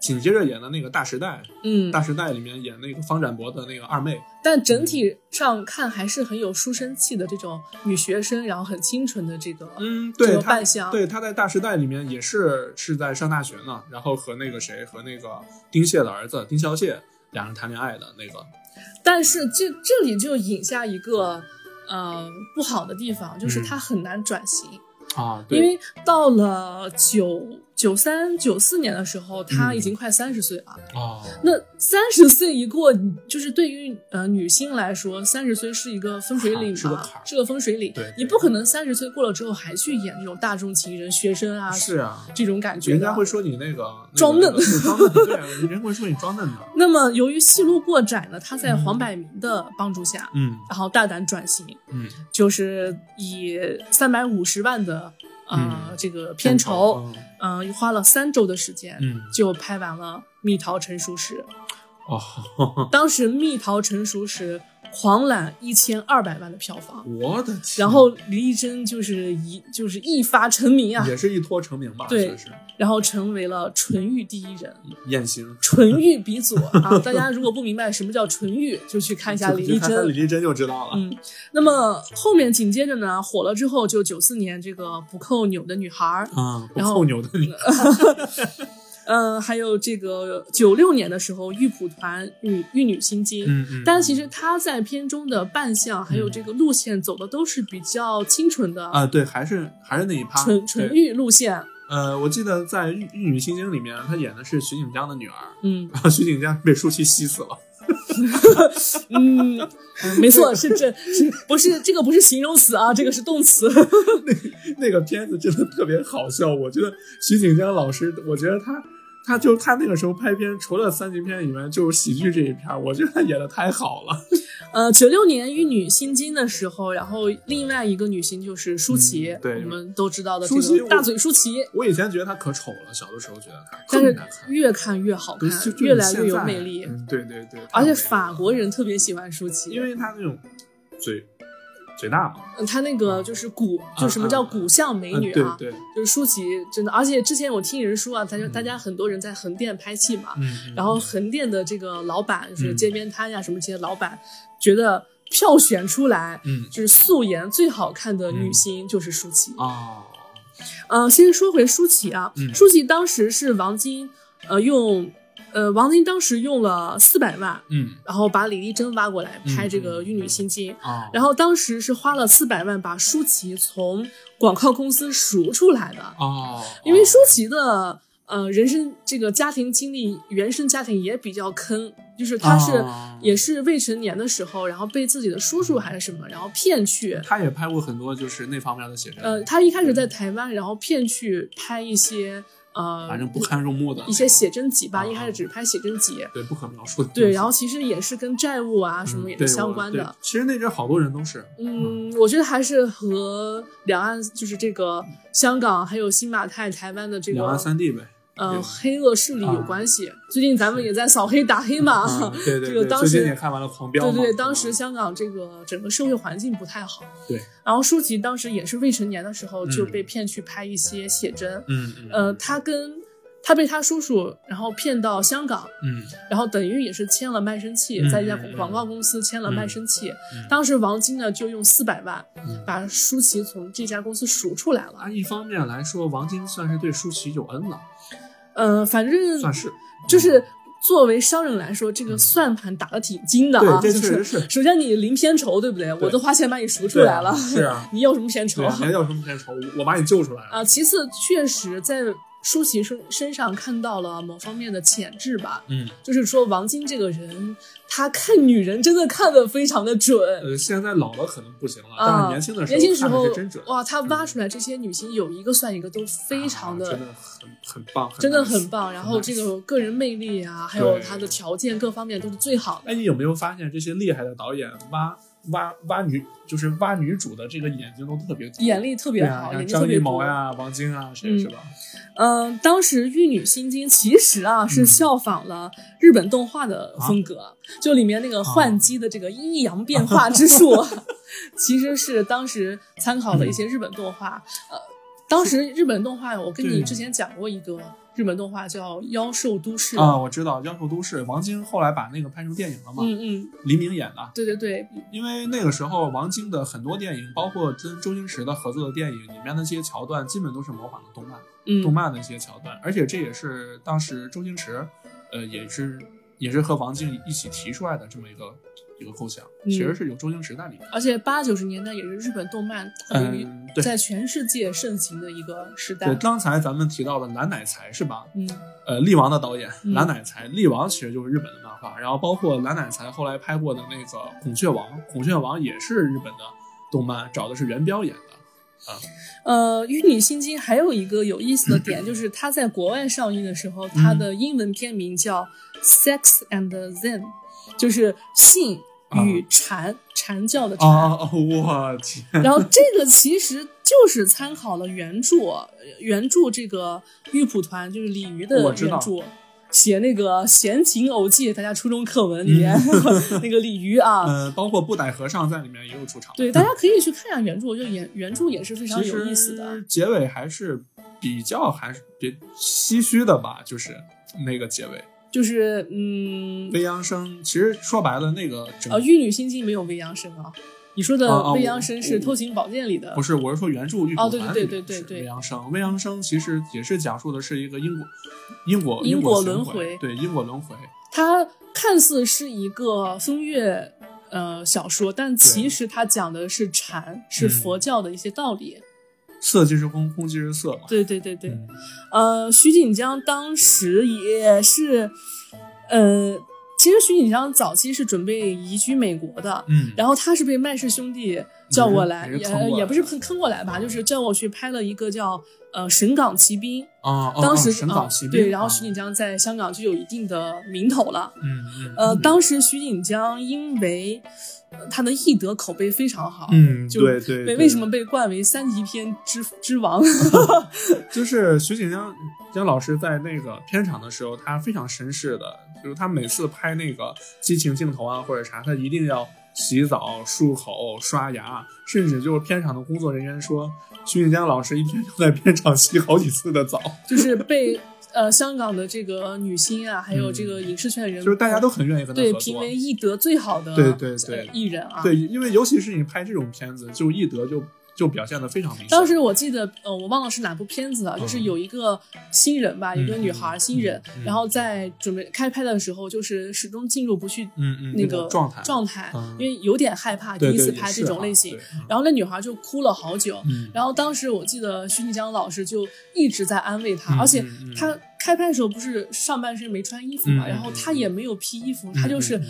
B: 紧接着演的那个《大时代》，
A: 嗯
B: 《，大时代》里面演那个方展博的那个二妹，
A: 但整体上看还是很有书生气的这种女学生，然后很清纯的这个，
B: 嗯，
A: 这
B: 对，
A: 个
B: 他
A: 扮相
B: 对，他在《大时代》里面也是是在上大学呢，然后和那个谁，和那个丁蟹的儿子丁孝蟹两人谈恋爱的那个，
A: 但是这这里就引下一个呃不好的地方，就是
B: 嗯
A: 她很难转型，
B: 啊，
A: 因为到了九九三九四年的时候，她已
B: 嗯
A: 经快三十岁了。
B: 哦，
A: 那三十岁一过，就是对于呃女性来说，三十岁是一个分水岭嘛，
B: 坎儿是个坎儿
A: 是个分水岭。
B: 对对
A: 你不可能三十岁过了之后还去演这种大众情人、学生啊
B: 是啊，
A: 这种感觉的，
B: 人家会说你那个
A: 装嫩
B: 那个装嫩，对啊，人家会说你装嫩的，
A: 那么，由于戏路过窄呢，他在黄百鸣的帮助下，
B: 嗯
A: 然后大胆转型，
B: 嗯
A: 就是以三百五十万的呃、这个片酬，
B: 嗯
A: 嗯、呃，花了三周的时间、
B: 嗯
A: 就拍完了《蜜桃成熟时
B: 哦，》。
A: 当时《蜜桃成熟时》狂揽一千二百万的票房，
B: 我的天，
A: 然后李丽珍就是一就是一发成名啊，
B: 也是一脱成名吧，
A: 对
B: 算是
A: 然后成为了纯欲第一人。
B: 艳星。
A: 纯欲鼻祖啊！大家如果不明白什么叫纯欲，就去看一下李
B: 就
A: 丽
B: 就看看
A: 珍
B: 李。丽珍就知道了。
A: 嗯，那么后面紧接着呢，火了之后就九四年这个不扣钮的女孩儿，
B: 啊，不
A: 然后呃
B: 扣牛的你，
A: 嗯，还有这个九六年的时候玉蒲团女玉女心经。
B: 嗯嗯，
A: 但其实她在片中的扮相还有这个路线走的都是比较清纯的、
B: 啊，对，还是还是那一趴
A: 纯纯。
B: 对
A: 欲路线。
B: 呃，我记得在《玉玉女心经》里面，她演的是徐锦江的女儿，
A: 嗯
B: 然后徐锦江被舒淇吸死了。
A: 嗯，嗯没错，是这是不是这个不是形容词啊？这个是动词。
B: 那个片子真的特别好笑，我觉得徐锦江老师，我觉得他。他就他那个时候拍片，除了三级片以外，就是喜剧这一片儿，我觉得他演的太好了。
A: 呃，九六年玉女心经的时候，然后另外一个女星就是舒淇，
B: 嗯对
A: 我们都知道的这
B: 舒淇
A: 个
B: 我
A: 大嘴舒淇，
B: 我以前觉得他可丑了，小的时候觉得他特
A: 但
B: 别
A: 是
B: 难看，
A: 越看越好看
B: 可是就，
A: 嗯
B: 就
A: 越来
B: 是
A: 越有
B: 现在
A: 魅力。
B: 嗯对对对，
A: 而
B: 太有魅力
A: 且
B: 了
A: 法国人特别喜欢舒淇，
B: 因为他那种嘴嘴大嘛，
A: 呃她那个就是骨，就什么叫骨相美
B: 嗯
A: 女
B: 啊对
A: 啊，
B: 对，
A: 就是舒淇真的。而且之前我听人说啊，大家大家很多人在横店拍戏嘛，
B: 嗯，
A: 然后横店的这个老板，就是
B: 嗯
A: 街边摊呀、什么这些老板，觉得票选出来。
B: 嗯
A: 就是素颜最好看的女星就是舒淇，
B: 哦，
A: 嗯，先说回舒淇啊，
B: 嗯
A: 舒淇当时是王晶，呃，用，呃，王晶当时用了四百万，
B: 嗯
A: 然后把李丽珍挖过来拍
B: 嗯
A: 这个《玉女心经》
B: 哦，
A: 然后当时是花了四百万把舒淇从广告公司赎出来的，
B: 哦，
A: 因为舒淇的。呃，人生这个家庭经历，原生家庭也比较坑，就是她是、
B: 哦嗯
A: 也是未成年的时候，然后被自己的叔叔还是什么，然后骗去，
B: 他也拍过很多就是那方面的写真，
A: 呃，他一开始在台湾，然后骗去拍一些呃，
B: 反正不堪入目的
A: 一些写真集吧，
B: 啊
A: 一开始只拍写真集，
B: 对不可描述的东西，
A: 对，然后其实也是跟债务啊什么也
B: 嗯嗯对
A: 是相关
B: 我对
A: 的。
B: 其实那阵好多人都是，
A: 嗯，我觉得还是和两岸，就是这个香港还有新马泰、台湾的这
B: 两岸
A: 个
B: 三地呗，
A: 呃
B: 对
A: 黑恶势力有
B: 啊
A: 关系。最近咱们也在扫黑打黑嘛，
B: 嗯 对对
A: 啊这个
B: 对，
A: 当
B: 最近
A: 时
B: 也看完了《狂飙》
A: 对
B: 嘛，嗯
A: 对对，
B: 吧
A: 当时香港这个整个社会环境不太好。
B: 对，
A: 然后舒淇当时也是未成年的时候就
B: 嗯
A: 被骗去拍一些写真，
B: 嗯嗯
A: 呃，他跟他被他叔叔然后骗到香港，
B: 嗯
A: 然后等于也是签了卖身契，
B: 嗯
A: 在一家
B: 嗯嗯
A: 广告公司签了卖身契。
B: 嗯
A: 当时王晶呢就用四百万
B: 嗯
A: 把舒淇从这家公司赎出来了。
B: 啊按一方面来说，王晶算是对舒淇有恩了，
A: 呃，反正
B: 算是
A: 就是。作为商人来说，这个算盘打得挺精的啊！
B: 嗯对
A: 就
B: 这
A: 是
B: 确实是
A: 首先你零片酬，对不对？我都花钱把你赎出
B: 对
A: 来
B: 啊
A: 了，哦
B: 是 啊
A: 你有什么片酬
B: 对啊，你还要什么片酬？我我把你救出来了，
A: 啊？其次，确实在舒淇身身上看到了某方面的潜质吧，
B: 嗯。
A: 就是说王晶这个人，他看女人真的看得非常的准。
B: 呃，现在老了可能不行了，呃但
A: 啊，
B: 是年轻的时候
A: 年轻时
B: 看
A: 候
B: 的是真准，嗯
A: 哇，他挖出来这些女星有一个算一个，都非常
B: 啊真
A: 的
B: 的很很棒，
A: 真的
B: nice
A: 很。棒。然后
B: nice
A: 这个个人魅力啊，还有
B: 对
A: 他的条件各方面都是最好的。
B: 哎，你有没有发现这些厉害的导演挖挖挖女，就是挖女主的这个眼睛都特别毒
A: 眼力特别
B: 对啊
A: 好，
B: 像
A: 眼力特
B: 张艺
A: 别
B: 谋
A: 多。
B: 呀、王晶啊，谁
A: 嗯
B: 是吧？
A: 嗯、当时《玉女心经》其实啊是
B: 嗯啊
A: 效仿了日本动画的风格，就里面那个换机的这个阴阳变化之术， 其实是当时参考的一
B: 嗯
A: 些日本动画。呃，当时日本动画，我跟你
B: 对
A: 之前讲过一个日本动画叫《妖兽都市》
B: 啊，我知道《妖兽都市》，王晶后来把那个拍成电影了嘛，
A: 嗯嗯，
B: 黎明演的。
A: 对对对，
B: 因为那个时候王晶的很多电影，包括跟周星驰的合作的电影里面的这些桥段，基本都是模仿的动漫。动
A: 嗯
B: 漫的一些桥段，而且这也是当时周星驰，呃，也是也是和王静一起提出来的这么一个一个构想，
A: 嗯
B: 其实是有周星驰在里面。
A: 而且八九十年代也是日本动漫大于
B: 嗯，对。
A: 在全世界盛行的一个时代
B: 对，。刚才咱们提到的蓝乃才是吧？
A: 嗯
B: 呃，力王的导演
A: 嗯
B: 蓝乃才，力王其实就是日本的漫画，然后包括蓝乃才后来拍过的那个《孔雀王》，《孔雀王》也是日本的动漫，找的是元彪演的。
A: 呃，《玉女心经》还有一个有意思的 点，就是它在国外上映的时候，它
B: 嗯
A: 的英文片名叫《Sex and Zen》，就是
B: 啊
A: 性与禅、禅教的禅。
B: 哦啊，我天！
A: 然后这个其实就是参考了原著，呃原著这个乐谱团就是鲤鱼的
B: 我
A: 原
B: 知道
A: 著。写那个闲情偶记，大家初中课文里面、
B: 嗯
A: 那个鲤鱼啊，
B: 呃，包括布袋和尚在里面也有出场。
A: 对，大家可以去看一下原著，我觉得原原著也是非常
B: 其
A: 有意思的。
B: 实结尾还是比较还是比唏嘘的吧，就是那个结尾。
A: 就是嗯，
B: 未央生其实说白了，那个整
A: 呃，《玉女心经》没有未央生啊，你说的
B: 啊嗯啊
A: 未
B: 我
A: 央生是
B: 我
A: 《偷情宝剑》里的，
B: 不是，我是说原著玉
A: 哦
B: 蒲
A: 对
B: 团
A: 对
B: 里
A: 对
B: 面
A: 对
B: 是
A: 对
B: 未央生，未央生其实也是讲述的是一个因果因果
A: 因
B: 果
A: 果
B: 循
A: 轮
B: 回，
A: 回
B: 对因果轮回。
A: 它看似是一个风月呃小说，但其实它讲的是禅，
B: 嗯
A: 是佛教的一些道理。
B: 色即是空，空即是色嘛。
A: 对对对对，
B: 嗯
A: 呃，徐锦江当时也是，呃，其实徐锦江早期是准备移居美国的。
B: 嗯，
A: 然后他是被麦氏兄弟叫过来，也
B: 也是坑过来
A: 也不是坑坑过来吧，就是叫我去拍了一个叫呃《神港奇兵》，
B: 啊，哦
A: 当
B: 哦
A: 时嗯
B: 神港奇兵，
A: 对，然后
B: 啊
A: 徐锦江在香港就有一定的名头了。
B: 嗯嗯，
A: 呃，
B: 嗯
A: 当时徐锦江因为呃他的译德口碑非常好，
B: 嗯
A: 就
B: 对对
A: 为
B: 对
A: 为什么被冠为三级片之之王？
B: 就是徐锦江江老师在那个片场的时候，他非常绅士的，就是他每次拍那个激情镜头啊或者啥，他一定要洗澡、漱口、刷牙，甚至就是片场的工作人员说，徐锦江老师一天要在片场洗好几次的澡，
A: 就是被呃香港的这个女星啊，还有这
B: 嗯
A: 个影视圈的人，
B: 就是大家都很愿意跟他
A: 对
B: 合
A: 评
B: 作。
A: 为译德最好的
B: 对对对
A: 呃艺人啊。
B: 对，因为尤其是你拍这种片子，就艺德就就表现的非常明显。
A: 当时我记得，呃，我忘了是哪部片子了，
B: 嗯
A: 就是有一个新人吧，
B: 嗯
A: 一个女孩新人，
B: 嗯嗯
A: 然后在准备开拍的时候，就是始终进入不去
B: 嗯嗯
A: 那
B: 个
A: 个
B: 状态
A: 状态
B: 嗯，
A: 因为有点害怕第
B: 对
A: 一
B: 对
A: 次
B: 也
A: 拍
B: 是
A: 这种
B: 啊
A: 类型
B: 对。嗯
A: 然后那女孩就哭了好久，
B: 嗯
A: 然后当时我记得徐锦江老师就一直在安慰她，
B: 嗯
A: 而且
B: 嗯嗯
A: 她开拍的时候不是上半身没穿衣服嘛，
B: 嗯嗯
A: 然后她也没有披衣服，
B: 嗯
A: 她就是
B: 嗯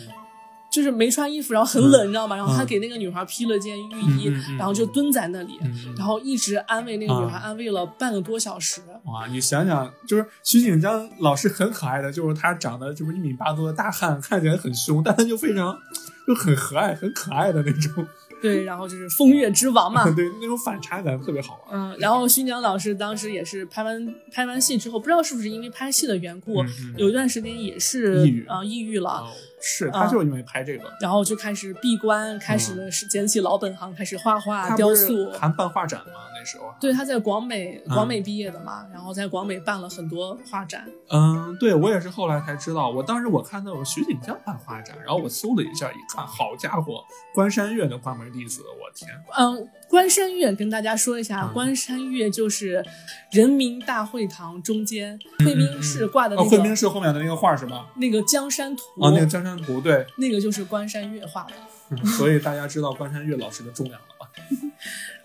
A: 就是没穿衣服，然后很冷，
B: 嗯
A: 你知道吗？然后她
B: 嗯
A: 给那个女孩披了件浴
B: 嗯
A: 衣
B: 嗯嗯，
A: 然后就蹲在那里，
B: 嗯嗯
A: 然后一直安慰那个女孩，
B: 嗯
A: 安慰了半个多小时。
B: 哇，你想想，就是徐锦江老师很可爱的，就是他长得就是一米八多的大汉，看起来很凶，但他就非常就很和蔼、很可爱的那种，。
A: 对，然后就是风月之王嘛
B: 对，那种反差感特别好啊玩。
A: 嗯，然后徐锦江老师当时也是拍完拍完戏之后，不知道是不是因为拍戏的缘故，
B: 嗯嗯
A: 有一段时间也是
B: 抑郁
A: 啊、嗯抑郁了，
B: 哦，是他就是因为拍这个，
A: 然后就开始闭关，开始了是捡起老本行，开始画画、
B: 哦他
A: 雕
B: 不是
A: 塑。
B: 还办画展嘛，那时候。
A: 对，他在广美
B: 嗯
A: 广美毕业的嘛，然后在广美办了很多画展。
B: 嗯，对我也是后来才知道，我当时我看到有徐锦江办画展，然后我搜了一下，一看，好家伙，关山月的关门弟子，我天，
A: 嗯，关山月跟大家说一下，
B: 嗯
A: 关山月就是人民大会堂中间贵宾室挂的
B: 嗯哦，
A: 那
B: 惠
A: 个、
B: 民室后面的那个画是吧？
A: 那个江山图，
B: 哦，那个江山图，对，
A: 那个就是关山月画的。
B: 嗯所以大家知道关山月老师的重量了啊吧？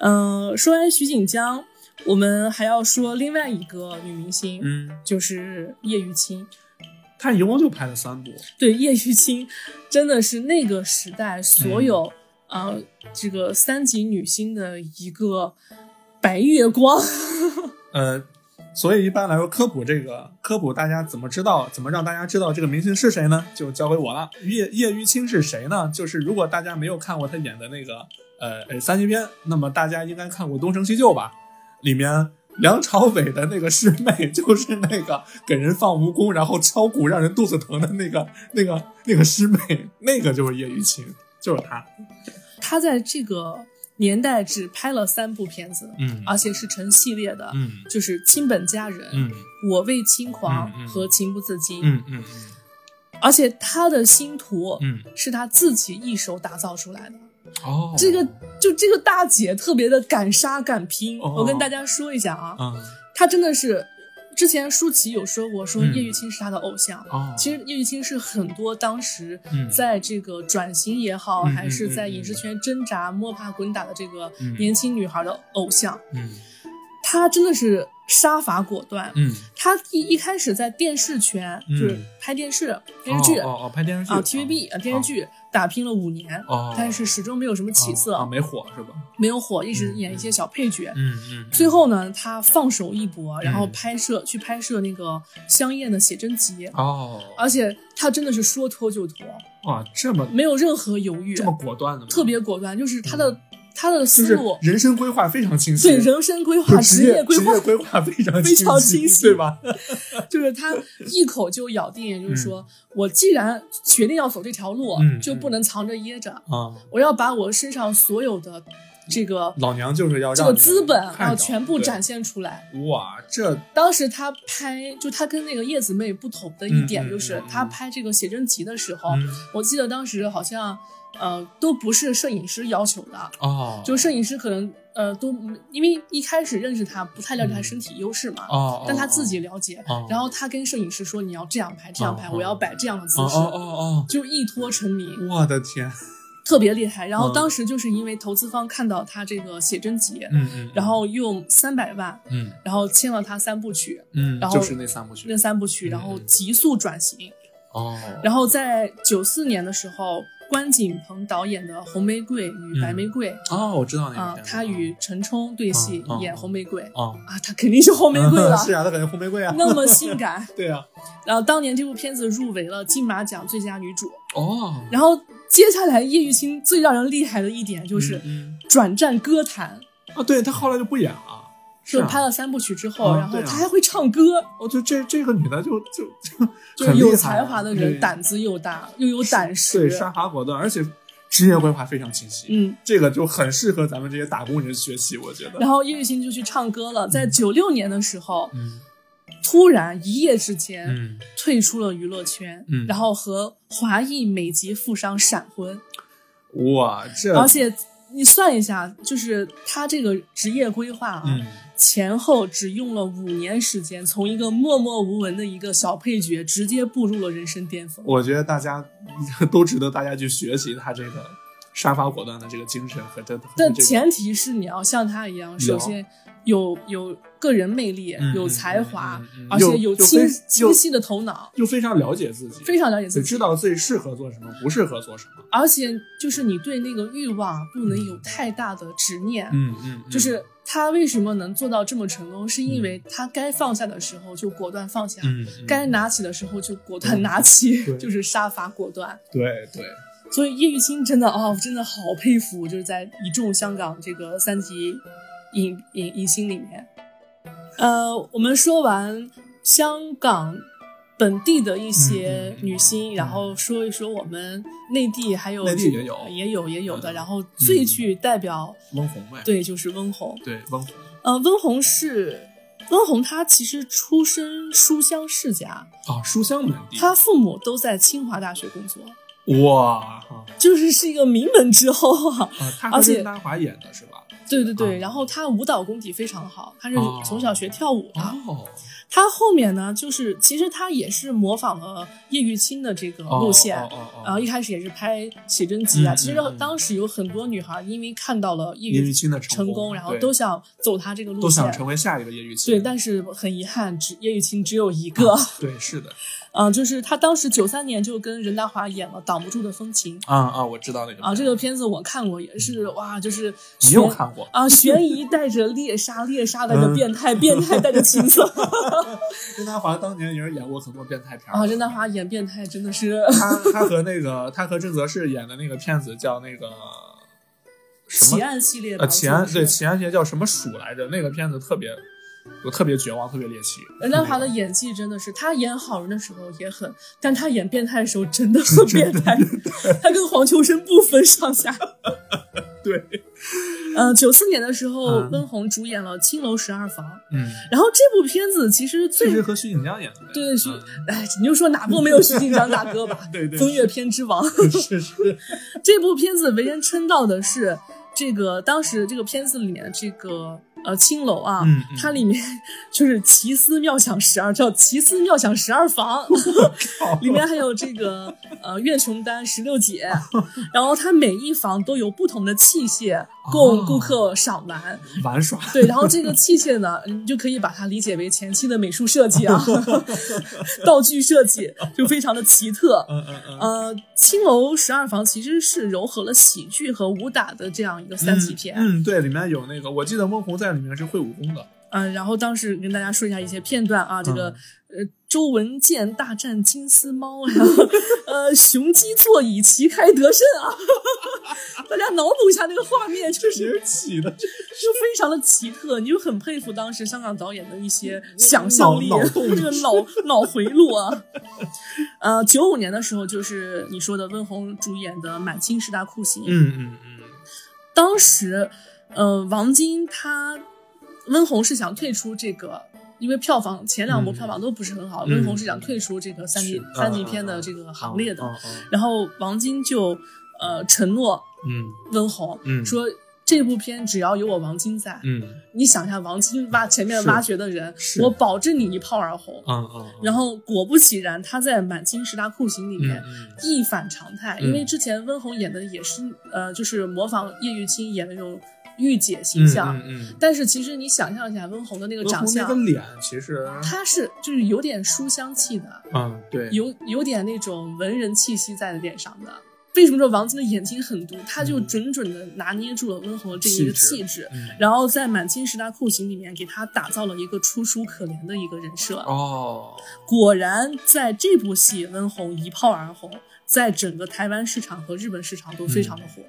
A: 嗯，说完徐锦江，我们还要说另外一个女明星，
B: 嗯，
A: 就是叶玉卿。
B: 他一共就拍了三部，
A: 对，叶玉卿真的是那个时代
B: 嗯
A: 所有、呃这个三级女星的一个白月光。
B: 呃，所以一般来说科普这个科普大家怎么知道，怎么让大家知道这个明星是谁呢？就交给我了。叶叶玉卿是谁呢？就是如果大家没有看过他演的那个呃呃三级片，那么大家应该看过《东成西就》吧？里面梁朝伟的那个师妹就是那个给人放蜈蚣然后敲鼓让人肚子疼的那个那个那个师妹，那个就是叶玉卿，就是她。
A: 她在这个年代只拍了三部片子，
B: 嗯
A: 而且是成系列的，
B: 嗯
A: 就是《亲本佳人》
B: 嗯
A: 我为卿狂》
B: 嗯嗯
A: 和《情不自禁》
B: 嗯嗯嗯
A: 而且她的星图
B: 嗯，
A: 是她自己一手打造出来的。
B: 哦，
A: 这个就这个大姐特别的敢杀敢拼，
B: 哦
A: 我跟大家说一下啊，
B: 嗯
A: 她真的是，之前舒淇有说过，说
B: 嗯
A: 叶玉卿是她的偶像。
B: 哦，
A: 其实叶玉卿是很多当时
B: 嗯
A: 在这个转型也好，
B: 嗯
A: 还是在
B: 嗯嗯
A: 影视圈挣扎、摸爬滚打的这个
B: 嗯
A: 年轻女孩的偶像。
B: 嗯
A: 她真的是杀伐果断。
B: 嗯
A: 她一一开始在电视圈
B: 嗯
A: 就是拍电视、电视剧
B: 哦哦哦拍电视剧
A: 啊，TVB 啊电视剧打拼了五年，
B: 哦，
A: 但是始终没有什么起色，
B: 啊没火是吧？
A: 没有火，一直
B: 嗯
A: 演一些小配角。
B: 嗯嗯
A: 最后呢，他放手一搏，然后
B: 嗯
A: 拍摄、去拍摄那个香艳的写真集，
B: 哦
A: 而且他真的是说脱就脱，
B: 哇这么
A: 没有任何犹豫
B: 这，么果断的吗？嗯
A: 特别果断，就是他的他的
B: 就
A: 思
B: 是
A: 路，
B: 人生规划非常清晰，
A: 对人生规
B: 就
A: 划、
B: 职
A: 职业规划
B: 职业规划非常
A: 非常
B: 清
A: 清晰
B: 对吧？
A: 就是他一口就咬定，也就是说，我既然决定要走这条路，
B: 嗯
A: 就不能藏着掖着，
B: 啊，
A: 我要把我身上所有的这个
B: 老娘就是要让
A: 这个资本
B: 你看
A: 要
B: 着
A: 全部
B: 对
A: 展哦现出来。
B: 哇，这
A: 当时他拍，就他跟那个叶子妹不同的一点，
B: 嗯嗯
A: 就是
B: 嗯
A: 他拍这个写真集的时候，
B: 嗯
A: 我记得当时好像，呃，都不是摄影师要求的，
B: 哦，
A: 就摄影师可能呃都因为一开始认识他不太了解他身体优势嘛，
B: 哦，
A: 但他自己了解，
B: 哦
A: 然后他跟摄影师说你要这样拍，这样拍，
B: 哦
A: 我要摆这样的姿
B: 哦
A: 势，
B: 哦哦
A: 就一拖成名，
B: 哦，我的天，
A: 特别厉害。然后
B: 嗯
A: 当时就是因为投资方看到他这个写真集，
B: 嗯嗯，
A: 然后用三百万，
B: 嗯
A: 然后签了他三部曲，
B: 嗯，
A: 然后
B: 就是那三部曲
A: 那三部曲，然后
B: 嗯
A: 急速转型，
B: 哦，
A: 然后在九四年的时候，关锦鹏导演的《红玫瑰与白玫瑰》
B: 哦，我知道那
A: 啊
B: 个片，子
A: 他与陈冲对戏
B: 嗯嗯
A: 演
B: 嗯
A: 红玫瑰
B: 哦
A: 啊，他肯定是红玫瑰了，
B: 是啊，他肯定红玫瑰啊，
A: 那么性感。
B: 对啊，
A: 然后当年这部片子入围了金马奖最佳女主。
B: 哦，
A: 然后接下来叶玉卿最让人厉害的一点就是
B: 嗯
A: 转战歌坛，
B: 嗯啊，对他后来就不演了。是
A: 就
B: 啊
A: 拍了三部曲之后，
B: 啊
A: 然后
B: 对啊
A: 她还会唱歌，
B: 我觉得哦这这个女的就
A: 就
B: 就就
A: 是
B: 很
A: 有
B: 厉害
A: 才
B: 啊
A: 华的
B: 对
A: 人，胆子又大又有胆
B: 对啊
A: 识。
B: 杀伐果断，而且职业规划非常清晰，
A: 嗯，
B: 这个就很适合咱们这些打工人学习，我觉得。
A: 然后叶玉卿就去唱歌了，在
B: 嗯
A: 九六年的时候，
B: 嗯
A: 突然一夜之间
B: 嗯，
A: 退出了娱乐圈，
B: 嗯
A: 然后和华裔美籍富商闪婚，
B: 哇，这
A: 而且你算一下，就是他这个职业规划啊，
B: 嗯，
A: 前后只用了五年时间，从一个默默无闻的一个小配角，直接步入了人生巅峰。
B: 我觉得大家都值得大家去学习他这个杀伐果断的这个精神和这和
A: 但
B: 这个
A: 前提是你要像他一样，首先有有个人魅力，
B: 嗯
A: 有才华
B: 嗯嗯嗯嗯，
A: 而且
B: 又
A: 有
B: 又
A: 清
B: 非
A: 清晰的头脑，
B: 又非常了解自己，
A: 非常了解自
B: 得
A: 己
B: 知，道自己适合做什么，不适合做什么。
A: 而且就是你对那个欲望不能有太大的执念。
B: 嗯嗯，
A: 就是他为什么能做到这么成功，是因为他该放下的时候就果断放下，
B: 嗯，
A: 该拿起的时候就果断拿起，
B: 对
A: 就是杀伐果断。
B: 对对，
A: 所以叶玉卿真的哦，真的好佩服，就是在一众香港这个三级影影影星里面。呃，我们说完香港本地的一些
B: 嗯嗯嗯
A: 女星，然后说一说我们内地还有
B: 内地
A: 这个
B: 也有
A: 也有也有的，
B: 嗯
A: 然后最具代表、
B: 翁虹呗，
A: 对就是温虹。
B: 对翁虹
A: 呃，温虹是温虹，她其实出身书香世家，
B: 啊，书香门第，
A: 她父母都在清华大学工作，
B: 哇哈
A: 就是是一个名门之后啊。
B: 啊，他
A: 而
B: 和
A: 且
B: 任达华演的是吧？
A: 对对对，
B: 啊
A: 然后他舞蹈功底非常好，他是
B: 哦
A: 从小学跳舞的。
B: 哦，
A: 他后面呢，就是其实他也是模仿了叶玉卿的这个路线，
B: 哦哦哦
A: 然后一开始也是拍写真集啊。
B: 嗯
A: 其实
B: 嗯嗯
A: 当时有很多女孩因为看到了叶
B: 叶玉
A: 玉
B: 卿的成
A: 成
B: 功
A: 功，然后
B: 对
A: 都想走他这个路
B: 都想
A: 线。
B: 成为下一个叶玉卿。
A: 对，但是很遗憾，只叶玉卿只有一个，
B: 啊对是的，
A: 嗯、就是他当时九三年就跟任达华演了《挡不住的风情》
B: 啊啊，我知道那个
A: 啊，这
B: 片
A: 个片子我看过，也是哇，就是
B: 子嗯你有
A: 悬
B: 看过？
A: 啊，悬疑带着猎杀，猎杀带
B: 嗯
A: 着变态，变态带着情 色
B: 任达华当年也是演过很多变态片儿
A: 啊！任达华演变态真的是
B: 他他和那个他和郑则仕演的那个片子叫那个什
A: 奇
B: 么？
A: 案系列吧？
B: 呃，奇安
A: 我记
B: 对
A: 得是
B: 奇安邪叫什么鼠来着？那个片子特别，我特别绝望，特别猎奇。
A: 任达华的演技真的是，他演好人的时候也很，但他演变态的时候真的很变态，他跟黄秋生不分上下。
B: 对，
A: 呃，九四年的时候，
B: 嗯
A: 温虹主演了《青楼十二房》，
B: 嗯，
A: 然后这部片子其实
B: 这是
A: 最。
B: 和徐锦江演的呗。
A: 对徐
B: 嗯，
A: 哎，你就说哪部没有徐锦江大哥吧
B: ？对对
A: 风月片之王。
B: 是是，
A: 这部片子为人称道的是，这个当时这个片子里面这个呃青楼啊，
B: 嗯嗯
A: 它里面就是奇思妙想十二，叫奇思妙想十二房，里 面还有这个呃岳琼丹、石榴姐，然后它每一房都有不同的器械供
B: 哦
A: 顾客赏玩，
B: 玩耍。
A: 对，然后这个器械呢， 你就可以把它理解为前期的美术设计啊， 道具设计就非常的奇特，
B: 嗯嗯嗯。
A: 呃，青楼十二房其实是糅合了喜 剧和武打的这样一个三级片。
B: 嗯嗯。嗯，对，里面有那个，我记得翁虹在里面是会武功的。
A: 嗯，然后当时跟大家说一下一些片段啊，这
B: 嗯
A: 个、呃周文健大战金丝猫，然后呃雄鸡座以旗开得胜啊， 大家脑补一下那个画面，就
B: 谁
A: 是
B: 是起的？这
A: 就非常的奇特，你就很佩服当时香港导演的一些想
B: 脑
A: 象力，
B: 脑洞
A: 这个脑脑回路啊。 呃，九五年的时候就是你说的温虹主演的《满清十大酷刑》，
B: 嗯嗯嗯，
A: 当时，呃，王晶他温虹是想退出这个，因为票房前两波
B: 嗯
A: 票房都不是很好，
B: 嗯
A: 温虹是想退出这个三级
B: 是
A: 三级
B: 嗯
A: 片的
B: 嗯
A: 这个行列的。
B: 嗯嗯
A: 然后王晶就呃承诺
B: 嗯
A: 温虹、
B: 嗯
A: 说。这部片只要有我王晶在，
B: 嗯
A: 你想一下王晶挖前面
B: 是
A: 挖掘的人，
B: 是
A: 我保证你一炮而红。
B: 嗯嗯，
A: 然后果不其然，他在《满清十大酷刑》里面、
B: 嗯
A: 一反常态，
B: 嗯
A: 因为之前温虹演的也是呃，就是模仿叶玉卿演的那种御姐形象，
B: 嗯
A: 但是其实你想象一下温虹的那个长
B: 那个
A: 相，
B: 脸其实，
A: 她是就是有点书香气的，
B: 嗯对，
A: 有有点那种文人气息在脸上的。为什么说王晶的眼睛很毒？他就
B: 嗯
A: 准准的拿捏住了温虹的这一个
B: 气质
A: 气质，
B: 嗯
A: 然后在《满清十大酷刑》里面给他打造了一个楚楚可怜的一个人设。
B: 哦，
A: 果然，在这部戏，温虹一炮而红，在整个台湾市场和日本市场都非常的
B: 嗯
A: 火。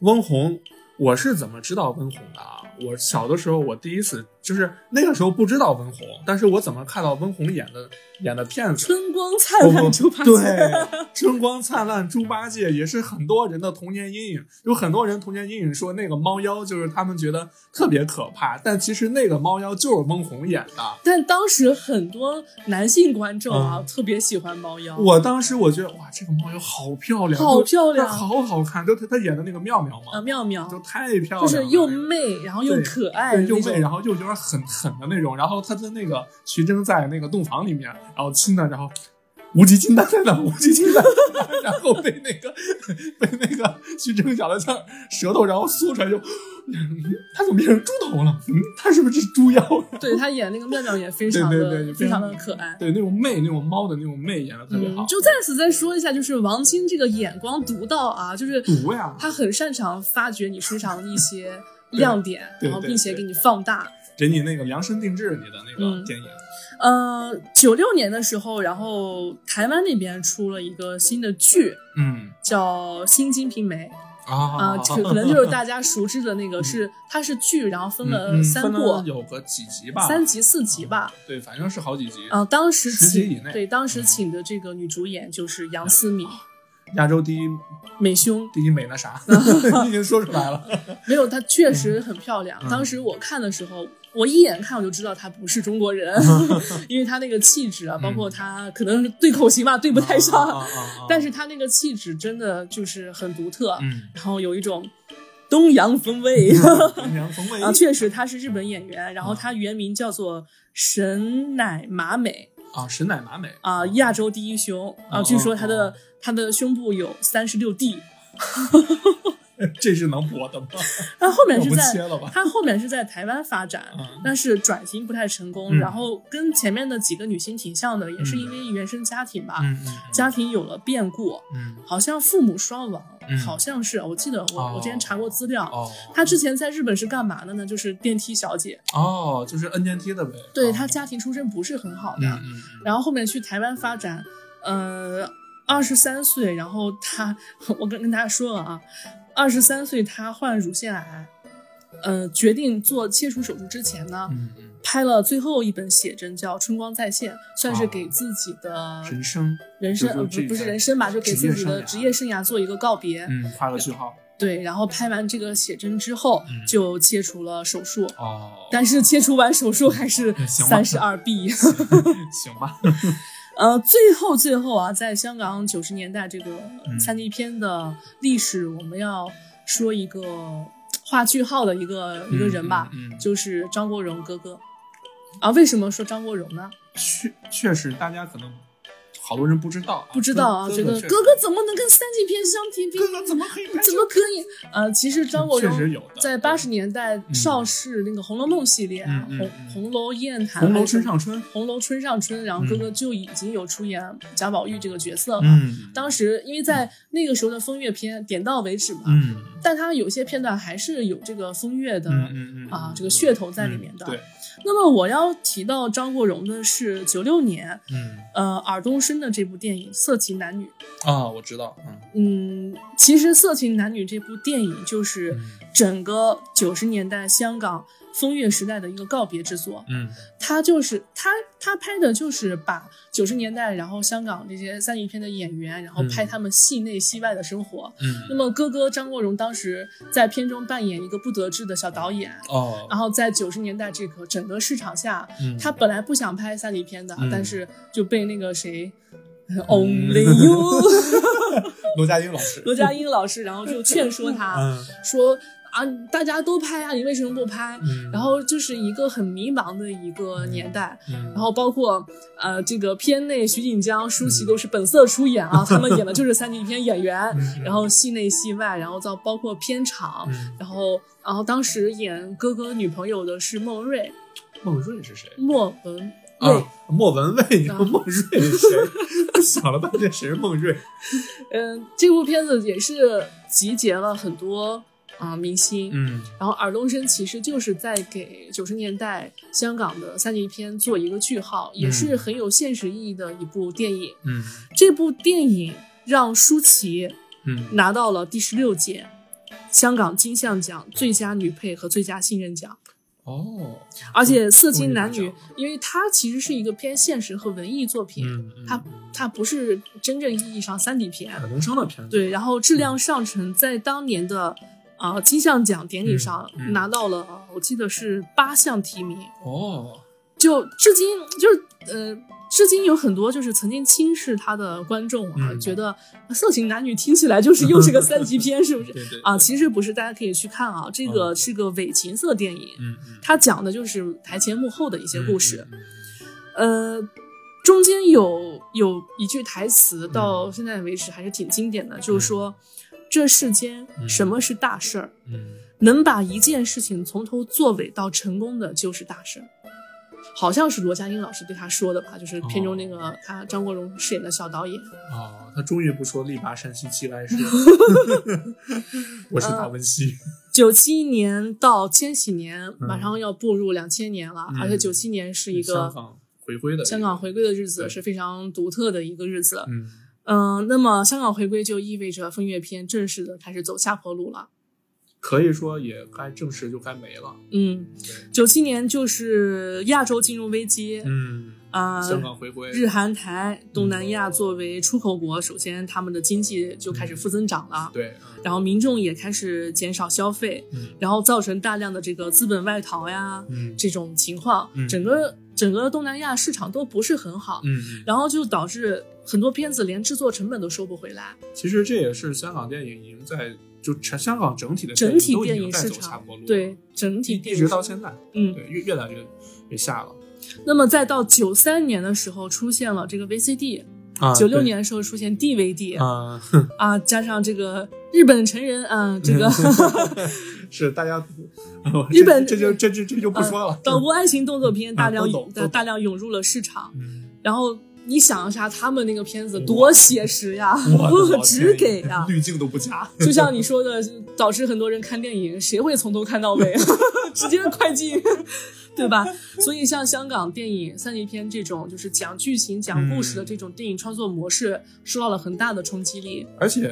B: 温虹，我是怎么知道温虹的啊？我小的时候，我第一次就是那个时候不知道温虹，但是我怎么看到温虹演的演的片子？
A: 春光 灿烂猪八戒，
B: 对，春光灿烂猪八戒也是很多人的童年阴影。有很多人童年阴影说那个猫妖就是他们觉得特别可怕，但其实那个猫妖就是温虹演的。
A: 但当时很多男性观众啊，
B: 嗯
A: 特别喜欢猫妖。
B: 我当时我觉得哇，这个猫妖好漂亮，
A: 好
B: 就
A: 漂亮
B: 她好好看，就她她演的那个妙妙
A: 啊，
B: 嘛，
A: 妙妙
B: 就太漂亮
A: 就
B: 了，
A: 是又
B: 那个
A: 媚，然后又
B: 对
A: 可爱的
B: 对，
A: 那
B: 又
A: 种，
B: 媚，然后又有点狠狠的那种。然后他跟那个徐峥在那个洞房里面，然后亲的，然后无极金丹在哪？无极金丹在哪，然后被那 个被那个徐峥咬了像舌头，然后缩出来就，嗯他怎么变成猪头了？嗯，他是不是猪妖？
A: 对他演那个妙妙也非常的
B: 对对对
A: 非
B: 非
A: 常
B: 常
A: 的可爱。
B: 对，那种媚，那种猫的那种媚演的特别好
A: 嗯，，就在此再说一下，就是王晶这个眼光独到啊，就是
B: 毒呀
A: 他很擅长发掘你身上的一些亮点，
B: 对
A: 然后
B: 对
A: 并且
B: 对
A: 给你放大。
B: 给你那个量身定制你的那
A: 嗯
B: 个电影。
A: 呃，九六年的时候，然后台湾那边出了一个新的剧，
B: 嗯
A: 叫《新金瓶梅》啊，
B: 啊
A: 可、可能就是大家熟知的那个是，它是剧，然后分了三
B: 嗯分
A: 部，
B: 了有个几集吧，
A: 三集四集吧。
B: 对，反正是好几集。
A: 啊，当时
B: 十集以
A: 请
B: 内
A: 对当时请的这个女主演就是杨思敏，
B: 亚洲第一
A: 美胸
B: 第一美 那啥， 你已经说出来了。
A: 没有，她确实很漂亮。
B: 嗯
A: 当时我看的时候，我一眼看我就知道她不是中国 人，因为她那个气质
B: 嗯
A: 啊，包括她可能是对口型吧，对 不太上。
B: 啊啊啊啊
A: 但是他那个气质真的就是很独特，
B: 嗯，
A: 然后有一种东洋风 味
B: 南洋风味
A: 啊。确实，他是日本演员，然后他原名叫做神乃麻美
B: 啊，神奶麻美
A: 啊，亚洲第一胸啊。
B: 哦
A: 据说他的
B: 哦
A: 他的胸部有三十六 D，
B: 这是能播 的吗？
A: 他后面
B: 要
A: 是
B: 不
A: 在
B: 切了吧？
A: 他后面是在台湾发展
B: 嗯，
A: 但是转型不太成功，
B: 嗯
A: 然后跟前面的几个女星挺像的，也是因为原生家庭吧，
B: 嗯
A: 家庭有了变故，
B: 嗯
A: 好像父母双亡，
B: 嗯
A: 好像是我记得我、
B: 哦
A: 我之前查过资料，
B: 哦
A: 她之前在日本是干嘛的呢？就是电梯小姐，
B: 哦，就是 N 电梯的呗。
A: 对
B: 哦
A: 她家庭出身不是很好的，
B: 嗯嗯
A: 然后后面去台湾发展，呃，二十三岁，然后她我跟跟大家说了啊，二十三岁她患乳腺癌，呃，决定做切除手术之前呢。
B: 嗯嗯
A: 拍了最后一本写真，叫《春光再现》，算是
B: 哦
A: 给自己的
B: 嗯，人生
A: 人生，
B: 就
A: 呃
B: 是
A: 不
B: 这
A: 不是
B: 在
A: 人生吧，就给
B: 职业
A: 自己的
B: 生涯
A: 职业生涯做一个告别。
B: 嗯画个句号
A: 对，然后拍完这个写真之后，
B: 嗯
A: 就切除了手术，
B: 哦，
A: 但是切除完手术还是
B: 行
A: 三
B: 吧
A: 十二 B。
B: 行吧，
A: 呃，最后最后啊，在香港九十年代这个
B: 嗯
A: 三级片的历史，我们要说一个画句号的一个、一个人吧，
B: 嗯嗯嗯
A: 就是张国荣哥哥。啊，为什么说张国荣呢？
B: 确确实大家可能好多人不知道啊，
A: 不知道啊，
B: 哥
A: 觉得
B: 哥确实
A: 哥哥怎么能跟三级片相提并
B: 哥哥怎么可以 拍
A: 怎么可以？呃，其实张国
B: 确实
A: 荣
B: 有的嗯
A: 在八十年代邵氏那个《红楼梦》系列啊，
B: 嗯嗯
A: 红
B: 嗯
A: 红楼艳谭》、
B: 红楼村上春？
A: 红楼春上春，然后
B: 嗯
A: 哥哥就已经有出演贾宝玉这个角色嘛。
B: 嗯
A: 当时因为在那个时候的风月片点到为止嘛，
B: 嗯
A: 但他有些片段还是有这个风月的、
B: 嗯嗯嗯
A: 啊这个噱头在里面的。
B: 对，
A: 那么我要提到张国荣的是九六年
B: 嗯
A: 呃尔冬升的这部电影《色情男女》。
B: 啊，我知道，嗯
A: 嗯，其实《色情男女》这部电影就是
B: 嗯
A: 整个九十年代香港风月时代的一个告别之作。
B: 嗯
A: 他就是他他拍的就是把九十年代，然后香港这些三级片的演员，然后拍他们戏内戏外的生活。那
B: 嗯
A: 么哥哥张国荣当时在片中扮演一个不得志的小导演，
B: 哦，
A: 然后在九十年代这个整个市场下，
B: 嗯
A: 他本来不想拍三级片的，
B: 嗯
A: 但是就被那个谁。Only you，
B: 罗家英老师，
A: 罗家英老师，然后就劝说他，
B: 嗯
A: 说啊，大家都拍啊，你为什么不拍？
B: 嗯，
A: 然后就是一个很迷茫的一个年代，
B: 然
A: 然后包括呃，这个片内徐锦江、舒淇都是本色出演啊，他们演的就是三级片演员， 然后戏内戏外，然后到包括片场，
B: 嗯，
A: 然后然后当时演哥哥女朋友的是莫文蔚，
B: 孟瑞是谁？
A: 莫文蔚，
B: 啊，莫文蔚，你
A: 啊
B: 说孟瑞是谁？想了半天，谁是孟瑞？
A: 嗯、这部片子也是集结了很多啊、明星，
B: 嗯
A: 然后尔冬升其实就是在给九十年代香港的三级片做一个句号，也是很有现实意义的一部电影。
B: 嗯
A: 这部电影让舒淇
B: 嗯
A: 拿到了第十六届香港金像奖最佳女配和最佳新人奖，
B: 哦，
A: 而且《色情男
B: 终于
A: 女
B: 拿奖》，
A: 因为它其实是一个偏现实和文艺作品，
B: 嗯嗯，
A: 它它不是真正意义上三级片，
B: 海东升的片子，
A: 对，然后质
B: 嗯
A: 量上乘，在当年的啊、呃金像奖典礼上、
B: 嗯嗯
A: 拿到了，呃我记得是八项提名，
B: 哦，
A: 就至今就是呃。至今有很多就是曾经轻视他的观众啊，
B: 嗯
A: 觉得色情男女听起来就是又是个三级片，是 不是？
B: 对对
A: 啊，，其实不是，大家可以去看啊，这个是个伪情色电影，
B: 嗯嗯，
A: 它讲的就是台前幕后的一些故事。
B: 嗯，
A: 呃，中间有有一句台词
B: 嗯
A: 到现在为止还是挺经典的，就是说，这世间
B: 嗯
A: 什么是大事儿？
B: 嗯
A: 能把一件事情从头做尾到成功的，就是大事儿。好像是罗家英老师对他说的吧，就是
B: 哦
A: 片中那个、他张国荣饰演的小导演，
B: 嗯哦，他终于不说力拔山兮 气来衰，我是达文西，
A: 九七年到千禧年，
B: 嗯
A: 马上要步入两千年了，
B: 嗯
A: 而且九七年是一
B: 香
A: 个
B: 港回归的
A: 香港回归的日子，
B: 对
A: 是非常独特的一个日子。
B: 嗯
A: 嗯、那么香港回归就意味着风月片正式的开始走下坡路了。
B: 可以说也该正式就该没了。
A: 嗯，九七年就是亚洲进入危机，
B: 嗯，
A: 啊、
B: 香港回归，嗯
A: 日韩台、东南亚作为出口国，首先他们的经济就开始负增长了，
B: 对，
A: 然后民众也开始减少消费，
B: 嗯
A: 然后造成大量的这个资本外逃呀，
B: 嗯
A: 这种情况，
B: 嗯
A: 整个整个东南亚市场都不是很好，
B: 嗯，
A: 然后就导致很多片子连制作成本都收不回来。
B: 其实这也是香港电影已经在就全香港整体的
A: 整体
B: 都已
A: 电
B: 经
A: 影
B: 在
A: 市
B: 走下
A: 场
B: 坡路了，
A: 对整体
B: 嗯一
A: 电
B: 一
A: 影
B: 直到现在，
A: 嗯，
B: 对，越越来越越下了。
A: 那么再到九三年的时候出现了这个 VCD，
B: 啊
A: 九六年的时候出现 DVD
B: 啊，
A: 啊，加上这个日本成人啊，这 个
B: 是大 家
A: 日本啊
B: 这就这就这就不说了。
A: 岛国爱情动作片大量
B: 啊都懂都
A: 大
B: 懂
A: 大量涌入了市场，
B: 嗯，
A: 然后。你想一下，他们那个片子
B: 哇
A: 多写实呀，
B: 我 的老
A: 只
B: 天
A: 给啊
B: 爷
A: 呀，
B: 滤镜都不加。
A: 就像你说的，导致很多人看电影，谁会从头看到尾啊？ 直接快进，对吧？所以像香港电影三级片这种，就是讲剧情、讲故事
B: 嗯
A: 的这种电影创作模式，受到了很大的冲击力。
B: 而且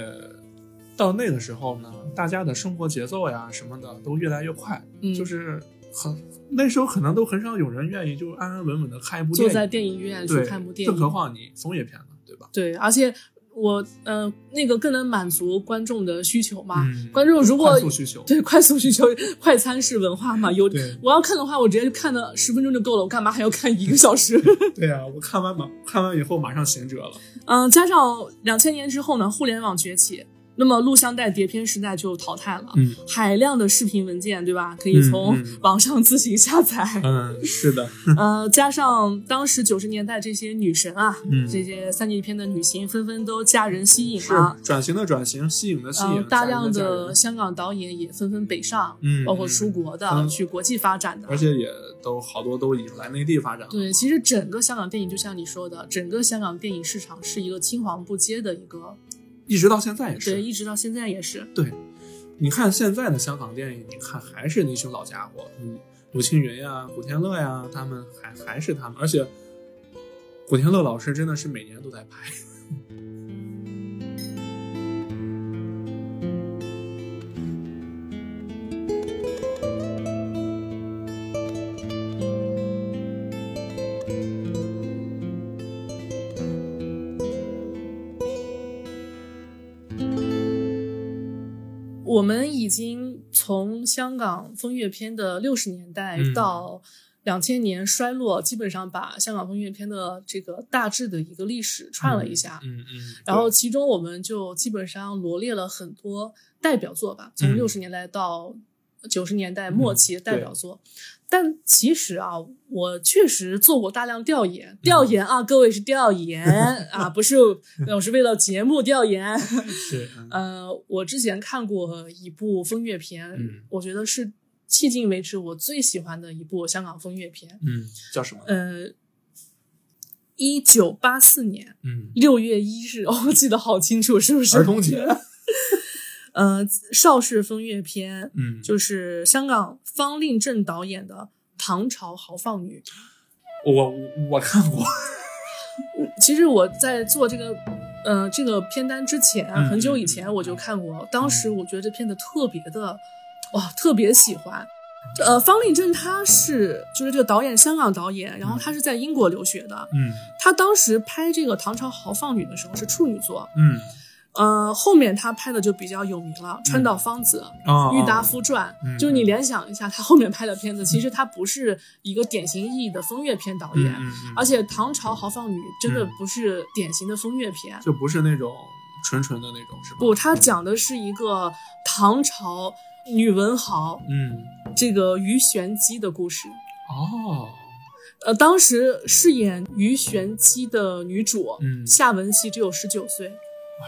B: 到那个时候呢，大家的生活节奏呀什么的都越来越快，
A: 嗯，
B: 就是很那时候可能都很少有人愿意就安安稳稳的看一部电
A: 坐
B: 影，
A: 在电影院去
B: 对，
A: 看部电
B: 更何
A: 影，
B: 况你风月片了，对吧？
A: 对，而且我呃，那个更能满足观众的需求嘛。
B: 嗯
A: 观众如果
B: 快速需求，
A: 对快速需求，快餐式文化嘛，有
B: 对
A: 我要看的话，我直接看的十分钟就够了，我干嘛还要看一个小时？
B: 对呀、我看完马看完以后马上闲着了，
A: 嗯，加上两千年之后呢，互联网崛起，那么录像带、碟片时代就淘汰了，
B: 嗯
A: 海量的视频文件，对吧？可以从
B: 嗯嗯
A: 网上自行下载，
B: 嗯，是的，
A: 呃，加上当时九十年代这些女神啊，
B: 嗯
A: 这些三级片的女星纷纷都嫁人吸影
B: 是
A: 了，
B: 转型的转型，吸引的吸
A: 然后
B: 引，
A: 嗯大量
B: 嫁人嫁
A: 的
B: 人
A: 香港导演也纷纷北上，
B: 嗯，
A: 包括出
B: 嗯，
A: 国的、
B: 嗯
A: 去国际发展的
B: 而。且也都好多都已经来内地发展了。
A: 对，其实整个香港电影就像你说的，整个香港电影市场是一个青黄不接的一个，
B: 一直到现在也
A: 对，
B: 是。
A: 一直到现在也是。
B: 你看现在的香港电影，你看还是那群老家伙，嗯，吴青云呀、古天乐呀、他们还还是他们，而且古天乐老师真的是每年都在拍。
A: 我们已经从香港风月片的六十年代
B: 嗯
A: 到两千年衰落，基本上把香港风月片的这个大致的一个历史串了一下。
B: 嗯嗯，
A: 然后其中我们就基本上罗列了很多代表作吧，从
B: 嗯
A: 六十年代到九十年代末期的代
B: 对
A: 表作。但其实啊，我确实做过大量调研，调研 啊，各位是调研啊，不是我是为了节目调研。
B: 对是嗯
A: 呃，我之前看过一部风月片，
B: 嗯
A: 我觉得是迄今为止我最喜欢的一部香港风月片。
B: 嗯，叫什么？
A: 呃，一九八四年
B: 嗯，
A: 六月一日， 哦我记得好清楚，是不是
B: 儿童节。
A: 呃，邵氏风月片
B: 嗯，
A: 就是香港方令正导演的《唐朝豪放女》。
B: 我我看过。
A: 其实我在做这个，呃，这个片单之前啊，
B: 嗯
A: 很久以前我就看过，当时我觉得这片子特别的，哇，特别喜欢。呃，方令正他是就是这个导演，香港导演，然后他是在英国留学的。
B: 嗯
A: 他当时拍这个《唐朝豪放女》的时候是处女座，
B: 嗯
A: 呃，后面他拍的就比较有名了，《川岛芳子》
B: 啊，
A: 《郁达
B: 啊
A: 夫传》
B: 嗯
A: 就是你联想一下他后面拍的片子，其实他不是一个典型意义的风月片导演，
B: 嗯嗯嗯
A: 而且唐朝豪放女真的
B: 嗯
A: 不是典型的风月片，
B: 就不是那种纯纯的那种，是吧？
A: 不，他讲的是一个唐朝女文豪
B: 嗯，
A: 这个鱼玄机的故事。
B: 哦，
A: 呃，当时饰演鱼玄机的女主、
B: 嗯啊
A: 夏文汐只有十九岁，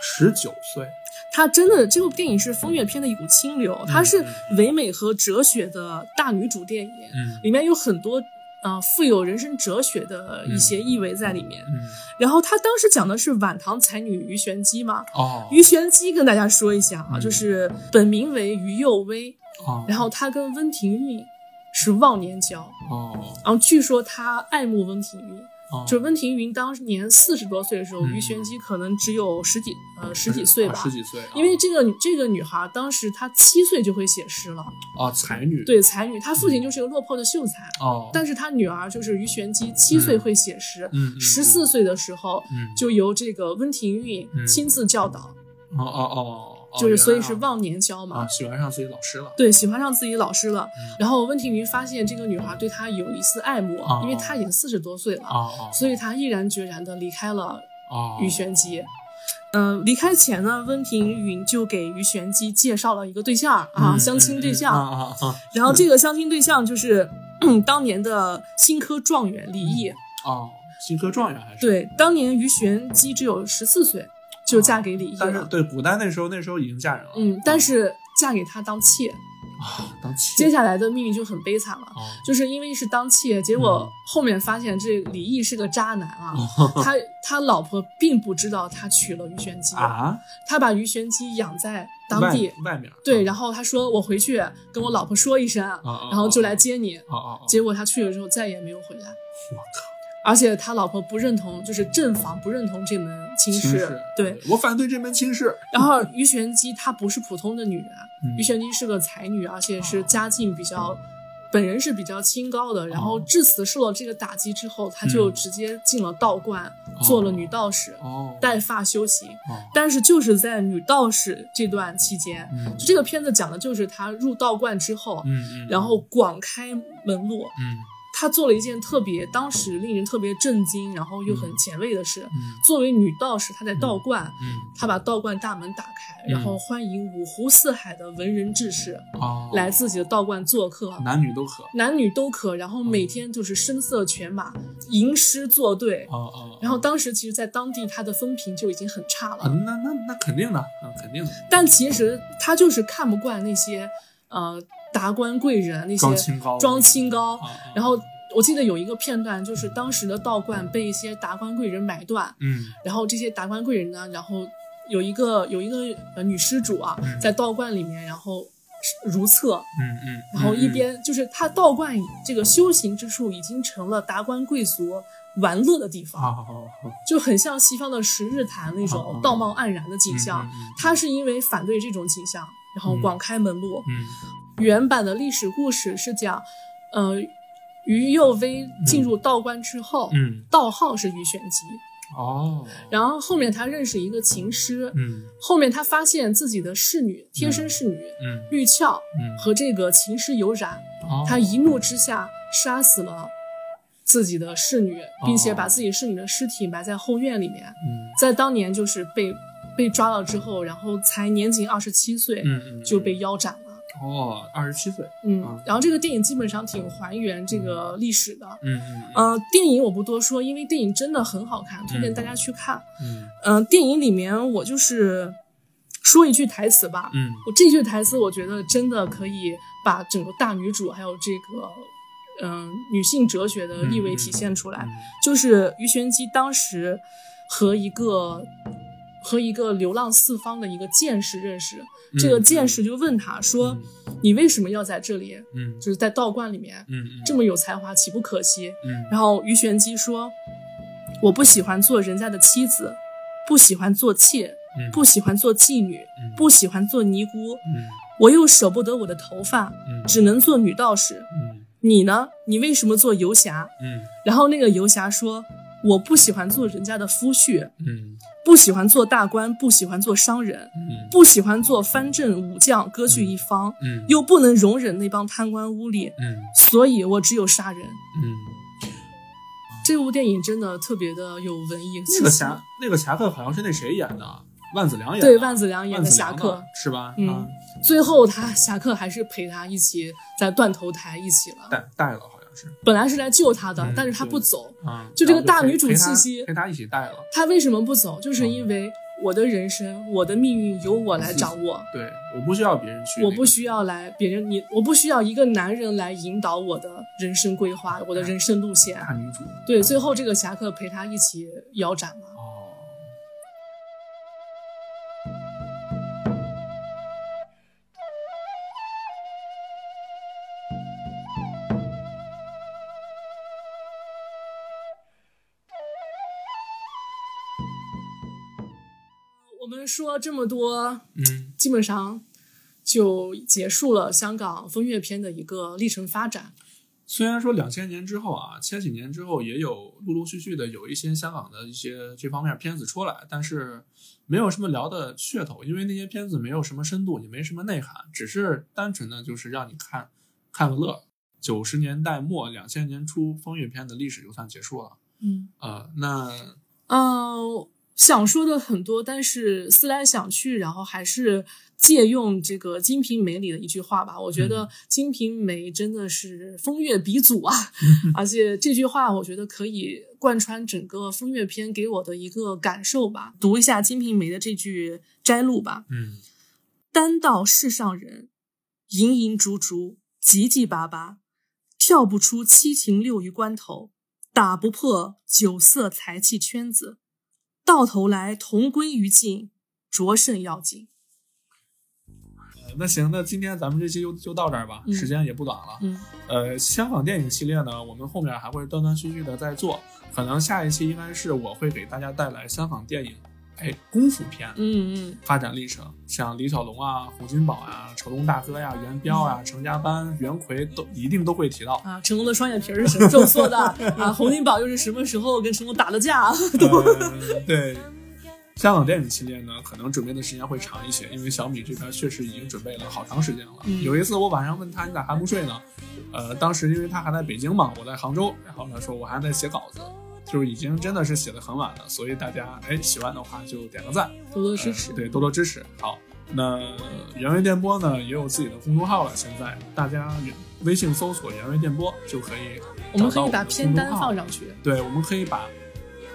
B: 十九岁，
A: 她真的这部电影是风月片的一股清流，
B: 嗯
A: 它是唯美和哲学的大女主电影，
B: 嗯
A: 里面有很多呃富有人生哲学的一些意味在里面。
B: 嗯，
A: 然后她当时讲的是晚唐才女鱼玄机嘛，
B: 哦，
A: 鱼玄机跟大家说一下啊，
B: 嗯
A: 就是本名为于幼薇，
B: 哦，
A: 然后她跟温庭筠是忘年交，
B: 哦，
A: 然后据说她爱慕温庭筠。
B: 哦
A: 就温庭筠当年四十多岁的时候，
B: 嗯
A: 于玄机可能只有十几呃十几岁吧，
B: 啊十几岁，
A: 因为这个女这个女孩当时她七岁就会写诗了，
B: 啊，才女，，
A: 对才女，她父亲就是一个落魄的秀才，
B: 哦，
A: 但是她女儿就是于玄机七岁会写诗，
B: 嗯，嗯
A: 十，四岁的时候
B: 嗯，
A: 就由这个温庭筠
B: 嗯
A: 亲自教导，
B: 哦哦哦，
A: 就是所以
B: 原来啊
A: 是忘年交嘛。
B: 啊，喜欢上自己老师了，
A: 对，喜欢上自己老师了
B: 嗯。
A: 然后温庭筠发现这个女孩对他有一丝爱慕，
B: 哦
A: 因为她已经四十多岁了，
B: 哦哦，
A: 所以他毅然决然的离开了
B: 哦，
A: 于玄机。嗯、离开前呢，温庭筠就给于玄机介绍了一个对象儿啊，
B: 嗯
A: 相亲对象。
B: 嗯嗯嗯啊啊
A: 然后这个相亲对象就是、 嗯当年的新科状元李毅。
B: 啊，哦，新科状元还是，
A: 对，当年于玄机只有十四岁，就嫁给李毅
B: 哦但是
A: 了。
B: 对古代那时候那时候已经嫁人了，
A: 嗯，但是嫁给他当妾，
B: 啊，当妻
A: 接，下来的命运就很悲惨了。
B: 哦
A: 就是因为是当妾，结
B: 嗯
A: 果后面发现这李毅是个渣男啊，
B: 哦
A: 他他老婆并不知道他娶了于玄机，
B: 啊，
A: 他把于玄机养在当地，
B: 外外面，哦
A: 对，然
B: 后
A: 后他说我回去跟我老婆说一声，
B: 啊
A: 然后就来接你。
B: 哦哦，哦
A: 结果他去了之后再也没有回来，
B: 我靠。
A: 而且他老婆不认同，就是正房不认同这门亲
B: 亲
A: 事
B: 事，，
A: 对。，
B: 我反对这门亲事。
A: 然后于玄机她不是普通的女人，
B: 嗯
A: 于玄机是个才女，而且
B: 哦
A: 是家境比较，本人是比较清高的。然后至此受了这个打击之后，她就
B: 哦嗯
A: 直接进了道观，做了女道士，
B: 哦，
A: 带发修行。
B: 哦，
A: 但是就是在女道士这段期间，
B: 嗯
A: 就这个片子讲的就是她入道观之后，
B: 嗯嗯，
A: 然后广开门路，
B: 嗯
A: 她做了一件特别当时令人特别震惊，然后又很
B: 嗯
A: 前卫的事。
B: 嗯
A: 作为女道士，她在道观，
B: 嗯
A: 她把道观大门打开，
B: 嗯
A: 然后欢迎五湖四海的文人志士
B: 哦，
A: 来自己的道观做客。
B: 男女都可，
A: 男女都可，然后每天就是声色犬马，吟诗作对，
B: 哦哦，
A: 然后当时其实，在当地他的风评就已经很差
B: 啊，
A: 了，
B: 那那那肯定的，嗯，肯定的，
A: 但其实他就是看不惯那些呃达官贵人那些
B: 装清高，
A: 装清高
B: 啊，啊
A: 然后。我记得有一个片段，就是当时的道观被一些达官贵人买断，
B: 嗯
A: 然后这些达官贵人呢，然后有一个有一个呃女施主啊
B: 嗯，
A: 在道观里面，然后如厕，
B: 嗯嗯，
A: 然后一
B: 嗯
A: 边就是他道观这个修行之处已经成了达官贵族玩乐的地
B: 嗯
A: 方，
B: 好好好好
A: 就很像西方的十日谈那
B: 啊
A: 种
B: 啊
A: 道貌岸然的景象。
B: 嗯嗯嗯
A: 他是因为反对这种景象，然后
B: 嗯
A: 广开门路。
B: 嗯
A: 原版的历史故事是讲，呃，于右威进入道观之后，
B: 嗯
A: 道号是于玄机，
B: 哦，
A: 然后后面他认识一个琴师，
B: 嗯
A: 后面他发现自己的侍女贴身侍女、
B: 嗯
A: 绿俏
B: 嗯，
A: 和这个琴师有染，
B: 哦
A: 他一怒之下杀死了自己的侍女，并
B: 哦
A: 且把自己侍女的尸体埋在后院里面。
B: 嗯
A: 在当年就是被被抓了之后，然后才年仅二十七岁
B: 嗯嗯
A: 就被腰斩了。
B: 哦二十七岁，
A: 嗯
B: 啊
A: 然后这个电影基本上挺还原这个历史的。
B: 嗯嗯嗯
A: 呃，电影我不多说，因为电影真的很好看，推荐大家去看。
B: 嗯
A: 嗯、电影里面我就是说一句台词吧，
B: 嗯
A: 我这句台词我觉得真的可以把整个大女主还有这个嗯、女性哲学的意味体现出来。
B: 嗯
A: 就是于玄机当时和一个和一个流浪四方的一个剑士认识，
B: 嗯
A: 这个剑士就问他说：“你为什么要在这里？
B: 嗯
A: 就是在道观里面
B: 嗯嗯
A: 这么有才华，岂不可惜
B: 嗯？”
A: 然后于玄机说：“我不喜欢做人家的妻子，不喜欢做妾，
B: 嗯
A: 不喜欢做妓女，
B: 嗯
A: 不喜欢做尼姑，
B: 嗯
A: 我又舍不得我的头发，
B: 嗯
A: 只能做女道士。
B: 嗯
A: 你呢？你为什么做游侠？”
B: 嗯
A: 然后那个游侠说：“我不喜欢做人家的夫婿，
B: 嗯
A: 不喜欢做大官，不喜欢做商人，
B: 嗯
A: 不喜欢做藩镇武将，割据一方，
B: 嗯
A: 又不能容忍那帮贪官污吏，
B: 嗯
A: 所以我只有杀人。
B: 嗯。”
A: 这部电影真的特别的有文艺气息。
B: 那个侠，那个侠客好像是那谁演的？啊万子良演的，
A: 对万子良演
B: 万
A: 的
B: 子
A: 侠
B: 良
A: 客，
B: 是吧？
A: 嗯
B: 啊，
A: 最后他侠客还是陪他一起在断头台一起了。
B: 带带了好像是
A: 本来是来救他的
B: 嗯，
A: 但是他
B: 对
A: 不走。
B: 啊，
A: 就这个
B: 然后
A: 大
B: 陪
A: 女主
B: 陪
A: 气
B: 他
A: 息
B: 陪他一起带了。
A: 他为什么不走？就是因为我的人生，我的命运由我来掌握。
B: 对，我不需要别人去那个，
A: 我不需要来别人，你我不需要一个男人来引导我的人生规划，我的人生路线。
B: 大女主
A: 对，最后这个侠客陪他一起腰斩了。
B: 哦。
A: 我们说这么多，
B: 嗯
A: 基本上就结束了香港风月片的一个历程发展。
B: 虽然说两千年之后啊，千禧年之后也有陆陆续续的有一些香港的一些这方面片子出来，但是没有什么聊的噱头，因为那些片子没有什么深度，也没什么内涵，只是单纯的就是让你看看个乐。九十年代末两千年初风月片的历史就算结束了。
A: 嗯，
B: 呃，那
A: 呃，想说的很多，但是思来想去，然后还是借用这个《金瓶梅》里的一句话吧。我觉得
B: 嗯
A: 《金瓶梅》真的是风月鼻祖啊，而且这句话我觉得可以贯穿整个风月篇给我的一个感受吧。读一下《金瓶梅》的这句摘录吧：
B: 嗯
A: 丹道世上人，蝇营竹竹，急急巴巴，跳不出七情六欲关头，打不破酒色财气圈子，到头来同归于尽，着甚要紧。
B: 呃那行，那今天咱们这期就就到这儿吧，
A: 嗯
B: 时间也不短了。
A: 嗯，
B: 呃，香港电影系列呢，我们后面还会断断续续的在做，可能下一期应该是我会给大家带来香港电影，哎，功夫片
A: 嗯嗯，
B: 发展历程，像李小龙啊、洪金宝啊、成龙大哥呀、元彪
A: 嗯
B: 啊、成家班、袁奎都一定都会提到。
A: 啊，成龙的双眼皮儿是什么时候 做的？啊，洪金宝又是什么时候跟成龙打的架？
B: 嗯呃、对，香港电影系列呢，可能准备的时间会长一些，因为小米这边确实已经准备了好长时间了。
A: 嗯
B: 有一次我晚上问他你咋还不睡呢？呃，当时因为他还在北京嘛，我在杭州，然后他说我还在写稿子，就是已经真的是写的很晚了，所以大家哎喜欢的话就点个赞，
A: 多多
B: 多
A: 支持。
B: 对，多多支持。好，那原味电波呢也有自己的公众号了，现在大家微信搜索“原味电波”就可以
A: 我们
B: 找到
A: 可以把
B: 们的
A: 片
B: 公众
A: 单
B: 号
A: 放上去。
B: 对，我们可以把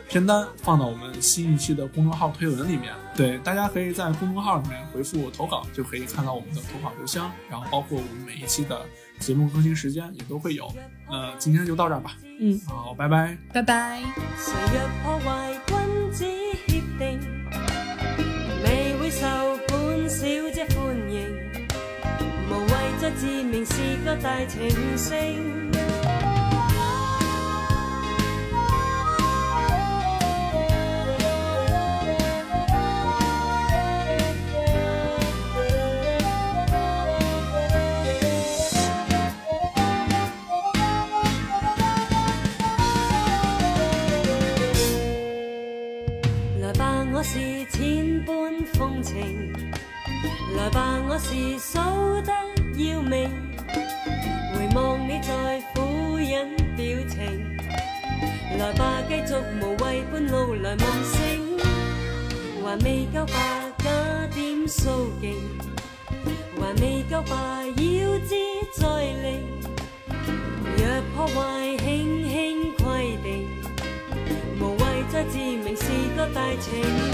B: 片单放到我们新一期的公众号推文里面。对，大家可以在公众号里面回复投稿，就可以看到我们的投稿邮箱，然后包括我们每一期的节目更新时间也都会有。那今天就到这儿吧，
A: 嗯，
B: 好，拜拜。
A: 拜拜。
D: 谁若破坏君子協定，未會受本小姐歡迎。無謂再自命是個大情聖。来吧，我是千般風情；來吧，我是數得要命。回望你在苦忍表情，來吧，繼續無謂半路來夢醒。還未夠吧，加點數勁；還未夠吧，要知再力。若破壞，輕輕規定。無謂再自明是個大情聖。